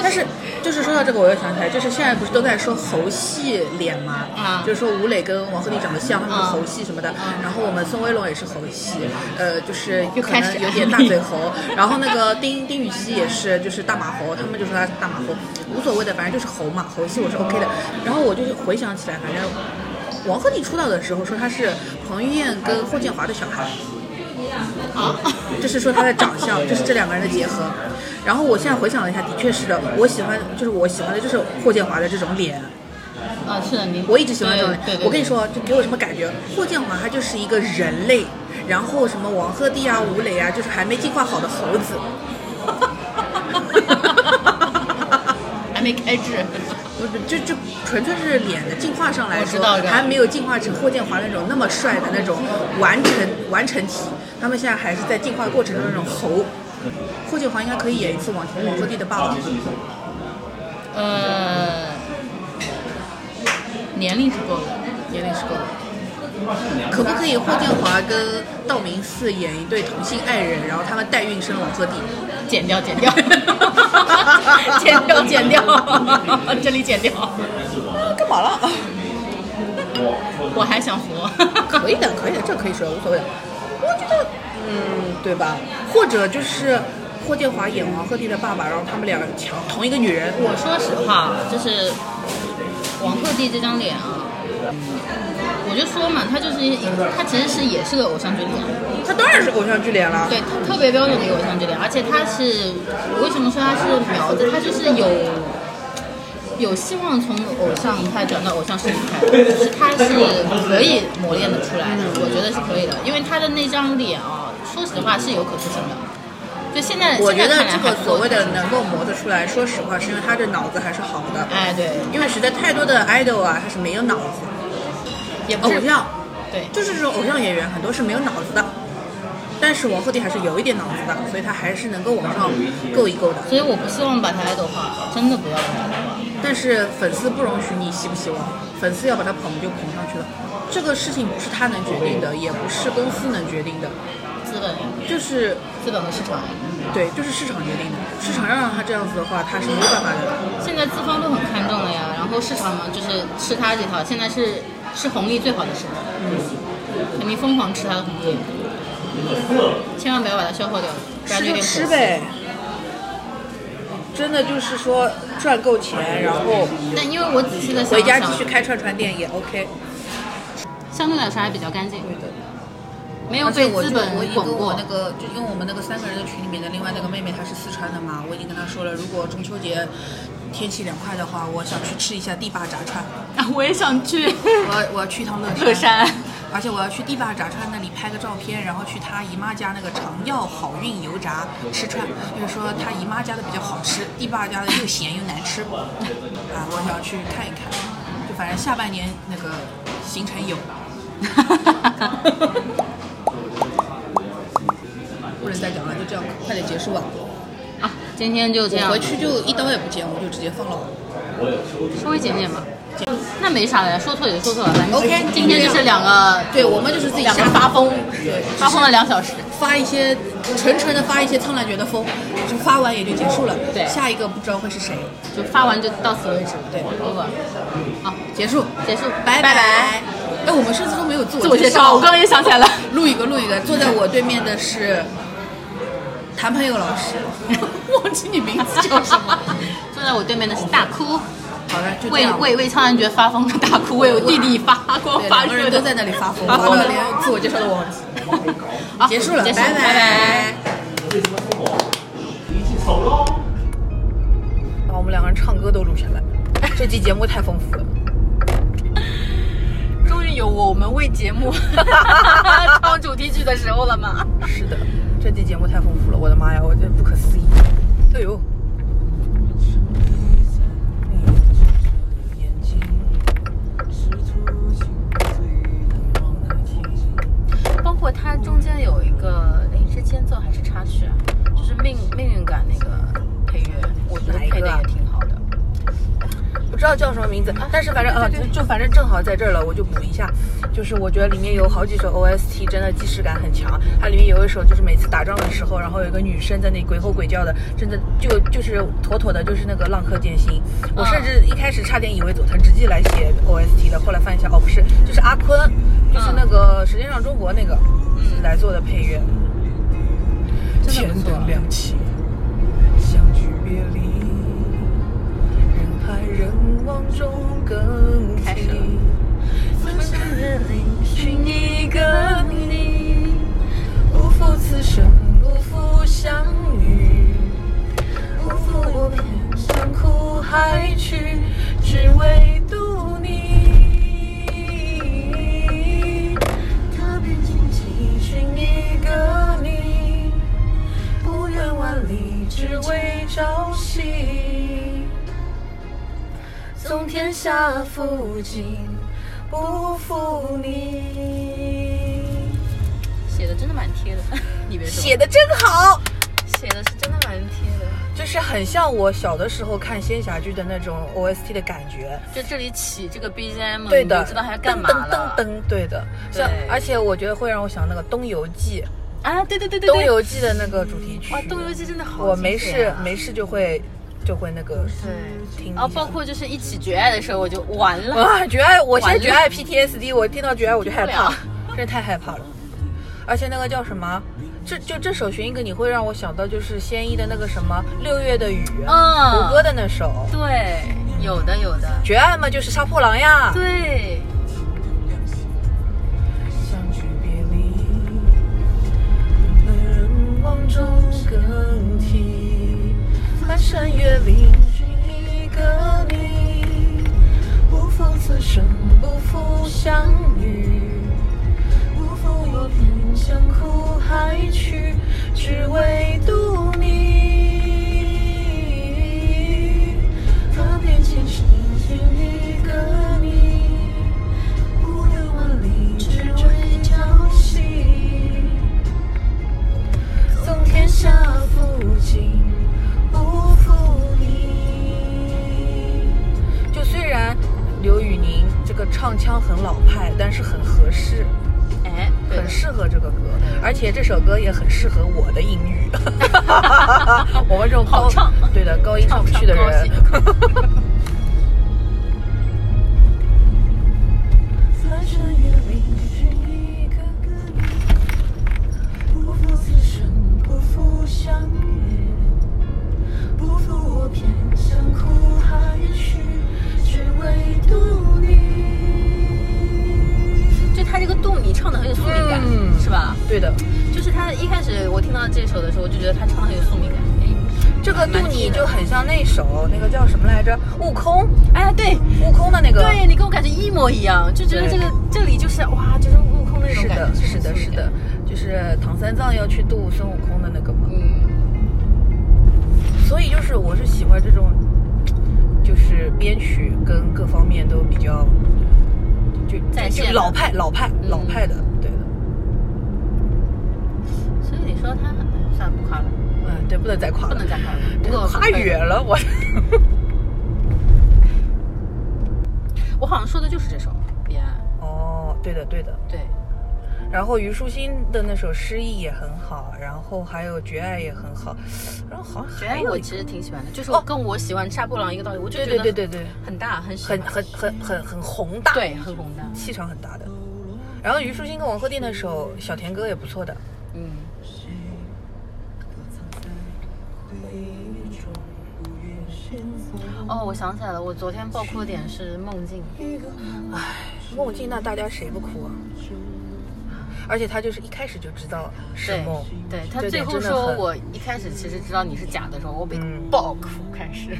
Speaker 2: 但是就是说到这个，我又想起来，就是现在不是都在说猴戏脸嘛，
Speaker 1: 啊
Speaker 2: 就是说吴磊跟王鹤棣长得像，他们是
Speaker 1: 啊
Speaker 2: 猴戏什么的。然后我们宋威龙也是猴戏，呃，就是
Speaker 1: 又
Speaker 2: 可
Speaker 1: 开
Speaker 2: 能
Speaker 1: 始
Speaker 2: 有点大嘴猴。然后那个丁丁禹兮也是，就是大马猴，他们就说他是大马猴，无所谓的，反正就是猴嘛，猴戏我是 OK 的。然后我就是回想起来，反正。王鹤棣出道的时候说他是彭于晏跟霍建华的小孩，
Speaker 1: 啊，
Speaker 2: 就是说他的长相，就是这两个人的结合。然后我现在回想了一下，的确是的，我喜欢就是我喜欢的就是霍建华的这种脸，
Speaker 1: 啊，是的，你
Speaker 2: 我一直喜欢这种脸。
Speaker 1: 对对对，
Speaker 2: 我跟你说，就给我什么感觉？霍建华他就是一个人类，然后什么王鹤棣啊、吴磊啊，就是还没进化好的猴子。
Speaker 1: 还没开智，
Speaker 2: 不是，就就纯粹是脸的进化上来
Speaker 1: 我知
Speaker 2: 说
Speaker 1: 道的，
Speaker 2: 还没有进化成霍建华那种那么帅的那种完成完成体。他们现在还是在进化过程中那种猴。霍建华应该可以演一次王王鹤棣的爸爸。
Speaker 1: 哦呃，年龄是够了。
Speaker 2: 年龄是够了。可不可以霍建华跟道明寺演一对同性爱人，然后他们代孕生王鹤棣？
Speaker 1: 剪掉，剪 掉，剪掉，剪掉，这里剪掉。
Speaker 2: 哦干嘛了？
Speaker 1: 我还想活，
Speaker 2: 可以的，可以的，这可以说无所谓的。我觉得，嗯，对吧？或者就是霍建华演王鹤棣的爸爸，然后他们两个抢同一个女人。
Speaker 1: 我说实话，就是王鹤棣这张脸啊，我就说嘛，他就是一他其实是也是个偶像剧里面。
Speaker 2: 他当然是偶像剧脸了。
Speaker 1: 对，特别标准的一个偶像剧脸，而且他是，我为什么说他是苗子？他就是有有希望从偶像派转到偶像实力派，就是他是可以磨练的出来的，我觉得是可以的，因为他的那张脸啊，说实话是有可塑性的。就现 在，
Speaker 2: 我觉得
Speaker 1: 现
Speaker 2: 这
Speaker 1: 在看来
Speaker 2: 个
Speaker 1: 还不错
Speaker 2: 所谓的能够磨得出来，说实话，是因为他的脑子还是好的，
Speaker 1: 哎，对，
Speaker 2: 因为实在太多的 idol 啊，他是没有脑子，
Speaker 1: 也不
Speaker 2: 偶
Speaker 1: 是
Speaker 2: 像
Speaker 1: 对，
Speaker 2: 就是这种偶像演员很多是没有脑子的，但是王鹤棣还是有一点脑子的，所以他还是能够往上够一够的。
Speaker 1: 所以我不希望把他爱豆化，真的不要把他爱豆化。
Speaker 2: 但是粉丝不容许你希不希望，粉丝要把他捧就捧上去了，这个事情不是他能决定的，也不是公司能决定的，
Speaker 1: 资本呀，
Speaker 2: 就是
Speaker 1: 资本和市场呀，
Speaker 2: 对，就是市场决定的，市场让他这样子的话，他是没有办法的。
Speaker 1: 现在资方都很看重了呀，然后市场嘛，就是吃他这套，现在是吃红利最好的时候，肯定疯狂吃他的红利，千万不要把它消耗掉，不然
Speaker 2: 吃
Speaker 1: 就
Speaker 2: 就
Speaker 1: 有点
Speaker 2: 吃
Speaker 1: 可惜。
Speaker 2: 呗。真的就是说赚够钱，然后
Speaker 1: 但因为我仔细的想
Speaker 2: 回
Speaker 1: 了
Speaker 2: 家
Speaker 1: 想，
Speaker 2: 继续开串串店也 OK。
Speaker 1: 相对来说还比较干净，没有
Speaker 2: 而且
Speaker 1: 被
Speaker 2: 我
Speaker 1: 资
Speaker 2: 就
Speaker 1: 本
Speaker 2: 我已经
Speaker 1: 管
Speaker 2: 跟我
Speaker 1: 过
Speaker 2: 那。个，就因为我们那个三个人的群里面的另外那个妹妹她是四川的嘛，我已经跟她说了，如果中秋节天气凉快的话，我想去吃一下第八炸串，
Speaker 1: 啊，我也想去。
Speaker 2: 我要我要去一趟乐
Speaker 1: 乐山，
Speaker 2: 而且我要去第八炸串那里拍个照片，然后去她姨妈家那个长耀好运油炸吃串，就是说她姨妈家的比较好吃，第八家的又咸又难吃，啊，我想去看一看，就反正下半年那个行程有，不能再讲了，就这样，快点结束吧。
Speaker 1: 啊，今天就这
Speaker 2: 我
Speaker 1: 样
Speaker 2: 回，去就一刀也不剪，我就直接放了。
Speaker 1: 稍微剪剪吧。那没啥的，说错也就说错了，反正
Speaker 2: OK，
Speaker 1: 今天就是两个
Speaker 2: 对我们就是自己
Speaker 1: 两个
Speaker 2: 瞎
Speaker 1: 发疯，
Speaker 2: 对，
Speaker 1: 发疯了两小时。
Speaker 2: 发一些纯纯的发一些苍兰诀的疯，就发完也就结束了。
Speaker 1: 对
Speaker 2: 下一个不知道会是谁，
Speaker 1: 就发完就到此为止，
Speaker 2: 对
Speaker 1: 不吧？好，
Speaker 2: 结束，
Speaker 1: 结束，
Speaker 2: 拜
Speaker 1: 拜。
Speaker 2: 哎，我们甚至都没有自
Speaker 1: 自我介绍，我刚刚也想起来了，
Speaker 2: 录一个录一个，坐在我对面的是谭朋友老师， 忘记你名字叫什么。？
Speaker 1: 坐在我对面的是大哭，
Speaker 2: 好了，就这
Speaker 1: 为
Speaker 2: 样。
Speaker 1: 为为苍兰诀发疯的大哭，为我弟弟发 光
Speaker 2: 对，
Speaker 1: 发
Speaker 2: 两个
Speaker 1: 热
Speaker 2: 人
Speaker 1: 的
Speaker 2: 都在那里 发疯，
Speaker 1: 发
Speaker 2: 发
Speaker 1: 疯
Speaker 2: 到
Speaker 1: 的
Speaker 2: 连自我介绍都忘记。
Speaker 1: 好
Speaker 2: 结束了，
Speaker 1: 结束，
Speaker 2: 拜
Speaker 1: 拜拜。
Speaker 2: 把我们两个人唱歌都录下来，这期节目太丰富了。
Speaker 1: 终于有我们为 节目唱主题曲的时候了嘛？
Speaker 2: 是的，这期节目太丰富了，我的妈呀，我这不可思议。哎呦！
Speaker 1: 包括它中间有一个，哎，是间奏还是插曲啊？就是命命运感那个配乐，我觉得
Speaker 2: 哪一个
Speaker 1: 配的
Speaker 2: 啊
Speaker 1: 也挺好的。
Speaker 2: 不知道叫什么名字，但是反正呃，就就反正正好在这儿了，我就补一下。就是我觉得里面有好几首 OST 真的即视感很强，它里面有一首就是每次打仗的时候，然后有一个女生在那里鬼吼鬼叫的，真的就就是妥妥的就是那个浪客剑心。我甚至一开始差点以为佐藤直纪来写 OST 的，后来翻一下哦不是，就是阿坤，就是那
Speaker 1: 嗯
Speaker 2: 个《舌尖上中国》那个来做的配乐，
Speaker 1: 真的不错啊
Speaker 2: 灯亮起，相聚别离，人海人往中更
Speaker 1: 开始了
Speaker 2: 急。分散的灵寻一个你，不负此生，不负相遇，不负我偏向苦海去，只为渡你。踏遍荆棘寻一个你，不远万里只为朝夕。纵天下负荆，不负你。
Speaker 1: 写的真的蛮贴的， 你别说，
Speaker 2: 写的真好，
Speaker 1: 写的是真的蛮贴的。
Speaker 2: 就是很像我小的时候看仙侠剧的那种
Speaker 1: 嗯
Speaker 2: OST 的感觉。
Speaker 1: 就这里起这个 BGM，
Speaker 2: 对
Speaker 1: 嗯你
Speaker 2: 的，
Speaker 1: 就知道他要干嘛了。
Speaker 2: 噔噔噔噔，对的。
Speaker 1: 对
Speaker 2: 像而且我觉得会让我想那个《东游记》，
Speaker 1: 啊，对对对
Speaker 2: 《
Speaker 1: 对
Speaker 2: 东
Speaker 1: 对，
Speaker 2: 游记》的那个主题曲。
Speaker 1: 哇，哦东游记真的好、啊
Speaker 2: 我没事。没事就会就会那个
Speaker 1: 对，
Speaker 2: 听一
Speaker 1: 然后
Speaker 2: 下
Speaker 1: 包括就是一起绝爱的时候，我就完了。
Speaker 2: 啊，绝爱！我现在
Speaker 1: 完了
Speaker 2: 绝爱 PTSD，我听到绝爱我就害怕
Speaker 1: 听，
Speaker 2: 真的太害怕了。而且那个叫什么，这就这首《寻一个你》会让我想到就是仙一的那个什么《六月的雨》，
Speaker 1: 嗯
Speaker 2: 胡歌的那首。
Speaker 1: 对，有的有的，
Speaker 2: 绝爱嘛，就是杀破狼呀。
Speaker 1: 对，
Speaker 3: 中更替，漫山越岭寻一个你，不负此生，不负相遇，不负我偏向苦海去，只为渡你。踏遍千世寻一个你，不留万里，只为朝夕。纵天下负尽，不负你。
Speaker 2: 就虽然刘宇宁这个唱腔很老派，但是很合适，
Speaker 1: 哎，对的
Speaker 2: 很适合这个歌，而且这首歌也很适合我的音域。我们这种高
Speaker 1: 好唱
Speaker 2: 对的高音上不去的人，
Speaker 1: 好唱高兴
Speaker 3: 翻山越岭寻一个个你，不负此生，不负相遇，不负我偏向苦海去，只为渡你。
Speaker 1: 就他这个动你唱的很有宿命感，
Speaker 2: 嗯
Speaker 1: 是吧？
Speaker 2: 对的。
Speaker 1: 就是他一开始我听到这首的时候，我就觉得他唱的很有宿命感。
Speaker 2: 这个
Speaker 1: 蛮
Speaker 2: 杜
Speaker 1: 贴
Speaker 2: 你
Speaker 1: 的
Speaker 2: 就很像那首那个叫什么来着？悟空，
Speaker 1: 哎，哎，对，
Speaker 2: 悟空的那个。
Speaker 1: 对你跟我感觉一模一样，就觉得
Speaker 2: 对
Speaker 1: 这个这里就是哇，就是悟空那种
Speaker 2: 是
Speaker 1: 感
Speaker 2: 的，
Speaker 1: 觉，
Speaker 2: 是的，
Speaker 1: 很
Speaker 2: 是
Speaker 1: 宿命
Speaker 2: 的
Speaker 1: 感，，
Speaker 2: 就是唐三藏要去渡孙悟空的那个嘛。
Speaker 1: 嗯，
Speaker 2: 所以就是我是喜欢这种，就是编曲跟各方面都比较，就
Speaker 1: 在
Speaker 2: 就
Speaker 1: 线的
Speaker 2: 老派老派
Speaker 1: 嗯
Speaker 2: 老派的，对的，
Speaker 1: 所以你说他哎算了，不夸了，
Speaker 2: 嗯，对，不能再夸
Speaker 1: 不
Speaker 2: 了
Speaker 1: 能，再夸了，不过
Speaker 2: 夸远了我。
Speaker 1: 我好像说的就是这首，也
Speaker 2: 哦，对的对的。
Speaker 1: 对，
Speaker 2: 然后虞书欣的那首《失忆》也很好，然后还有《绝爱》也很好，然后好像
Speaker 1: 觉
Speaker 2: 还
Speaker 1: 得
Speaker 2: 有
Speaker 1: 我
Speaker 2: 一个
Speaker 1: 其实挺喜欢的，就是
Speaker 2: 哦
Speaker 1: 我跟我喜欢沙布朗一个道理，我就
Speaker 2: 对
Speaker 1: 觉
Speaker 2: 对
Speaker 1: 得
Speaker 2: 对对对，
Speaker 1: 很大，很喜欢
Speaker 2: 很很很很很宏大，
Speaker 1: 对，很宏大，
Speaker 2: 气场很大的。然后虞书欣跟王鹤棣那首《小甜歌》也不错的，
Speaker 1: 嗯，哦，我想起来了，我昨天爆哭的点是梦境，
Speaker 2: 梦境那大家谁不哭啊？而且他就是一开始就知道是
Speaker 1: 对
Speaker 2: 梦，
Speaker 1: 对他
Speaker 2: 这
Speaker 1: 最
Speaker 2: 点
Speaker 1: 后
Speaker 2: 真的
Speaker 1: 说
Speaker 2: 很
Speaker 1: 我一开始其实知道你是假的时候，我被
Speaker 2: 嗯
Speaker 1: 爆哭开始，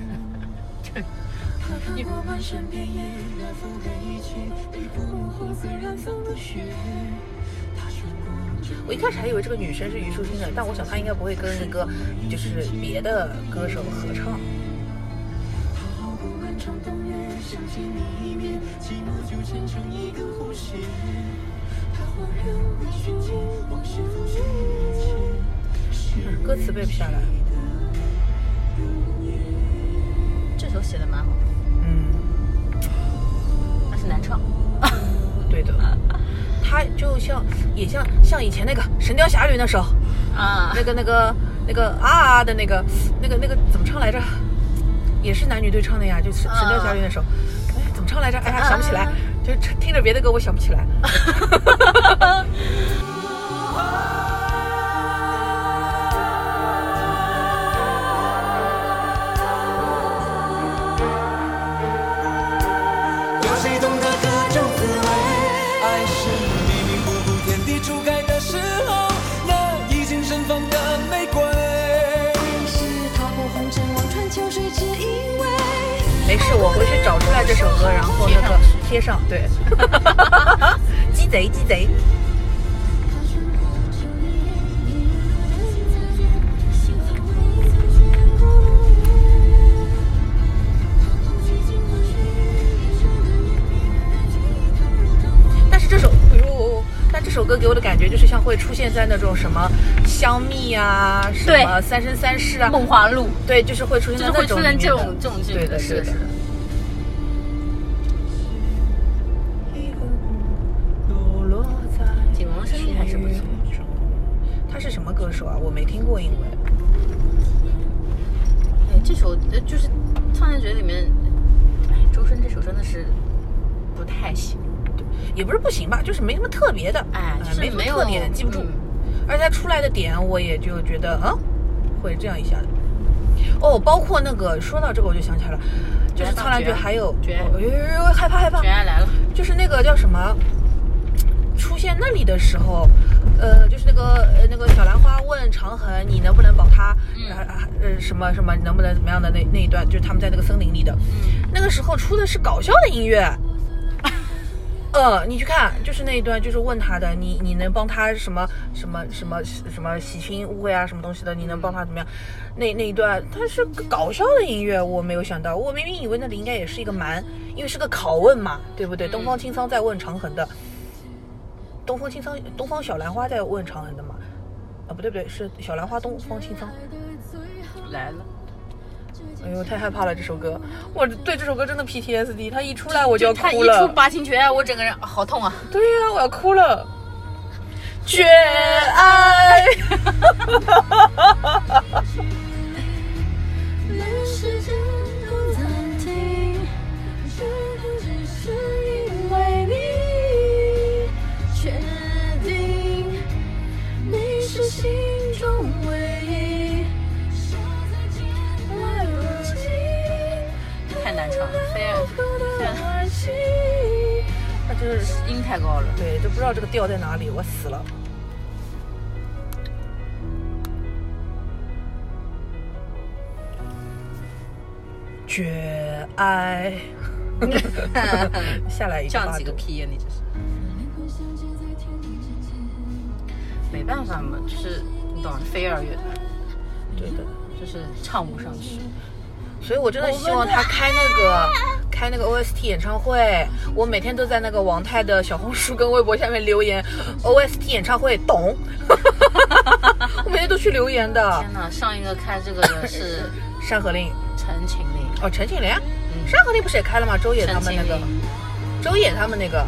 Speaker 3: 他看我满山遍野，远方的一切，你不模糊自然风的雪。他穿过这
Speaker 2: 我一开始还以为这个女生是虞书欣的，但我想她应该不会跟一个就是别的歌手合唱。
Speaker 3: 跑过漫长冬日，想见你一面，寂寞就缠成一个弧线。他环绕的旋律，往事浮现眼前。
Speaker 2: 歌词背不下来。
Speaker 1: 这首写的蛮好，
Speaker 2: 嗯，
Speaker 1: 但是难唱，
Speaker 2: 对 的。她就像也像像以前那个《神雕侠侣》那首，
Speaker 1: 啊
Speaker 2: 那，个那个那个啊啊的那个那个那个怎么唱来着？也是男女对唱的呀，就是《神雕侠侣》那
Speaker 1: 啊
Speaker 2: 首。哎，怎么唱来着？哎呀，想不起来，就是听着别的歌，我想不起 来。
Speaker 4: 有谁懂得各种滋味？爱是你命不顾天地初开的时候，那已经盛放的玫瑰。
Speaker 3: 爱是踏破红尘望穿秋水，只因为
Speaker 2: 没事，我回去找出来这首歌，然后那个贴上。对， 鸡贼鸡贼。
Speaker 3: 他穿过秋叶，你我的再见，幸福没再见过。滔滔几经过去，一生的年月，记忆投入到我。
Speaker 2: 但是这首，哎呦，但这首歌给我的感觉就是像会出现在那种什么香蜜啊，什
Speaker 1: 对
Speaker 2: 么三生三世啊，
Speaker 1: 梦华录
Speaker 2: 对，就是会出现在
Speaker 1: 就是
Speaker 2: 那
Speaker 1: 会
Speaker 2: 种
Speaker 1: 出
Speaker 2: 里面
Speaker 1: 现
Speaker 2: 的
Speaker 1: 这种这种剧
Speaker 2: 对
Speaker 1: 本，
Speaker 2: 的，
Speaker 1: 是
Speaker 2: 对
Speaker 1: 的，是的。
Speaker 2: 抖落在
Speaker 1: 景龙声音还是不错，
Speaker 2: 他是什么歌手啊？我没听过，因为
Speaker 1: 哎，这首呃就是《苍兰诀》里面，哎，周深这首真的是不太行，
Speaker 2: 也不是不行吧，就是没什么特别的，
Speaker 1: 哎，就
Speaker 2: 呃
Speaker 1: 是
Speaker 2: 没什么
Speaker 1: 有
Speaker 2: 特点，记不住。
Speaker 1: 嗯
Speaker 2: 而且他出来的点，我也就觉得啊，会这样一下的。哦，包括那个说到这个，我就想起来了，就是《苍兰诀》，还有，
Speaker 1: 绝爱
Speaker 2: 哎呦呦呦呦害怕害怕
Speaker 1: 《绝，爱来了》
Speaker 2: 就是那个叫什么，出现那里的时候，呃，就是那个呃那个小兰花问长恒，你能不能保他，
Speaker 5: 嗯
Speaker 2: 呃呃什么什么，能不能怎么样的那那一段，就是他们在那个森林里的，
Speaker 1: 嗯
Speaker 2: 那个时候出的是搞笑的音乐。呃，你去看，就是那一段，就是问他的，你你能帮他什么什么什么什么洗清误会啊，什么东西的，你能帮他怎么样？那那一段它是个搞笑的音乐，我没有想到，我明明以为那里应该也是一个蛮，因为是个拷问嘛，对不对？东方青桑在问长恒的，东方青桑，东方小兰花在问长恒的嘛？啊，不对不对，是小兰花，东方青桑。
Speaker 1: 来了，
Speaker 2: 哎呦，太害怕了这首歌，我对这首歌真的 PTSD，它一出来我就要
Speaker 5: 他
Speaker 2: 哭
Speaker 5: 一出
Speaker 2: 了。
Speaker 5: 八情拳，我整个人啊好痛啊！
Speaker 2: 对呀、我要哭了。绝爱，
Speaker 3: 连时间都暂停，这不只是因为你。确定你是心中唯一。说再见来不及，
Speaker 1: 太难唱了，啊非要
Speaker 3: 孤的爱情。
Speaker 2: 他就是
Speaker 1: 音太高了。
Speaker 2: 对，都不知道这个调在哪里，我死了。绝爱， 下来一个
Speaker 1: 降
Speaker 2: 八
Speaker 1: 几个
Speaker 2: 度
Speaker 1: P 啊呀、你这是。没办法嘛，就是你懂飞儿乐团，
Speaker 2: 对的。
Speaker 1: 就是唱不上去。
Speaker 2: 所以我真的希望他开那个开那个 OST 演唱会，我每天都在那个王太的小红书跟微博下面留言 OST 演唱会懂， 我每天都去留言的。
Speaker 1: 天哪，上一个开这个的是
Speaker 2: 山河令
Speaker 1: 陈情令，
Speaker 2: 哦，陈情令，山河令不是也开了吗？周也他
Speaker 1: 嗯
Speaker 2: 们
Speaker 1: 陈情
Speaker 2: 那个，
Speaker 1: 令，
Speaker 2: 周也他们那个，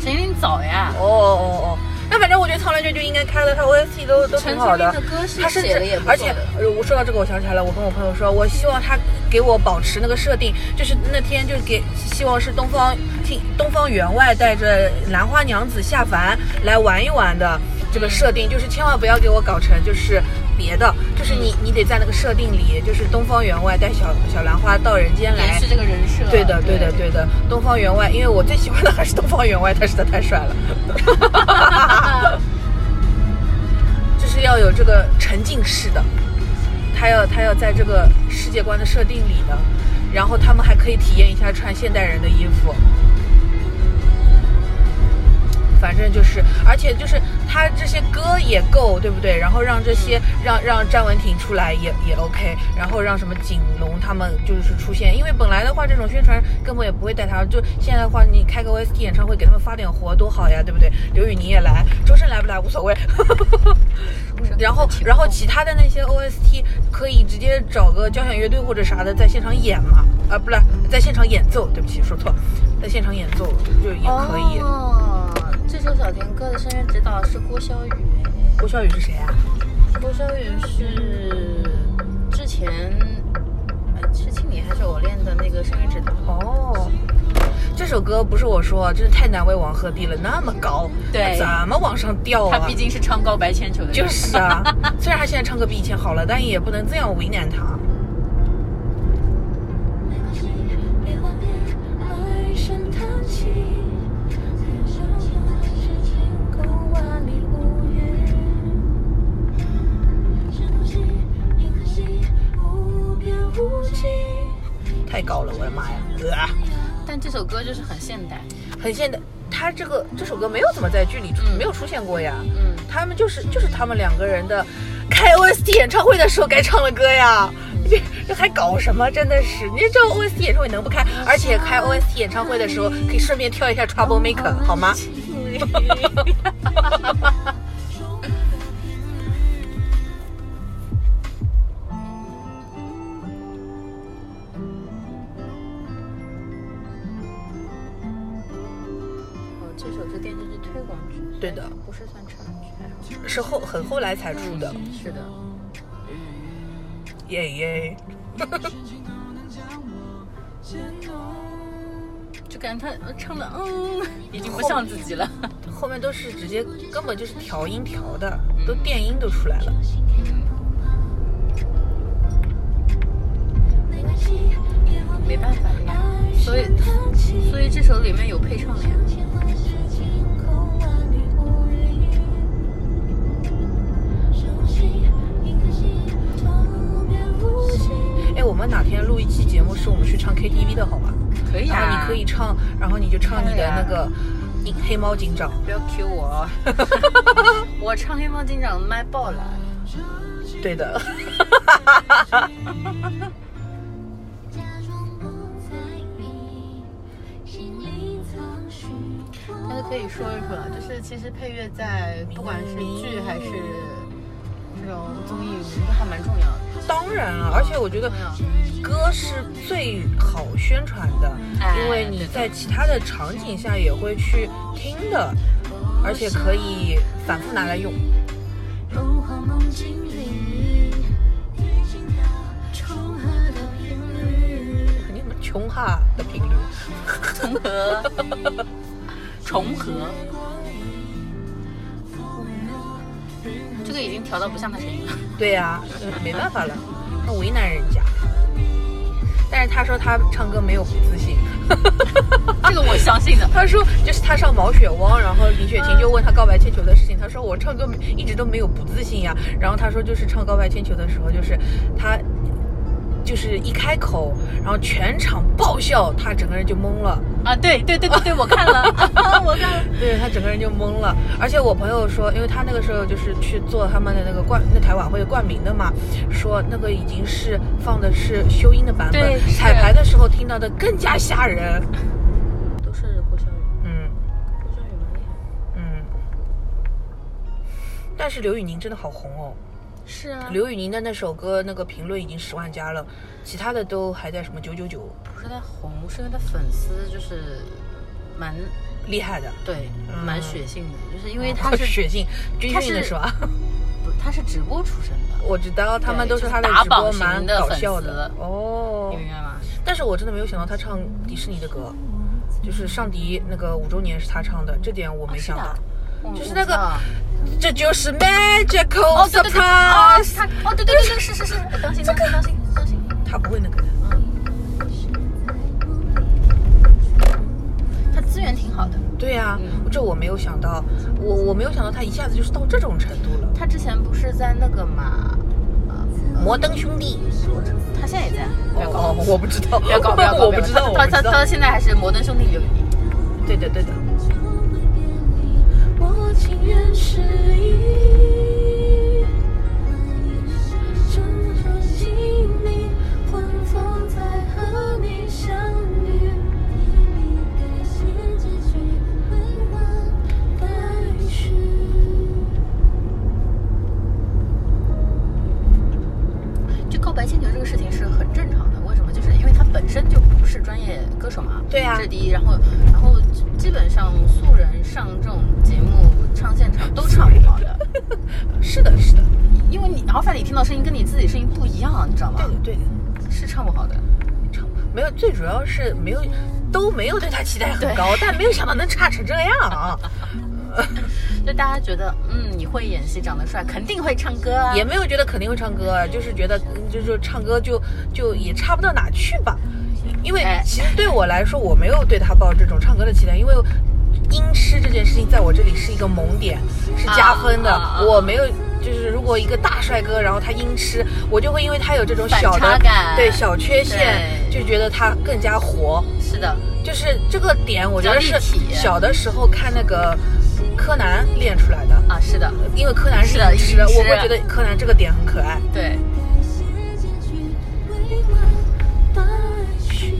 Speaker 1: 陈情令早呀
Speaker 2: 哦。哦哦。那反正我觉得苍兰诀就应该开了，他 OST 都都
Speaker 1: 陈
Speaker 2: 挺
Speaker 1: 情
Speaker 2: 好
Speaker 1: 令
Speaker 2: 的
Speaker 1: 的。歌是
Speaker 2: 他甚至
Speaker 1: 写的也，不
Speaker 2: 而
Speaker 1: 错
Speaker 2: 且
Speaker 1: 的。
Speaker 2: 呃我说到这个，我想起来了，我跟我朋友说，我希望他给我保持那个设定，就是那天就是给希望是东方听东方员外带着兰花娘子下凡来玩一玩的这个设定，就是千万不要给我搞成就是别的，就是你
Speaker 1: 嗯
Speaker 2: 你得在那个设定里，就是东方员外带小小兰花到人间来
Speaker 5: 延续。这个人设，
Speaker 2: 对的，对的，对的。东方员外，因为我最喜欢的还是东方员外，他实在太帅了。就是要有这个沉浸式的，他要他要在这个世界观的设定里的，然后他们还可以体验一下穿现代人的衣服。反正就是，而且就是他这些歌也够，对不对？然后让这些让让詹雯婷出来也也 OK，然后让什么景龙他们就是出现，因为本来的话这种宣传根本也不会带他，就现在的话你开个 OST 演唱会给他们发点活多好呀，对不对？刘宇宁也来，周深来不来无所谓。 然后然后其他的那些 OST 可以直接找个交响乐队或者啥的在现场演嘛，啊不是在现场演奏，对不起说错，了，在现场演奏就也可以。
Speaker 1: 哦，这首小甜歌的声乐指导是郭晓宇。
Speaker 2: 郭晓宇是谁啊？
Speaker 1: 郭晓宇是之前，呃，是庆礼还是我练的那个声乐指导？
Speaker 2: 哦，这首歌不是我说，真的太难为王鹤棣了，那么高，
Speaker 1: 对
Speaker 2: 怎么往上掉
Speaker 1: 他
Speaker 2: 啊
Speaker 1: 毕？竟是唱告白千秋的人，
Speaker 2: 就是啊， 虽然他现在唱歌比以前好了，但也不能这样为难他。
Speaker 3: 没关系，别幻变，唉声叹气。人生总是晴空万里无云。深呼吸，银河系无边无际。
Speaker 2: 太高了，我的妈呀！呃、
Speaker 1: 但这首歌就是很现代，
Speaker 2: 很现代，他这个这首歌没有怎么在剧里出、没有出现过呀。
Speaker 1: 嗯，
Speaker 2: 他们就是就是他们两个人的开 OST 演唱会的时候该唱的歌呀。这这还搞什么？真的是，你这 OST 演唱会能不开？而且开 OST 演唱会的时候可以顺便跳一下 Trouble Maker 好吗？
Speaker 1: 哦，这首是电视剧推广剧，
Speaker 2: 对的，
Speaker 1: 不是算唱剧，还好
Speaker 2: 是后很后来才出的。
Speaker 1: 是的，
Speaker 2: 耶耶，
Speaker 1: 就感觉他唱的嗯，已经不像自己了。
Speaker 2: 后面都是直接根本就是调音调的，都电音都出来了。
Speaker 3: 没关系，别幻
Speaker 1: 没
Speaker 3: 变，
Speaker 1: 办法呀，
Speaker 3: 唉
Speaker 1: 所以
Speaker 3: 声叹气。
Speaker 1: 所以这首里面有配唱的呀。
Speaker 3: 天空万里无云，
Speaker 2: 哎
Speaker 1: 啊
Speaker 2: 就唱你的那个《黑猫警长
Speaker 1: 不要 Q 我 哦，我唱黑猫警长麦爆了。》，
Speaker 2: 对的。
Speaker 3: 假装不在意，心里藏许
Speaker 1: 但是可以说一说了，就是其实配乐在不管是剧还是这种综艺，都还蛮重要的。
Speaker 2: 当然了，而且我觉得歌是最好宣传的，
Speaker 1: 哎
Speaker 2: 因为你在其他的场景下也会去听的，而且可以反复拿来用。
Speaker 3: 梦幻梦境里，贴近到重合的频率。
Speaker 2: 肯定什么穷哈的频率，
Speaker 1: 重合，重合，这个已经调到不像他声音了。
Speaker 2: 对呀、嗯没办法了，那为难人家。但是他说他唱歌没有不自信，
Speaker 1: 这个我相信的。
Speaker 2: 他说就是他上毛血旺，然后李雪琴就问他告白气球的事情，他说我唱歌一直都没有不自信呀。然后他说就是唱告白气球的时候，就是他就是一开口，然后全场爆笑，他整个人就懵了。
Speaker 1: 啊，对对对对对，我看了， 我看了。
Speaker 2: 对他整个人就懵了。而且我朋友说，因为他那个时候就是去做他们的那个冠那台晚会的冠名的嘛，说那个已经是放的是修音的版
Speaker 1: 对
Speaker 2: 本，
Speaker 1: 是
Speaker 2: 彩排的时候听到的更加吓人。
Speaker 1: 都是郭晓宇，
Speaker 2: 嗯
Speaker 1: 郭晓宇蛮厉害。
Speaker 2: 嗯。但是刘宇宁真的好红哦，
Speaker 1: 是啊，
Speaker 2: 刘宇宁的那首歌那个评论已经十万加了，其他的都还在什么九九九，
Speaker 1: 不是他红，是因为他粉丝就是蛮
Speaker 2: 厉害的。
Speaker 1: 对，
Speaker 2: 嗯
Speaker 1: 蛮血性的，就是因为他是
Speaker 2: 血性军训的
Speaker 1: 是
Speaker 2: 是吧？
Speaker 1: 不他是直播出身的，
Speaker 2: 我知道他们都说
Speaker 1: 对就是
Speaker 2: 他的
Speaker 1: 打
Speaker 2: 直播
Speaker 1: 榜型
Speaker 2: 蛮
Speaker 1: 的
Speaker 2: 搞
Speaker 1: 粉
Speaker 2: 笑
Speaker 1: 丝
Speaker 2: 的哦
Speaker 1: 你。明白吗？
Speaker 2: 但是我真的没有想到他唱迪士尼的歌，就是上迪那个五周年是他唱的，这点我没想到
Speaker 1: 啊。我
Speaker 2: 就是
Speaker 1: 我
Speaker 2: 那
Speaker 1: 知
Speaker 2: 个
Speaker 1: 道
Speaker 2: 这就是 magical
Speaker 1: 哦，对对对，啊，
Speaker 2: surprise，、
Speaker 1: 他哦，对对对对，是 是是，当心当心当心当心，
Speaker 2: 他不会那个的。
Speaker 1: 他资源挺好的。
Speaker 2: 对呀、
Speaker 1: 嗯
Speaker 2: 这我没有想到，我我没有想到他一下子就是到这种程度了。
Speaker 1: 他之前不是在那个嘛，嗯
Speaker 2: 摩登兄弟，
Speaker 1: 他现在也在，不要搞，
Speaker 2: 哦， 我不知 道，
Speaker 1: 不要搞，不要 搞，
Speaker 2: 我不知道，我
Speaker 1: 他
Speaker 2: 不
Speaker 1: 他
Speaker 2: 知
Speaker 1: 他
Speaker 2: 道。
Speaker 1: 现在还是摩登兄弟有你。
Speaker 2: 对的，对的。
Speaker 3: 就会变你，我情愿失忆。正是心里魂魄在和你相遇，你该写几句温暖的语句。
Speaker 1: 就告白牵牛这个事情是很正常的，为什么？就是因为他本身就不是专业歌手嘛，
Speaker 2: 对啊
Speaker 1: 这是第一。然后，然后基本上素人上这种节目唱现场都唱不好的，
Speaker 2: 是的，是的，
Speaker 1: 因为你好反正你听到声音跟你自己声音不一样，你知道吗
Speaker 2: 对？的，对的。
Speaker 1: 是唱不好的。
Speaker 2: 唱没有，最主要是没有，都没有对他期待很高，但没有想到能差成这样啊！
Speaker 1: 就大家觉得，嗯，你会演戏，长得帅，肯定会唱歌啊。
Speaker 2: 也没有觉得肯定会唱歌啊，就是觉得嗯就是唱歌就就也差不到哪去吧。因为
Speaker 1: 哎
Speaker 2: 其实对我来说，我没有对他抱这种唱歌的期待，因为音痴这件事情在我这里是一个萌点，是加分的。
Speaker 1: 啊啊啊
Speaker 2: 我没有。就是如果一个大帅哥，然后他音痴，我就会因为他有这种小
Speaker 1: 反
Speaker 2: 的
Speaker 1: 差感
Speaker 2: 对小缺陷，
Speaker 1: 对
Speaker 2: 就觉得他更加活。
Speaker 1: 是的，
Speaker 2: 就是这个点，我觉得
Speaker 1: 比较
Speaker 2: 是
Speaker 1: 立体
Speaker 2: 小的时候看那个柯南练出来的，
Speaker 1: 啊，是的，
Speaker 2: 因为柯南是
Speaker 1: 是的
Speaker 2: 音痴，
Speaker 1: 音痴
Speaker 2: 我会觉得柯南这个点很可爱。
Speaker 1: 对。
Speaker 3: 该写几句温暖的语句。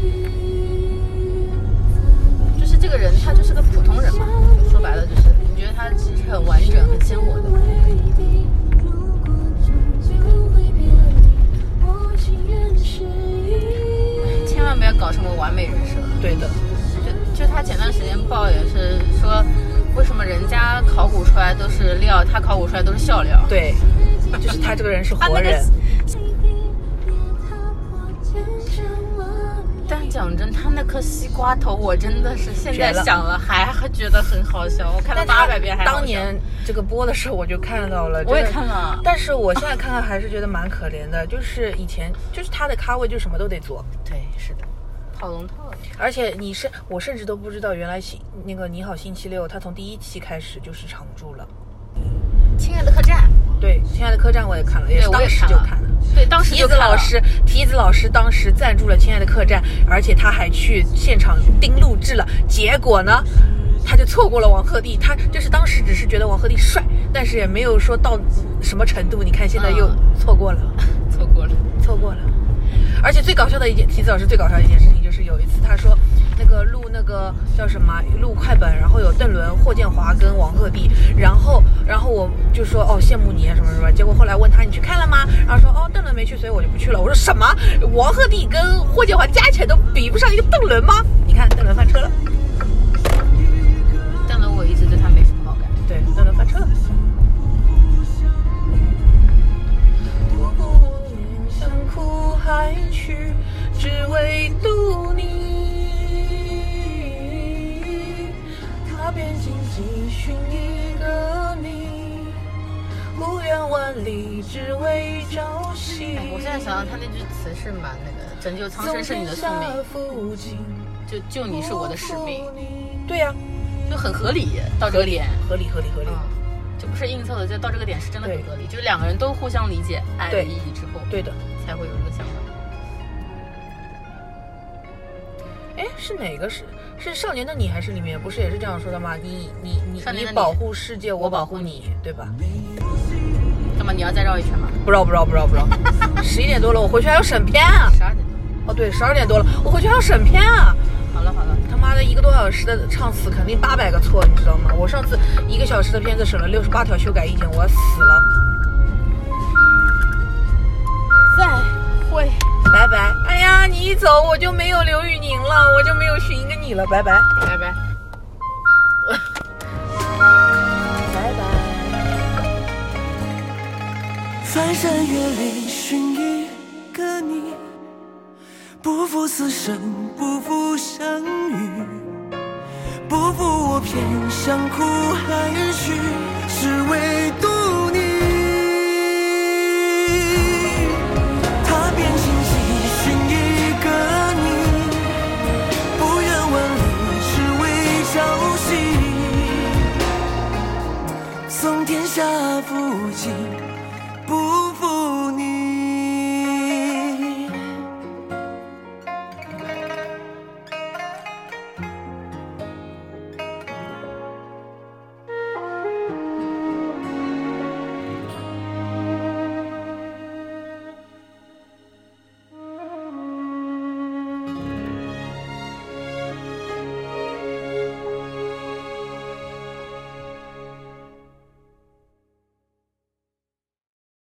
Speaker 1: 就是这个人，他就是个普通人嘛。说白了，就是你觉得他其实很完整、很鲜活的。千万不要搞什么完美人设。
Speaker 2: 对的，
Speaker 1: 就就他前段时间爆也是说，为什么人家考古出来都是料，他考古出来都是笑料？
Speaker 2: 对，就是他这个人是
Speaker 1: 他
Speaker 2: 活
Speaker 1: 那个
Speaker 2: 人，，
Speaker 1: 但讲真，他那颗西瓜头，我真的是现在
Speaker 2: 绝了
Speaker 1: 想了还还觉得很好笑。我看了
Speaker 2: 但
Speaker 1: 八
Speaker 2: 他
Speaker 1: 百遍还好笑
Speaker 2: 当年这个播的时候我就看到了，
Speaker 1: 我也
Speaker 2: 真的
Speaker 1: 看了
Speaker 2: 但是我现在看看还是觉得蛮可怜的，就是以前就是他的咖位就什么都得做，
Speaker 1: 对，是的，跑龙套了。
Speaker 2: 而且你是我甚至都不知道原来星那个你好星期六，他从第一期开始就是常驻了。
Speaker 1: 亲爱的客栈，
Speaker 2: 对，亲爱的客栈我也看了，也
Speaker 1: 对
Speaker 2: 是
Speaker 1: 我
Speaker 2: 当
Speaker 1: 也
Speaker 2: 时
Speaker 1: 看
Speaker 2: 就
Speaker 1: 了
Speaker 2: 看了。
Speaker 6: 对，当时
Speaker 2: 提
Speaker 6: 就
Speaker 2: 子
Speaker 6: 看
Speaker 2: 老
Speaker 6: 了
Speaker 2: 师，提子老师当时赞助了《亲爱的客栈》，而且他还去现场盯录制了。结果呢，他就错过了王鹤棣。他就是当时只是觉得王鹤棣帅，但是也没有说到什么程度。你看现在又
Speaker 6: 嗯
Speaker 2: 错过了，
Speaker 6: 错过了，
Speaker 2: 错过了。而且最搞笑的一件，提子老师最搞笑的一件事情就是有一次他说。那个录那个叫什么啊录快本，然后有邓伦、霍建华跟王鹤棣，然后然后我就说哦羡慕你啊什么什么，结果后来问他你去看了吗？然后说哦邓伦没去，所以我就不去了。我说什么？王鹤棣跟霍建华加起来都比不上一个邓伦吗？你看邓伦翻车了，
Speaker 6: 但呢，我一直对他没什么好感。
Speaker 2: 对，邓伦翻车了。
Speaker 3: 不顾我面向苦海去，只为渡你。踏遍荆棘寻一个你，不远万里只为朝夕。
Speaker 6: 哎我现在想想，他那句词是蛮那个的，拯救苍生是你的宿命，
Speaker 3: 命，
Speaker 6: 就救你是我的使命，
Speaker 2: 对呀、
Speaker 6: 就很合理。到这个点，
Speaker 2: 合理合理合理。
Speaker 6: 嗯，就不是硬凑的，就到这个点是真的很
Speaker 2: 对
Speaker 6: 合理，就是两个人都互相理解爱的
Speaker 2: 对
Speaker 6: 意义之后，
Speaker 2: 对的，
Speaker 6: 才会有这个想法。
Speaker 2: 哎，是哪个是是少年的你还是里面不是也是这样说的吗？你你你
Speaker 6: 少年的你
Speaker 2: 你保护世界，我保护你，对吧？
Speaker 6: 干嘛你要再绕一圈吗？
Speaker 2: 不知道不知道不知道不 知道，十一点多了，我回去还要审片啊！
Speaker 6: 十二点多，
Speaker 2: 哦对，十二点多了，我回去还要审片啊！
Speaker 6: 好了好了，
Speaker 2: 他妈的一个多小时的唱词，肯定八百个错，你知道吗？我上次一个小时的片子审了六十八条修改意见，我要死了。
Speaker 6: 再会。
Speaker 2: 拜拜！哎呀，你一走我就没有刘宇宁了，我就没有寻一个你了，拜拜。
Speaker 6: 拜拜。
Speaker 4: 翻山越岭寻一个你，不负此生，不负相遇，不负我偏向苦海去，只为渡你。踏遍荆棘寻一个你，不远万里只为朝夕，送天下不尽。